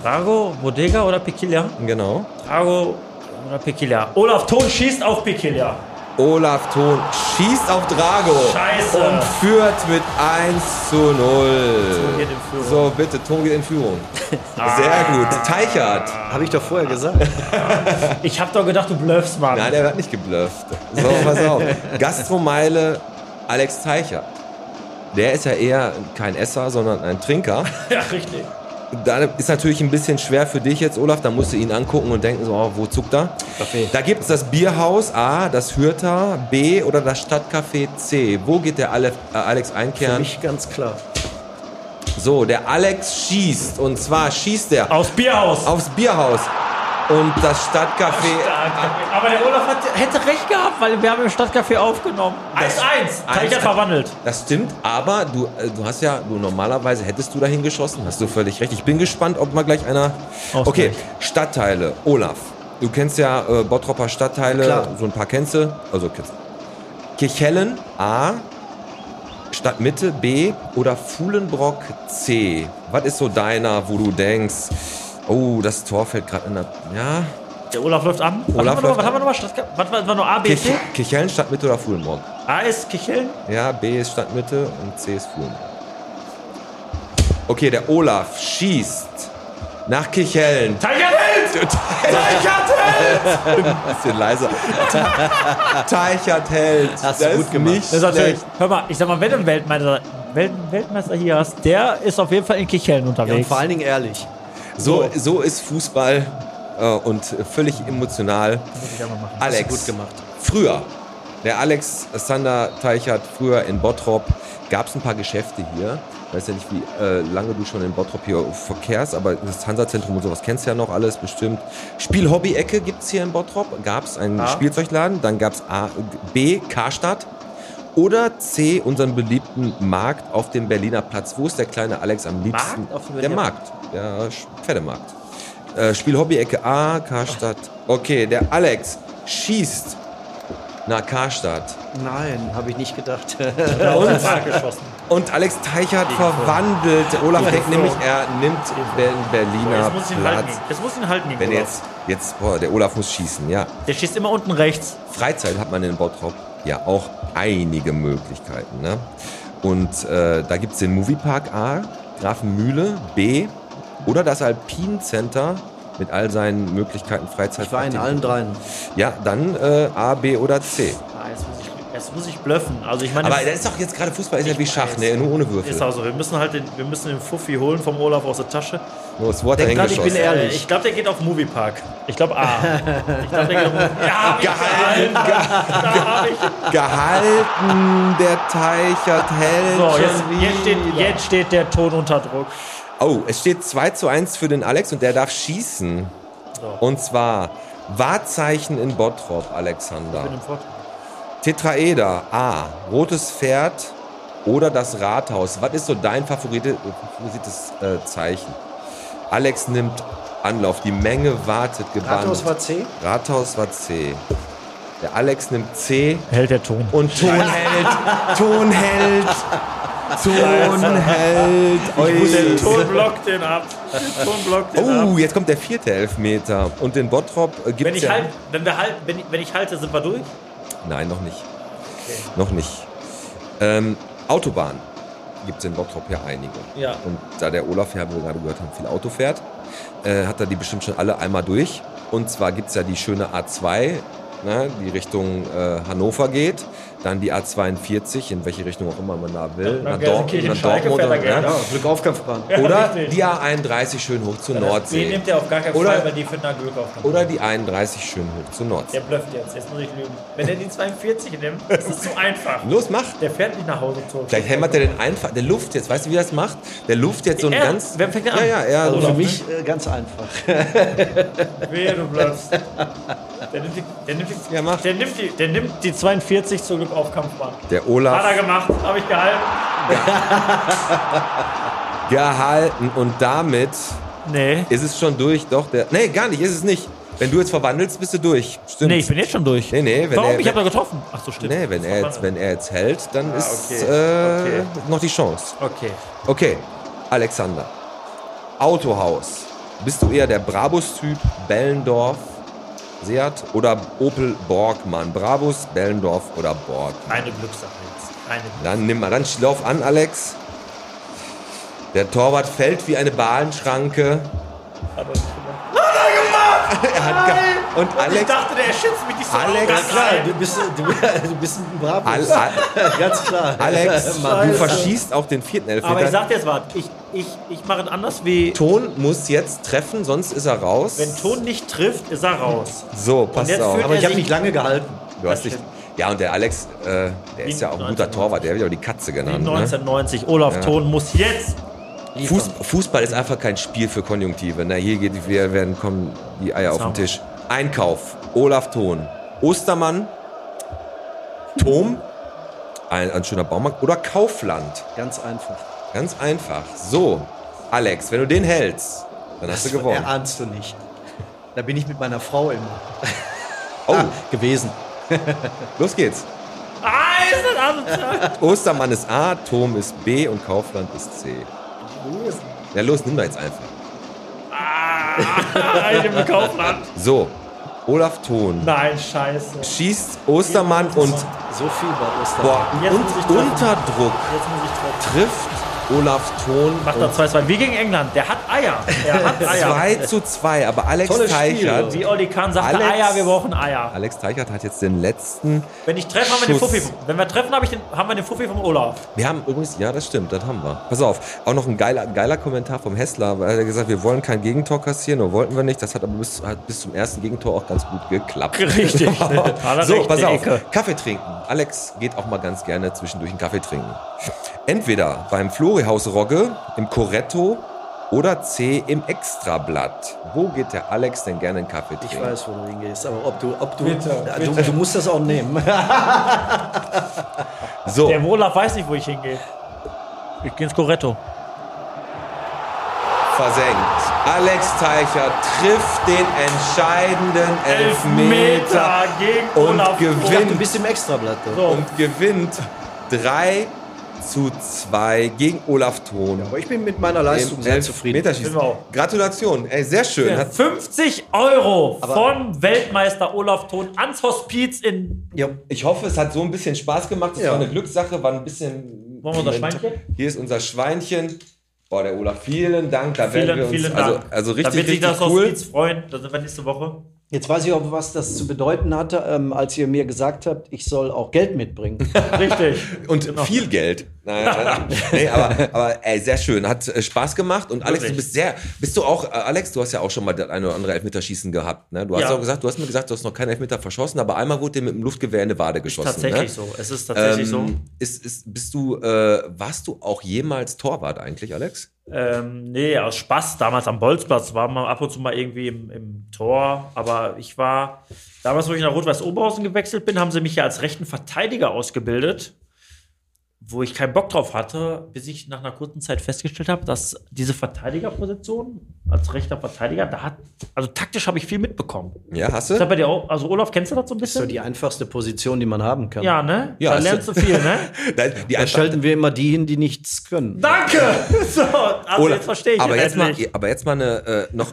[SPEAKER 4] Drago, Bodega oder Pekilia?
[SPEAKER 2] Genau.
[SPEAKER 4] Drago oder Pekilia? Olaf Thun schießt auf Pekilia.
[SPEAKER 2] Olaf Thon schießt auf Drago
[SPEAKER 4] Scheiße.
[SPEAKER 2] und führt mit 1 zu 0.
[SPEAKER 4] geht in Führung. Ah.
[SPEAKER 2] So, bitte, Thon geht in Führung. Sehr gut. Teichert.
[SPEAKER 6] Habe ich doch vorher gesagt.
[SPEAKER 4] Ich hab doch gedacht, du bluffst, Mann.
[SPEAKER 2] Nein, er hat nicht geblufft. So, pass
[SPEAKER 4] <laughs>
[SPEAKER 2] auf. Gastromeile Alex Teichert. Der ist ja eher kein Esser, sondern ein Trinker.
[SPEAKER 4] ja, richtig.
[SPEAKER 2] Da ist natürlich ein bisschen schwer für dich jetzt, Olaf. Da musst du ihn angucken und denken so, oh, wo zuckt er? Da gibt es das Bierhaus A, das Hürter B oder das Stadtcafé C. Wo geht der Alef, äh, Alex
[SPEAKER 6] Für
[SPEAKER 2] einkehren?
[SPEAKER 6] mich ganz klar.
[SPEAKER 2] So, der Alex schießt. Und zwar schießt er
[SPEAKER 4] Aus Bierhaus.
[SPEAKER 2] aufs Bierhaus und das Stadtcafé
[SPEAKER 4] Aber der Olaf hat, hätte recht gehabt, weil wir haben im Stadtcafé aufgenommen. 1-1. Teicher
[SPEAKER 2] 1-1.
[SPEAKER 4] verwandelt.
[SPEAKER 2] Das stimmt, aber du, äh, du hast ja, du normalerweise hättest du dahin geschossen, hast du völlig recht. Ich bin gespannt, ob mal gleich einer.
[SPEAKER 4] Ausgleich.
[SPEAKER 2] Okay, Stadtteile, Olaf. Du kennst ja äh, Bottropper Stadtteile,
[SPEAKER 6] Na klar.
[SPEAKER 2] so ein paar kennst du. Also kennst Kirchhellen A, Stadtmitte B oder Fuhlenbrock C. Was ist so deiner, wo du denkst, oh, das Tor fällt gerade in der. Ja.
[SPEAKER 4] Der Olaf läuft an. Was
[SPEAKER 2] Olaf
[SPEAKER 4] haben wir noch-
[SPEAKER 2] läuft
[SPEAKER 4] was haben wir
[SPEAKER 2] an.
[SPEAKER 4] nochmal? Stadtcafé- Was war, war nur A, B,
[SPEAKER 2] Kirch,
[SPEAKER 4] C?
[SPEAKER 2] Kirchhellen, Stadtmitte oder Fuhlenbrock?
[SPEAKER 4] A ist Kicheln.
[SPEAKER 2] Ja, B ist Stadtmitte und C ist Fuhren. Okay, der Olaf schießt nach Kichellen.
[SPEAKER 4] Teicher
[SPEAKER 2] <laughs>
[SPEAKER 4] hält!
[SPEAKER 2] Teichert hält! Ein bisschen
[SPEAKER 6] <laughs>
[SPEAKER 2] leiser. Te- Teichert hält.
[SPEAKER 6] Hast du
[SPEAKER 2] Das
[SPEAKER 6] gut
[SPEAKER 2] ist
[SPEAKER 6] gemacht.
[SPEAKER 2] Nicht
[SPEAKER 4] Das ist natürlich.
[SPEAKER 2] schlecht.
[SPEAKER 4] Hör mal, ich sag mal, wenn du einen Weltmeister, Welten, Weltmeister hier hast, der ist auf jeden Fall in Kicheln
[SPEAKER 6] Ja, und
[SPEAKER 4] unterwegs.
[SPEAKER 6] vor allen Dingen ehrlich.
[SPEAKER 2] So, so ist Fußball äh, und völlig emotional. Alex,
[SPEAKER 6] gut gemacht.
[SPEAKER 2] früher, der Alex Sander Teichert, früher in Bottrop, gab es ein paar Geschäfte hier. Weiß ja nicht, wie äh, lange du schon in Bottrop hier verkehrst, aber das Hansa-Zentrum und sowas kennst du ja noch alles bestimmt. Spielhobby-Ecke gibt's hier in Bottrop, gab's einen Spielzeugladen, dann gab's A, B, Karstadt oder C, unseren beliebten Markt auf dem Berliner Platz. Wo ist der kleine Alex am liebsten?
[SPEAKER 4] Markt auf dem
[SPEAKER 2] der
[SPEAKER 4] Berliner
[SPEAKER 2] Markt, der Sch- Pferdemarkt. Äh, Spielhobby-Ecke A, Karstadt. Okay, der Alex schießt nach Karstadt.
[SPEAKER 6] Nein, habe ich nicht <laughs> gedacht.
[SPEAKER 2] Und,
[SPEAKER 4] geschossen.
[SPEAKER 2] und Alex Teichert verwandelt. Olaf denkt nämlich, er nimmt den Berliner
[SPEAKER 4] Jetzt muss ich ihn halten.
[SPEAKER 2] Platz.
[SPEAKER 4] Jetzt muss ich ihn halten. gegen
[SPEAKER 2] Wenn
[SPEAKER 4] Olaf.
[SPEAKER 2] jetzt, jetzt, boah, der Olaf muss schießen, ja.
[SPEAKER 4] Der schießt immer unten rechts.
[SPEAKER 2] Freizeit hat man in Bottrop ja auch einige Möglichkeiten. Ne? Und äh, da gibt es den Moviepark A, Grafenmühle B oder das Alpine Center mit all seinen Möglichkeiten Freizeit.
[SPEAKER 6] Ich war in allen dreien.
[SPEAKER 2] Ja, dann äh, A, B oder C.
[SPEAKER 4] Ah, jetzt, muss ich, jetzt muss ich bluffen. Also ich meine,
[SPEAKER 2] Aber das ist doch jetzt gerade Fußball, ist ja
[SPEAKER 4] Ich
[SPEAKER 2] wie Schach,
[SPEAKER 4] weiß.
[SPEAKER 2] ne? nur ohne Würfel.
[SPEAKER 4] ist auch so. Wir müssen halt den, wir müssen den Fuffi holen vom Olaf aus der Tasche.
[SPEAKER 2] Nur das Wort
[SPEAKER 6] grad, ich bin
[SPEAKER 2] hingeschossen.
[SPEAKER 6] eher-
[SPEAKER 4] Äh,
[SPEAKER 6] Ehrlich?
[SPEAKER 4] ich glaube, der geht auf Moviepark. Ich
[SPEAKER 2] <laughs>
[SPEAKER 4] glaube A. Ich glaube, der geht auf Moviepark. Ja, hab ich gehalten. Da hab ich.
[SPEAKER 2] Gehalten, der Teichert hält.
[SPEAKER 4] So,
[SPEAKER 2] schon
[SPEAKER 4] jetzt, jetzt, steht,
[SPEAKER 2] wieder.
[SPEAKER 4] jetzt steht der Ton unter Druck.
[SPEAKER 2] Oh, es steht 2 zu 1 für den Alex und der darf schießen. Und zwar Wahrzeichen in Bottrop, Alexander. Tetraeder, A, rotes Pferd oder das Rathaus. Was ist so dein favorite, favorites äh, Zeichen? Alex nimmt Anlauf, die Menge wartet gebannt.
[SPEAKER 6] Rathaus war C.
[SPEAKER 2] Rathaus war C. Der Alex nimmt
[SPEAKER 4] <laughs>
[SPEAKER 2] C
[SPEAKER 4] Hält der Ton.
[SPEAKER 2] und Ton hält, Ton hält, Ton hält. Ui.
[SPEAKER 4] Der Ton blockt den ab. Der Ton blockt den ab.
[SPEAKER 2] Oh, jetzt kommt der vierte Elfmeter. Und den Bottrop äh, gibt's
[SPEAKER 4] Wenn ich,
[SPEAKER 2] ja...
[SPEAKER 4] halt, wenn, wir halt, wenn, ich, wenn ich halte, sind wir durch.
[SPEAKER 2] Nein, noch nicht. Noch nicht. Ähm, Autobahn gibt's in Bottrop ja einige.
[SPEAKER 4] Ja.
[SPEAKER 2] Und da der Olaf, ja, wie wir gerade gehört haben, viel Auto fährt, äh, hat er die bestimmt schon alle einmal durch. Und zwar gibt's ja die schöne A2, ne, die Richtung äh, Hannover geht. Dann die A42, in welche Richtung auch immer man da will.
[SPEAKER 4] nach
[SPEAKER 2] nach Dor-
[SPEAKER 4] Gelsenkirchen,
[SPEAKER 2] nach
[SPEAKER 4] Schalke fährt er
[SPEAKER 2] oder-
[SPEAKER 4] gerne.
[SPEAKER 2] ja.
[SPEAKER 6] Oh, Glück Aufkampfbahn.
[SPEAKER 2] Oder
[SPEAKER 4] <laughs> richtig.
[SPEAKER 2] die A31 schön hoch zur Nordsee.
[SPEAKER 4] Den nimmt er auf gar keinen
[SPEAKER 2] Oder-
[SPEAKER 4] Fall, weil die finden da Glück auf.
[SPEAKER 2] Oder die 31 schön hoch zur Nordsee.
[SPEAKER 4] Der blufft jetzt, jetzt muss ich lügen. Wenn er die 42 nimmt, ist es zu einfach.
[SPEAKER 2] Los, mach!
[SPEAKER 4] Der fährt nicht nach Hause zurück.
[SPEAKER 2] Vielleicht hämmert er den einfach, der Luft jetzt, weißt du, wie er das macht? Der Luft jetzt so ein
[SPEAKER 4] Er?
[SPEAKER 2] ganz.
[SPEAKER 4] Wer fängt denn
[SPEAKER 2] Ja,
[SPEAKER 4] an?
[SPEAKER 2] ja, er.
[SPEAKER 6] Also
[SPEAKER 2] Also
[SPEAKER 6] für mich äh, ganz einfach.
[SPEAKER 4] Wehe, du
[SPEAKER 2] <laughs>
[SPEAKER 4] bleibst. Der nimmt die, der nimmt die,
[SPEAKER 2] Ja, mach.
[SPEAKER 4] Der nimmt die, der nimmt die 42 zum Glück auf Kampfbahn.
[SPEAKER 2] der
[SPEAKER 4] Hat er
[SPEAKER 2] Olaf
[SPEAKER 4] gemacht, habe ich gehalten.
[SPEAKER 2] gehalten und damit
[SPEAKER 4] Nee.
[SPEAKER 2] ist es schon durch, doch der. Nee, gar nicht, ist es nicht. Wenn du jetzt verwandelst, bist du durch. Stimmt.
[SPEAKER 4] Nee, ich bin jetzt schon durch.
[SPEAKER 2] Nee, nee, wenn
[SPEAKER 4] Warum?
[SPEAKER 2] er-
[SPEAKER 4] ich habe da getroffen. Ach so, stimmt.
[SPEAKER 2] Nee, wenn er, jetzt, wenn er jetzt hält, dann ist
[SPEAKER 4] okay.
[SPEAKER 2] Äh,
[SPEAKER 4] Ah, Okay.
[SPEAKER 2] noch die Chance.
[SPEAKER 4] Okay.
[SPEAKER 2] Okay, Alexander. Autohaus. Bist du eher der Brabus-Typ, Bellendorf Seat oder Opel Borgmann. Brabus, Bellendorf oder Borg.
[SPEAKER 4] Eine Glückssache jetzt. Eine Glückssache.
[SPEAKER 2] Dann nimm mal, dann lauf an, Alex. Der Torwart fällt wie eine Bahnschranke. <laughs> Er hat ge- und
[SPEAKER 4] Ich
[SPEAKER 2] Alex,
[SPEAKER 4] dachte, der schützt mich nicht so
[SPEAKER 2] Alex-
[SPEAKER 4] auf.
[SPEAKER 6] Klar, du bist, du, du bist ein braver.
[SPEAKER 2] Al, Al,
[SPEAKER 6] Ganz <laughs> klar.
[SPEAKER 4] <laughs>
[SPEAKER 2] Alex,
[SPEAKER 6] Mann.
[SPEAKER 2] du verschießt auch den vierten Elfmeter.
[SPEAKER 4] Aber ich sag dir jetzt was. Ich, ich, ich mache es anders wie.
[SPEAKER 2] Ton muss jetzt treffen, sonst ist er raus.
[SPEAKER 4] Wenn Ton nicht trifft, ist er raus.
[SPEAKER 2] so, pass
[SPEAKER 4] jetzt
[SPEAKER 2] auf.
[SPEAKER 4] führt
[SPEAKER 6] Aber ich
[SPEAKER 4] er
[SPEAKER 6] habe
[SPEAKER 4] sich-
[SPEAKER 6] mich lange gehalten.
[SPEAKER 2] Du hast dich, ja, und der Alex, äh, der ist ja auch ein guter Torwart, der wird auch die Katze genannt. Ne?
[SPEAKER 4] 1990. Olaf
[SPEAKER 2] Ja.
[SPEAKER 4] Ton muss jetzt.
[SPEAKER 2] Fuß, Fußball ist einfach kein Spiel für Konjunktive. Na, hier geht, wir werden kommen die Eier auf den Tisch. Einkauf, Olaf Thon, Ostermann, Tom, ein, ein schöner Baumarkt oder Kaufland.
[SPEAKER 6] Ganz einfach.
[SPEAKER 2] Ganz einfach. So, Alex, wenn du den hältst, dann hast du gewonnen.
[SPEAKER 6] Erahnst du nicht. Da bin ich mit meiner Frau immer
[SPEAKER 2] Oh,
[SPEAKER 6] gewesen.
[SPEAKER 2] los geht's.
[SPEAKER 4] Ah, ist das asozial.
[SPEAKER 2] Ostermann ist A, Tom ist B und Kaufland ist C. Ja, los, nimm da jetzt einfach.
[SPEAKER 4] Ah, ich im Kaufland.
[SPEAKER 2] So, Olaf Thon
[SPEAKER 4] Nein, scheiße.
[SPEAKER 2] schießt Ostermann und
[SPEAKER 6] So viel bei Ostern.
[SPEAKER 2] boah,
[SPEAKER 4] Jetzt muss ich
[SPEAKER 2] und
[SPEAKER 4] treffen.
[SPEAKER 2] unter Druck
[SPEAKER 4] Jetzt muss ich drauf.
[SPEAKER 2] trifft Olaf Thon
[SPEAKER 4] Macht er 2-2. Wie gegen England. Der hat Eier. Der hat Eier.
[SPEAKER 2] 2 zu 2. Aber Alex
[SPEAKER 6] Ah, Tolles Spiel,
[SPEAKER 2] Teichert,
[SPEAKER 4] Wie Olli Kahn sagte,
[SPEAKER 2] Alex-
[SPEAKER 4] Eier, wir brauchen Eier.
[SPEAKER 2] Alex Teichert hat jetzt den letzten.
[SPEAKER 4] Wenn ich treffe, haben wir den
[SPEAKER 2] Schuss.
[SPEAKER 4] Fuffi. vom- Wenn wir treffen, hab ich den, haben wir den Fuffi vom Olaf.
[SPEAKER 2] Wir haben übrigens, ja, das stimmt, das haben wir. Pass auf, auch noch ein geiler, geiler Kommentar vom Hessler, weil er hat gesagt, wir wollen kein Gegentor kassieren, oder wollten wir nicht. Das hat aber bis, hat bis zum ersten Gegentor auch ganz gut geklappt. <laughs>
[SPEAKER 4] <laughs> Richtig. Hat er
[SPEAKER 2] so,
[SPEAKER 4] recht,
[SPEAKER 2] pass
[SPEAKER 4] die
[SPEAKER 2] auf.
[SPEAKER 4] Ecke.
[SPEAKER 2] Kaffee trinken. Alex geht auch mal ganz gerne zwischendurch einen Kaffee trinken. Entweder beim Florihaus Rogge, im Coretto oder C im Extrablatt. Wo geht der Alex denn gerne einen Kaffee trinken?
[SPEAKER 6] Ich weiß, wo du hingehst, aber ob du, ob du, du, du musst das auch <laughs> nehmen.
[SPEAKER 2] So,
[SPEAKER 4] Der Olaf weiß nicht, wo ich hingehe. Ich gehe ins Coretto.
[SPEAKER 2] versenkt. Alex Teicher trifft den entscheidenden Elfmeter.
[SPEAKER 4] Elfmeter gegen
[SPEAKER 2] und
[SPEAKER 4] Olaf.
[SPEAKER 2] gewinnt.
[SPEAKER 6] Ich dachte, du bist im Extrablatt. So.
[SPEAKER 2] und gewinnt 3 zu 2 gegen Olaf Thon.
[SPEAKER 6] Aber ich bin mit meiner Leistung
[SPEAKER 2] Im
[SPEAKER 6] sehr zufrieden.
[SPEAKER 2] Elfmeterschießen.
[SPEAKER 4] Sind wir auch.
[SPEAKER 2] Gratulation, ey, sehr schön. ne?
[SPEAKER 4] Ja,
[SPEAKER 2] Hat,
[SPEAKER 4] 50 Euro
[SPEAKER 6] Aber-
[SPEAKER 4] von Weltmeister Olaf Thon ans Hospiz in.
[SPEAKER 6] Ja.
[SPEAKER 2] ich hoffe, es hat so ein bisschen Spaß gemacht. Es
[SPEAKER 6] Ja.
[SPEAKER 2] war eine Glückssache, war ein bisschen.
[SPEAKER 4] Wollen wir unser Schweinchen?
[SPEAKER 2] Hier ist unser Schweinchen. Boah, der Olaf, vielen Dank. Da werden wir
[SPEAKER 4] Vielen,
[SPEAKER 2] uns,
[SPEAKER 4] vielen
[SPEAKER 2] also,
[SPEAKER 4] Dank.
[SPEAKER 2] also
[SPEAKER 4] da wird
[SPEAKER 2] richtig,
[SPEAKER 4] sich das
[SPEAKER 2] richtig cool.
[SPEAKER 4] Hospiz freuen. Da sind wir
[SPEAKER 2] <laughs>
[SPEAKER 4] nächste Woche.
[SPEAKER 6] Jetzt weiß ich auch, was das zu bedeuten hatte, ähm, als ihr mir gesagt habt, ich soll auch Geld <laughs> mitbringen.
[SPEAKER 4] Richtig.
[SPEAKER 2] Und
[SPEAKER 4] Genau.
[SPEAKER 2] viel Geld. Naja,
[SPEAKER 4] <laughs>
[SPEAKER 2] nee, aber, aber ey, sehr schön. Hat äh, Spaß gemacht. Und Alex,
[SPEAKER 4] Wirklich.
[SPEAKER 2] du bist sehr. Bist du auch, äh, Alex, du hast ja auch schon mal das eine oder andere Elfmeterschießen gehabt. Ne? Du hast
[SPEAKER 4] Ja.
[SPEAKER 2] auch gesagt, du hast mir gesagt, du hast noch keinen Elfmeter verschossen, aber einmal wurde dir mit dem Luftgewehr in eine Wade geschossen.
[SPEAKER 4] tatsächlich
[SPEAKER 2] ne?
[SPEAKER 4] so. Es ist tatsächlich
[SPEAKER 2] Ähm, Ist, ist, bist du, äh, warst du auch jemals Torwart eigentlich, Alex?
[SPEAKER 4] so. Ähm, nee, aus Spaß. Damals am Bolzplatz waren wir ab und zu mal irgendwie im, im Tor. Aber ich war, damals, wo ich nach Rot-Weiß Oberhausen gewechselt bin, haben sie mich ja als rechten Verteidiger ausgebildet. Wo ich keinen Bock drauf hatte, bis ich nach einer kurzen Zeit festgestellt habe, dass diese Verteidigerposition als rechter Verteidiger, da hat, also taktisch habe ich viel mitbekommen.
[SPEAKER 2] Ja, hast
[SPEAKER 4] Ist das
[SPEAKER 2] du?
[SPEAKER 4] bei dir auch, also Olaf, kennst du das so ein
[SPEAKER 6] So
[SPEAKER 4] bisschen?
[SPEAKER 6] die einfachste Position, die man haben kann.
[SPEAKER 4] ja, ne?
[SPEAKER 2] Ja,
[SPEAKER 4] da
[SPEAKER 2] ist-
[SPEAKER 4] lernst du viel, ne?
[SPEAKER 2] <laughs> Da, die
[SPEAKER 6] Da
[SPEAKER 2] einfach-
[SPEAKER 6] schalten wir immer die hin, die nichts können.
[SPEAKER 4] Danke! <laughs> So, also
[SPEAKER 2] Olaf,
[SPEAKER 4] jetzt verstehe ich
[SPEAKER 2] aber
[SPEAKER 4] es
[SPEAKER 2] jetzt mal,
[SPEAKER 4] endlich.
[SPEAKER 2] aber jetzt mal eine, äh, noch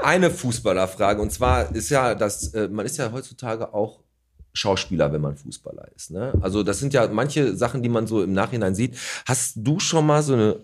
[SPEAKER 2] eine Fußballerfrage. Und zwar ist ja, dass äh, man ist ja heutzutage auch Schauspieler, wenn man Fußballer ist. Ne? Also das sind ja manche Sachen, die man so im Nachhinein sieht. Hast du schon mal so eine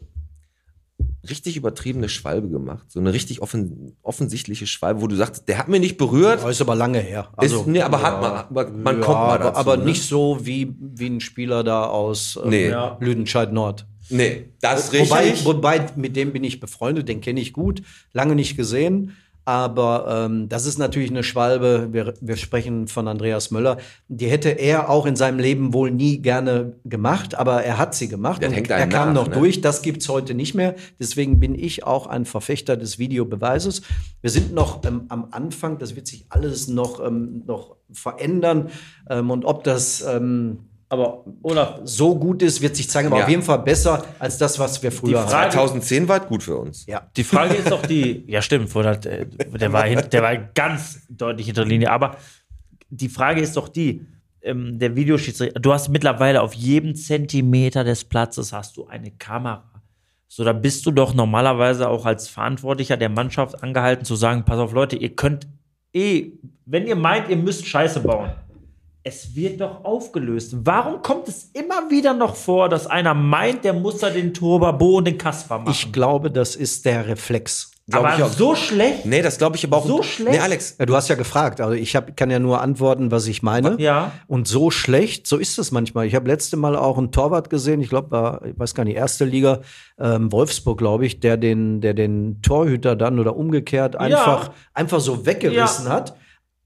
[SPEAKER 2] richtig übertriebene Schwalbe gemacht? So eine richtig offen, offensichtliche Schwalbe, wo du sagst, der hat mir nicht berührt.
[SPEAKER 6] Das ist aber lange her. Also,
[SPEAKER 2] Ist- nee, aber hat man- aber man kommt mal
[SPEAKER 6] aber,
[SPEAKER 2] dazu,
[SPEAKER 6] aber
[SPEAKER 2] ne?
[SPEAKER 6] nicht so wie, wie ein Spieler da aus ähm,
[SPEAKER 2] Nee.
[SPEAKER 4] Ja.
[SPEAKER 6] Lüdenscheid Nord.
[SPEAKER 2] Nee, das ist
[SPEAKER 6] Wobei,
[SPEAKER 2] richtig.
[SPEAKER 6] wobei, mit dem bin ich befreundet, den kenne ich gut, lange nicht gesehen. Aber ähm, das ist natürlich eine Schwalbe. Wir, wir sprechen von Andreas Möller. Die hätte er auch in seinem Leben wohl nie gerne gemacht, aber er hat sie gemacht.
[SPEAKER 2] Das
[SPEAKER 6] und
[SPEAKER 2] hängt
[SPEAKER 6] er
[SPEAKER 2] einem
[SPEAKER 6] kam
[SPEAKER 2] nach,
[SPEAKER 6] noch
[SPEAKER 2] ne?
[SPEAKER 6] durch. Das gibt's heute nicht mehr. Deswegen bin ich auch ein Verfechter des Videobeweises. Wir sind noch ähm, am Anfang. Das wird sich alles noch, ähm, noch verändern. Ähm, und ob das ähm,
[SPEAKER 4] Aber Olaf,
[SPEAKER 6] so gut ist, wird sich zeigen. Aber
[SPEAKER 2] Ja.
[SPEAKER 6] auf jeden Fall besser als das, was wir früher hatten.
[SPEAKER 4] Frage-
[SPEAKER 2] 2010 war es gut für uns.
[SPEAKER 6] Ja.
[SPEAKER 4] die Frage ist doch die, ja stimmt, wo das, äh, der, war hin, der war ganz deutlich hinter der Linie, aber die Frage ist doch die, ähm, der Videoschiedsrichter, du hast mittlerweile auf jedem Zentimeter des Platzes hast du eine Kamera. So, da bist du doch normalerweise auch als Verantwortlicher der Mannschaft angehalten zu sagen, pass auf Leute, ihr könnt eh, wenn ihr meint, ihr müsst Scheiße bauen, es wird doch aufgelöst. Warum kommt es immer wieder noch vor, dass einer meint, der muss da den Turbabo und den Kasper machen?
[SPEAKER 6] Ich glaube, das ist der Reflex.
[SPEAKER 2] glaub
[SPEAKER 4] aber
[SPEAKER 2] ich auch.
[SPEAKER 4] so schlecht.
[SPEAKER 2] Nee, das glaube ich aber auch.
[SPEAKER 4] So schlecht?
[SPEAKER 2] Nee, Alex.
[SPEAKER 6] Ja, du hast ja gefragt, also ich hab, kann ja nur antworten, was ich meine.
[SPEAKER 4] Ja.
[SPEAKER 6] Und so schlecht, so ist es manchmal. Ich habe letzte Mal auch einen Torwart gesehen, ich glaube, ich weiß gar nicht, erste Liga, ähm, Wolfsburg, glaube ich, der den, der den Torhüter dann oder umgekehrt einfach, einfach so weggerissen hat.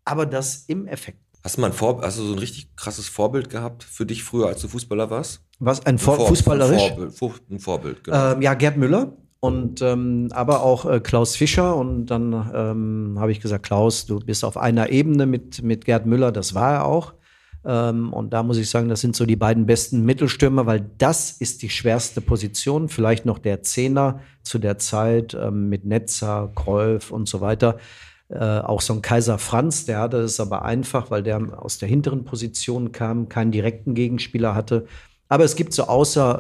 [SPEAKER 6] Aber das im Effekt.
[SPEAKER 2] Hast du mal ein Vor hast du so ein richtig krasses Vorbild gehabt für dich früher, als du Fußballer warst?
[SPEAKER 6] Was ein Vor
[SPEAKER 2] Vor-
[SPEAKER 6] Fußballerisch?
[SPEAKER 2] Vorbild, Vor- ein Vorbild, genau.
[SPEAKER 6] Ähm, ja, Gerd Müller und ähm, aber auch äh, Klaus Fischer. Und dann ähm, habe ich gesagt, Klaus, du bist auf einer Ebene mit, mit Gerd Müller, das war er auch. Ähm, und da muss ich sagen, das sind so die beiden besten Mittelstürmer, weil das ist die schwerste Position. Vielleicht noch der Zehner zu der Zeit ähm, mit Netzer, Kreuf und so weiter. Äh, auch so ein Kaiser Franz, der hatte es aber einfach, weil der aus der hinteren Position kam, keinen direkten Gegenspieler hatte. Aber es gibt so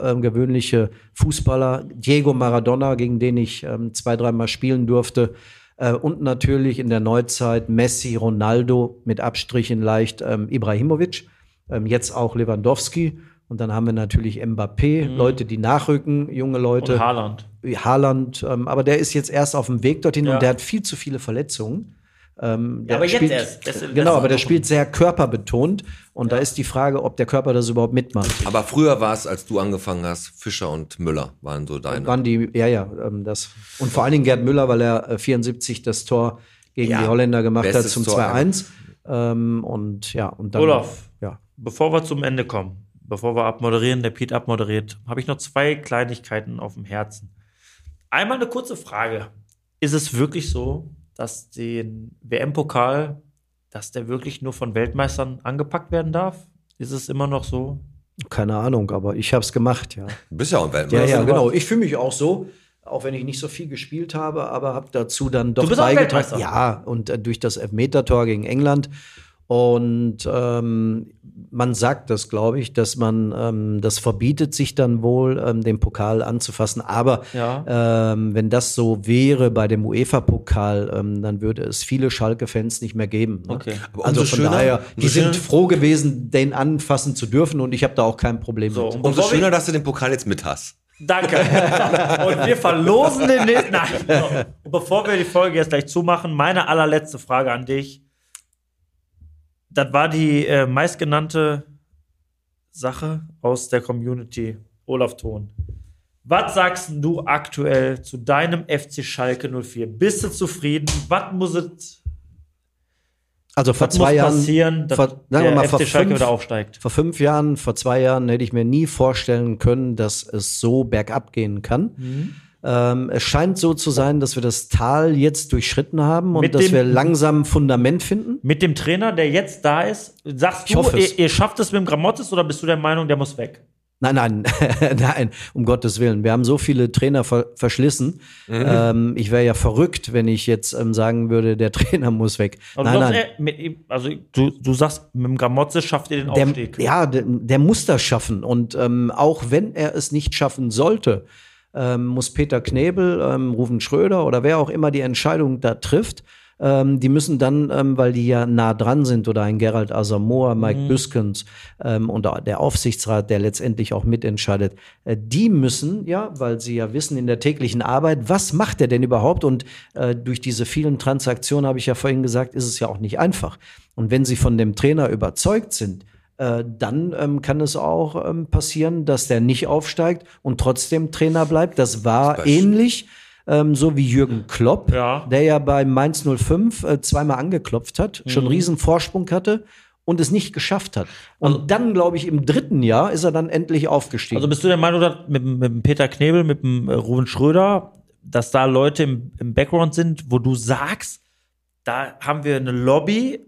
[SPEAKER 6] außergewöhnliche Fußballer. Diego Maradona, gegen den ich ähm, zwei, dreimal spielen durfte. Äh, und natürlich in der Neuzeit Messi, Ronaldo, mit Abstrichen leicht ähm, Ibrahimovic. Ähm, jetzt auch Lewandowski. Und dann haben wir natürlich Mbappé, Leute, die nachrücken, junge Leute.
[SPEAKER 4] Und Haaland.
[SPEAKER 6] Haaland, ähm, aber der ist jetzt erst auf dem Weg dorthin
[SPEAKER 4] Ja.
[SPEAKER 6] und der hat viel zu viele Verletzungen. Ähm,
[SPEAKER 4] Ja,
[SPEAKER 6] der
[SPEAKER 4] aber jetzt
[SPEAKER 6] spielt,
[SPEAKER 4] erst. Das- das
[SPEAKER 6] genau,
[SPEAKER 4] ist
[SPEAKER 6] aber der
[SPEAKER 4] noch-
[SPEAKER 6] spielt sehr körperbetont und da ist die Frage, ob der Körper das überhaupt mitmacht.
[SPEAKER 2] aber früher war es, als du angefangen hast, Fischer und Müller waren so deine.
[SPEAKER 6] Wann die, ja, ja, ähm, das. Und vor allen Dingen Gerd Müller, weil er äh, 74 das Tor gegen
[SPEAKER 2] Ja,
[SPEAKER 6] die Holländer gemacht hat
[SPEAKER 2] bestes
[SPEAKER 6] zum
[SPEAKER 2] Tor
[SPEAKER 6] 2-1. Ähm, und ja, und dann.
[SPEAKER 4] Olaf.
[SPEAKER 6] Ja.
[SPEAKER 4] Bevor wir zum Ende kommen, bevor wir abmoderieren, der Pete abmoderiert, habe ich noch zwei Kleinigkeiten auf dem Herzen. Einmal eine kurze Frage. Ist es wirklich so, dass den WM-Pokal, dass der wirklich nur von Weltmeistern angepackt werden darf? Ist es immer noch so?
[SPEAKER 6] Keine Ahnung, aber ich habe es gemacht, ja.
[SPEAKER 2] Du bist ja auch ein Weltmeister.
[SPEAKER 6] Ja, ja,
[SPEAKER 4] aber-
[SPEAKER 6] genau. Ich fühle mich auch so, auch wenn ich nicht so viel gespielt habe, aber habe dazu dann doch
[SPEAKER 4] Du bist auch Weltmeister.
[SPEAKER 6] beigetragen. Ja, und äh, durch das Elfmetertor gegen England. Und ähm, man sagt das, glaube ich, dass man ähm, das verbietet sich dann wohl, ähm, den Pokal anzufassen. Aber
[SPEAKER 4] Ja.
[SPEAKER 6] ähm, wenn das so wäre bei dem UEFA-Pokal, ähm, dann würde es viele Schalke-Fans nicht mehr geben. Ne?
[SPEAKER 4] Okay.
[SPEAKER 2] Aber
[SPEAKER 6] Also
[SPEAKER 2] umso
[SPEAKER 6] von
[SPEAKER 2] schöner-
[SPEAKER 6] daher, die
[SPEAKER 2] umso
[SPEAKER 6] sind
[SPEAKER 2] schöner-
[SPEAKER 6] froh gewesen, den anfassen zu dürfen und ich habe da auch kein Problem
[SPEAKER 4] So,
[SPEAKER 6] mit.
[SPEAKER 4] und
[SPEAKER 2] Umso
[SPEAKER 4] bevor wir-
[SPEAKER 2] schöner, dass du den Pokal jetzt mit hast.
[SPEAKER 4] Danke. Und wir verlosen den nächsten. Nein. So. Und bevor wir die Folge jetzt gleich zumachen, meine allerletzte Frage an dich. Das war die äh, meistgenannte Sache aus der Community. Olaf Thon. Was sagst du aktuell zu deinem FC Schalke 04? Bist du zufrieden? Was muss es
[SPEAKER 6] Also vor
[SPEAKER 4] was
[SPEAKER 6] zwei
[SPEAKER 4] muss
[SPEAKER 6] Jahren,
[SPEAKER 4] passieren, dass
[SPEAKER 6] vor, sagen
[SPEAKER 4] der
[SPEAKER 6] wir mal, vor
[SPEAKER 4] FC Schalke
[SPEAKER 6] fünf,
[SPEAKER 4] wieder aufsteigt?
[SPEAKER 6] vor fünf Jahren, vor zwei Jahren hätte ich mir nie vorstellen können, dass es so bergab gehen kann.
[SPEAKER 4] Mhm.
[SPEAKER 6] Ähm, es scheint so zu sein, dass wir das Tal jetzt durchschritten haben und
[SPEAKER 4] Mit
[SPEAKER 6] dass
[SPEAKER 4] dem-
[SPEAKER 6] wir langsam ein Fundament finden.
[SPEAKER 4] Mit dem Trainer, der jetzt da ist, sagst
[SPEAKER 6] Ich
[SPEAKER 4] du,
[SPEAKER 6] hoffe es.
[SPEAKER 4] ihr, ihr schafft es mit dem Gramottis oder bist du der Meinung, der muss weg?
[SPEAKER 6] Nein, nein, <laughs> nein, um Gottes Willen. Wir haben so viele Trainer ver verschlissen.
[SPEAKER 4] Mhm.
[SPEAKER 6] Ähm, ich wäre ja verrückt, wenn ich jetzt ähm, sagen würde, der <laughs> Trainer muss weg.
[SPEAKER 4] Aber
[SPEAKER 6] nein,
[SPEAKER 4] du
[SPEAKER 6] nein.
[SPEAKER 4] sagst, äh, mit, ihm- also du, du sagst, mit dem Gramotze schafft ihr den
[SPEAKER 6] der,
[SPEAKER 4] Aufstieg.
[SPEAKER 6] Ja, der, der muss das schaffen. Und ähm, auch wenn er es nicht schaffen sollte, ähm, muss Peter Knebel, ähm, Rufen Schröder oder wer auch immer die Entscheidung da trifft, ähm, die müssen dann, ähm, weil die ja nah dran sind, oder ein Gerald Asamoah, Mike Büskens ähm, und auch der Aufsichtsrat, der letztendlich auch mitentscheidet, äh, die müssen ja, weil sie ja wissen in der täglichen Arbeit, was macht er denn überhaupt? Und äh, durch diese vielen Transaktionen, habe ich ja vorhin gesagt, ist es ja auch nicht einfach. Und wenn sie von dem Trainer überzeugt sind, äh, dann ähm, kann es auch ähm, passieren, dass der nicht aufsteigt und trotzdem Trainer bleibt. Das war ähnlich, ähm, so wie Jürgen Klopp,
[SPEAKER 4] Ja.
[SPEAKER 6] der ja bei Mainz 05 äh, zweimal angeklopft hat, schon
[SPEAKER 4] Mhm.
[SPEAKER 6] einen riesen Vorsprung hatte und es nicht geschafft hat. Und dann, glaube ich, im dritten Jahr ist er dann endlich aufgestiegen.
[SPEAKER 4] Also bist du der Meinung, dass mit, dem- mit dem Peter Knebel, mit dem äh, Ruben Schröder, dass da Leute im, im Background sind, wo du sagst, da haben wir eine Lobby,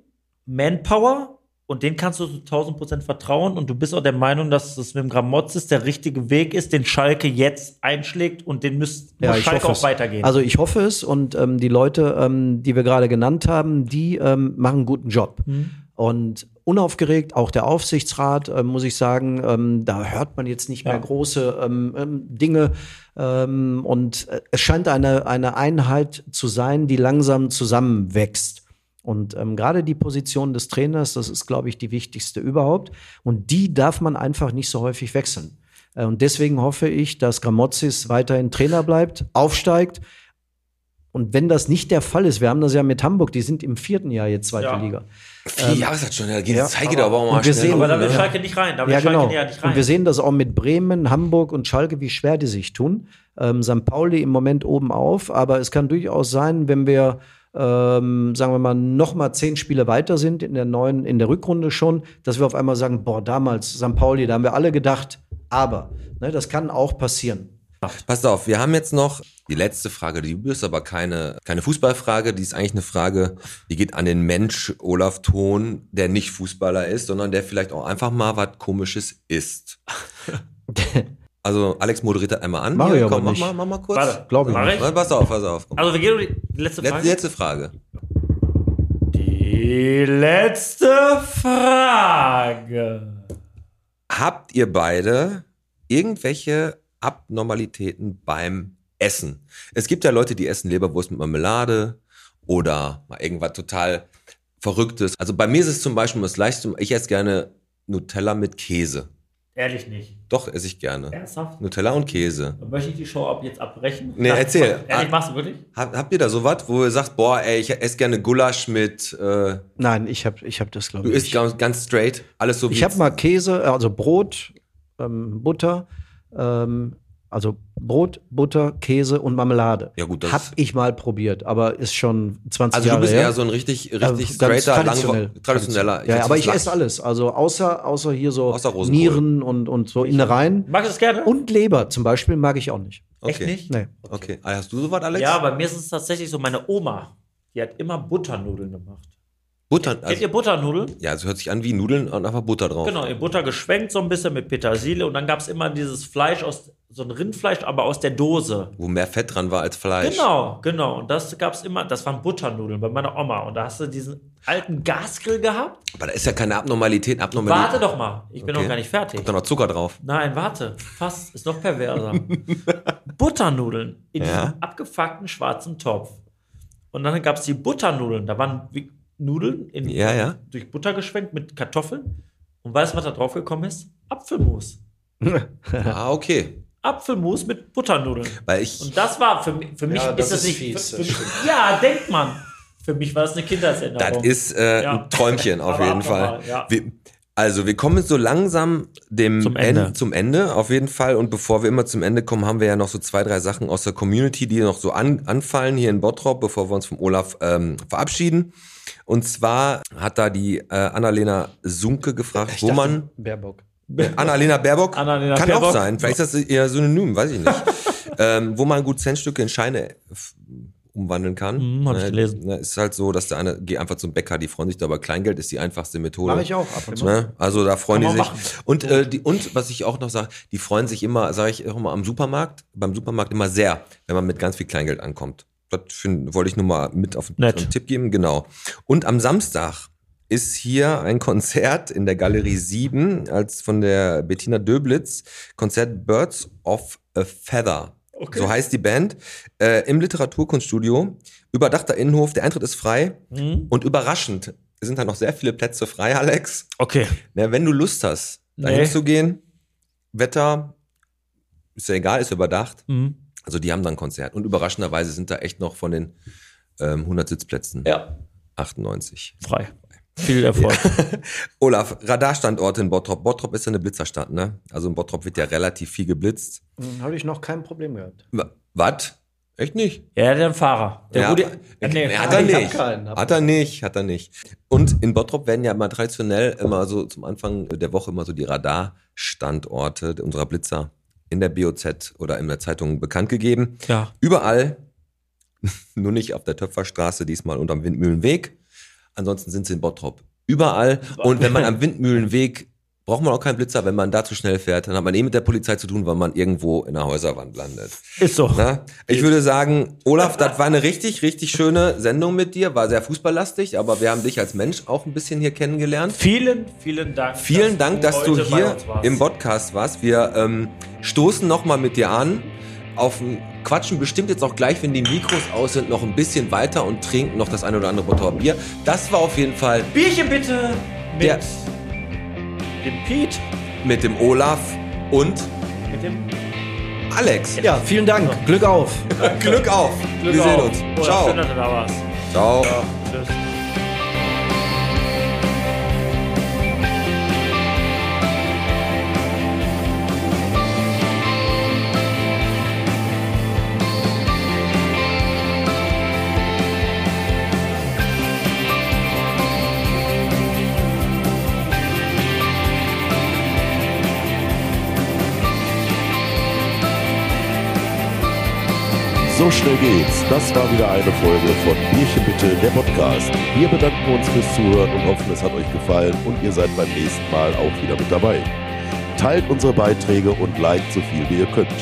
[SPEAKER 4] Manpower und den kannst du zu 1000 Prozent vertrauen und du bist auch der Meinung, dass es mit dem Gramotzes der richtige Weg ist, den Schalke jetzt einschlägt und den müsst, muss Schalke auch
[SPEAKER 6] es.
[SPEAKER 4] weitergehen.
[SPEAKER 6] Also ich hoffe es und ähm, die Leute, ähm, die wir gerade genannt haben, die ähm, machen einen guten Job.
[SPEAKER 4] Hm?
[SPEAKER 6] Und unaufgeregt, auch der Aufsichtsrat, ähm, muss ich sagen, ähm, da hört man jetzt nicht
[SPEAKER 4] Ja.
[SPEAKER 6] mehr große ähm, ähm, Dinge. Ähm, und äh, es scheint eine, eine Einheit zu sein, die langsam zusammenwächst. Und ähm, gerade die Position des Trainers, das ist, glaube ich, die wichtigste überhaupt. Und die darf man einfach nicht so häufig wechseln. Äh, und deswegen hoffe ich, dass Gramozis weiterhin Trainer bleibt, aufsteigt. Und wenn das nicht der Fall ist, wir haben das ja mit Hamburg, die sind im vierten Jahr jetzt zweite
[SPEAKER 4] Ja.
[SPEAKER 6] Liga.
[SPEAKER 2] Vier Jahre ist das schon, da geht
[SPEAKER 6] Ähm, ja,
[SPEAKER 2] zeige dir aber auch mal
[SPEAKER 6] und wir
[SPEAKER 2] schnell.
[SPEAKER 6] sehen-
[SPEAKER 4] Aber da
[SPEAKER 2] rum,
[SPEAKER 4] will
[SPEAKER 2] ne?
[SPEAKER 4] Schalke nicht rein. Da will
[SPEAKER 6] Ja,
[SPEAKER 4] Schalke
[SPEAKER 6] genau.
[SPEAKER 4] ja nicht rein.
[SPEAKER 6] Und wir sehen das auch mit Bremen, Hamburg und Schalke, wie schwer die sich tun. Ähm, St. Pauli im Moment oben auf, aber es kann durchaus sein, wenn wir, ähm, sagen wir mal, noch mal zehn Spiele weiter sind in der neuen, in der Rückrunde schon, dass wir auf einmal sagen, boah, damals St. Pauli, da haben wir alle gedacht, aber, ne, das kann auch passieren.
[SPEAKER 2] Passt auf, wir haben jetzt noch die letzte Frage, die ist aber keine, keine Fußballfrage, die ist eigentlich eine Frage, die geht an den Mensch Olaf Thon, der nicht Fußballer ist, sondern der vielleicht auch einfach mal was Komisches isst.
[SPEAKER 6] <laughs>
[SPEAKER 2] Also Alex moderiert das einmal an.
[SPEAKER 6] Mach
[SPEAKER 2] Hier,
[SPEAKER 6] ich aber
[SPEAKER 2] komm, mach,
[SPEAKER 6] nicht.
[SPEAKER 2] mal, mach mal kurz.
[SPEAKER 4] Warte,
[SPEAKER 6] glaub ich
[SPEAKER 4] mach
[SPEAKER 6] nicht.
[SPEAKER 4] ich?
[SPEAKER 2] Na, Pass auf, pass auf. Komm.
[SPEAKER 4] Also wir gehen um die letzte Frage.
[SPEAKER 2] letzte, letzte Frage.
[SPEAKER 4] Die letzte Frage.
[SPEAKER 2] Habt ihr beide irgendwelche Abnormalitäten beim Essen? Es gibt ja Leute, die essen Leberwurst mit Marmelade oder mal irgendwas total Verrücktes. Also bei mir ist es zum Beispiel das Leichteste, ich esse gerne Nutella mit Käse.
[SPEAKER 4] Ehrlich nicht.
[SPEAKER 2] Doch, esse ich gerne.
[SPEAKER 4] Ernsthaft?
[SPEAKER 2] Nutella und Käse.
[SPEAKER 4] Dann möchte ich die Show ab jetzt abbrechen.
[SPEAKER 2] Nee, erzähl.
[SPEAKER 4] Ehrlich, machst du wirklich?
[SPEAKER 2] Hab, habt ihr da sowas, wo ihr sagt, boah, ey, ich esse gerne Gulasch mit, äh,
[SPEAKER 6] Nein, ich habe ich hab das, glaube
[SPEAKER 2] du
[SPEAKER 6] ich.
[SPEAKER 2] isst ganz, ganz straight, alles so wie
[SPEAKER 6] Ich habe mal Käse, äh, also Brot, ähm, Butter, ähm, also Brot, Butter, Käse und Marmelade.
[SPEAKER 2] Ja, gut, das
[SPEAKER 6] Hab
[SPEAKER 2] ist-
[SPEAKER 6] ich mal probiert, aber ist schon 20
[SPEAKER 2] Also
[SPEAKER 6] Jahre
[SPEAKER 2] du bist
[SPEAKER 6] her.
[SPEAKER 2] eher so ein richtig,
[SPEAKER 6] Äh,
[SPEAKER 2] richtig
[SPEAKER 6] ganz
[SPEAKER 2] straighter,
[SPEAKER 6] traditionell.
[SPEAKER 2] langwe- traditioneller.
[SPEAKER 6] Ja,
[SPEAKER 2] esse
[SPEAKER 6] aber
[SPEAKER 2] das
[SPEAKER 6] ich
[SPEAKER 2] Lachs.
[SPEAKER 6] esse alles. Also außer, außer hier so
[SPEAKER 2] Außer Rosenkohl.
[SPEAKER 6] Nieren und, und so Innereien.
[SPEAKER 4] Magst du das gerne?
[SPEAKER 6] Und Leber zum Beispiel mag ich auch nicht.
[SPEAKER 2] Okay.
[SPEAKER 4] Echt nicht?
[SPEAKER 6] Nee.
[SPEAKER 2] Okay. Ah, Hast du sowas, Alex?
[SPEAKER 4] Ja, bei mir ist es tatsächlich so, meine Oma, die hat immer Butternudeln gemacht.
[SPEAKER 2] Butter.
[SPEAKER 4] Kennt
[SPEAKER 2] Also, Oh.
[SPEAKER 4] ihr Butternudeln?
[SPEAKER 2] ja, es hört sich an wie Nudeln und einfach Butter drauf.
[SPEAKER 4] Genau, in Butter geschwenkt so ein bisschen mit Petersilie und dann gab es immer dieses Fleisch aus, so ein Rindfleisch, aber aus der Dose.
[SPEAKER 2] Wo mehr Fett dran war als Fleisch.
[SPEAKER 4] Genau, genau. Und das gab es immer, das waren Butternudeln bei meiner Oma. Und da hast du diesen alten Gasgrill gehabt.
[SPEAKER 2] Aber da ist ja keine Abnormalität. Abnormalität.
[SPEAKER 4] Warte doch mal, ich bin
[SPEAKER 2] Okay.
[SPEAKER 4] noch gar nicht fertig.
[SPEAKER 2] Kommt da noch Zucker
[SPEAKER 6] <laughs>
[SPEAKER 2] drauf.
[SPEAKER 4] Nein, warte, fast, ist noch
[SPEAKER 2] <laughs>
[SPEAKER 4] perverser. Butternudeln in
[SPEAKER 2] Ja.
[SPEAKER 4] diesem abgefuckten schwarzen Topf. Und dann gab es die Butternudeln, da waren wie Nudeln in,
[SPEAKER 2] Ja, ja.
[SPEAKER 4] durch Butter geschwenkt mit Kartoffeln. Und weißt du, was da drauf gekommen ist? Apfelmus.
[SPEAKER 2] Ah, okay.
[SPEAKER 4] Apfelmus mit Butternudeln.
[SPEAKER 2] Weil ich.
[SPEAKER 4] Und das war für, mi- für mich
[SPEAKER 6] das
[SPEAKER 4] ist das
[SPEAKER 6] ist
[SPEAKER 4] nicht.
[SPEAKER 6] fies,
[SPEAKER 4] für,
[SPEAKER 6] das
[SPEAKER 4] für, ja, denkt man. Für mich war das eine Kindheitserinnerung.
[SPEAKER 2] Das ist äh,
[SPEAKER 4] Ja.
[SPEAKER 2] ein Träumchen auf
[SPEAKER 4] <laughs> Aber
[SPEAKER 2] jeden Fall.
[SPEAKER 4] abnormal, ja.
[SPEAKER 2] Wir, also, wir kommen so langsam dem
[SPEAKER 4] Zum Ende.
[SPEAKER 2] En- zum Ende, auf jeden Fall. Und bevor wir immer zum Ende kommen, haben wir ja noch so zwei, drei Sachen aus der Community, die noch so an, anfallen hier in Bottrop, bevor wir uns vom Olaf ähm, verabschieden. Und zwar hat da die äh, Annalena Sunke gefragt, wo man.
[SPEAKER 6] Baerbock.
[SPEAKER 2] Annalena Baerbock
[SPEAKER 4] Annalena
[SPEAKER 2] kann auch
[SPEAKER 4] Baerbock.
[SPEAKER 2] sein. Vielleicht ist das ihr Synonym, weiß ich
[SPEAKER 4] <laughs>
[SPEAKER 2] nicht. ähm, wo man gut Centstücke in Scheine f- umwandeln kann.
[SPEAKER 4] Mhm, hab ich
[SPEAKER 2] Ne,
[SPEAKER 4] gelesen.
[SPEAKER 2] ne, Ist halt so, dass der eine, geh einfach zum Bäcker, die freuen sich da, aber Kleingeld ist die einfachste Methode.
[SPEAKER 6] Mache ich auch ab und zu.
[SPEAKER 2] Ne? Also da freuen die
[SPEAKER 4] Kann
[SPEAKER 2] sich.
[SPEAKER 4] man
[SPEAKER 2] Und, äh, die, und was ich auch noch sage, die freuen sich immer, sage ich auch immer am Supermarkt, beim Supermarkt immer sehr, wenn man mit ganz viel Kleingeld ankommt. Das find, wollte ich nur mal mit auf den
[SPEAKER 4] Nett.
[SPEAKER 2] einen Tipp geben, genau. Und am Samstag ist hier ein Konzert in der Galerie 7 als von der Bettina Döblitz, Konzert Birds of a Feather. So heißt die Band. Äh, Im Literaturkunststudio, überdachter Innenhof, der Eintritt ist frei
[SPEAKER 4] Hm?
[SPEAKER 2] und überraschend sind da noch sehr viele Plätze frei, <laughs> Alex.
[SPEAKER 4] Okay.
[SPEAKER 2] Na, wenn du Lust hast, da
[SPEAKER 4] Nee.
[SPEAKER 2] hinzugehen, Wetter, ist ja egal, ist überdacht.
[SPEAKER 4] Hm.
[SPEAKER 2] Also die haben dann ein Konzert. Und überraschenderweise sind da echt noch von den ähm, 100 Sitzplätzen
[SPEAKER 4] Ja,
[SPEAKER 2] 98.
[SPEAKER 4] frei. Viel Erfolg.
[SPEAKER 2] Olaf, Radarstandorte in Bottrop. Bottrop ist ja eine Blitzerstadt, ne? Also in Bottrop wird ja relativ viel geblitzt.
[SPEAKER 6] Habe Hm, ich noch kein Problem gehabt.
[SPEAKER 2] Wa- Was? Echt nicht?
[SPEAKER 4] Ja, der hat einen Fahrer. Der
[SPEAKER 2] ja,
[SPEAKER 4] Rudi.
[SPEAKER 2] äh,
[SPEAKER 4] Nee,
[SPEAKER 2] hat er
[SPEAKER 4] Rudi-
[SPEAKER 2] nicht.
[SPEAKER 6] keinen, hab
[SPEAKER 2] hat er nicht, hat er nicht. Und in Bottrop werden ja immer traditionell immer so zum Anfang der Woche immer so die Radarstandorte unserer Blitzer in der BOZ oder in der Zeitung bekannt gegeben.
[SPEAKER 4] Ja.
[SPEAKER 2] Überall, <laughs> nur nicht auf der Töpferstraße, diesmal unterm Windmühlenweg. Ansonsten sind sie in Bottrop. Überall. Und wenn man
[SPEAKER 4] <laughs>
[SPEAKER 2] am Windmühlenweg, braucht man auch keinen Blitzer, wenn man da zu schnell fährt, dann hat man eh mit der Polizei zu tun, weil man irgendwo in der Häuserwand landet.
[SPEAKER 4] Ist so.
[SPEAKER 2] Na, ich würde sagen, Olaf, das war eine richtig, richtig schöne Sendung mit dir. War sehr fußballlastig, aber wir haben dich als Mensch auch ein bisschen hier kennengelernt.
[SPEAKER 4] Vielen, vielen Dank.
[SPEAKER 2] Vielen Dank, dass du
[SPEAKER 4] heute bei
[SPEAKER 2] hier
[SPEAKER 4] uns warst.
[SPEAKER 2] im Podcast warst. Wir ähm, stoßen nochmal mit dir an auf einen quatschen bestimmt jetzt auch gleich, wenn die Mikros aus sind, noch ein bisschen weiter und trinken noch das ein oder andere Bottrop Bier. Das war auf jeden Fall
[SPEAKER 4] Bierchen bitte mit
[SPEAKER 2] Der-
[SPEAKER 4] dem Pete,
[SPEAKER 2] mit dem Olaf und
[SPEAKER 4] mit dem
[SPEAKER 2] Alex.
[SPEAKER 6] Ja, vielen Dank. Glück auf.
[SPEAKER 2] Glück auf.
[SPEAKER 4] Glück
[SPEAKER 2] Wir sehen
[SPEAKER 4] auf.
[SPEAKER 2] uns.
[SPEAKER 4] Olaf,
[SPEAKER 2] Ciao.
[SPEAKER 4] Schön, dass du da warst.
[SPEAKER 2] Ciao.
[SPEAKER 4] Tschüss.
[SPEAKER 1] So schnell geht's. Das war wieder eine Folge von Bierchen bitte, der Podcast. Wir bedanken uns fürs Zuhören und hoffen, es hat euch gefallen und ihr seid beim nächsten Mal auch wieder mit dabei. Teilt unsere Beiträge und liked so viel wie ihr könnt.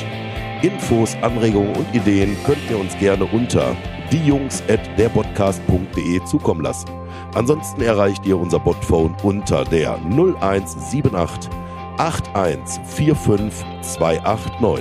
[SPEAKER 1] Infos, Anregungen und Ideen könnt ihr uns gerne unter diejungs.derpodcast.de zukommen lassen. Ansonsten erreicht ihr unser Botphone unter der 0178 8145289.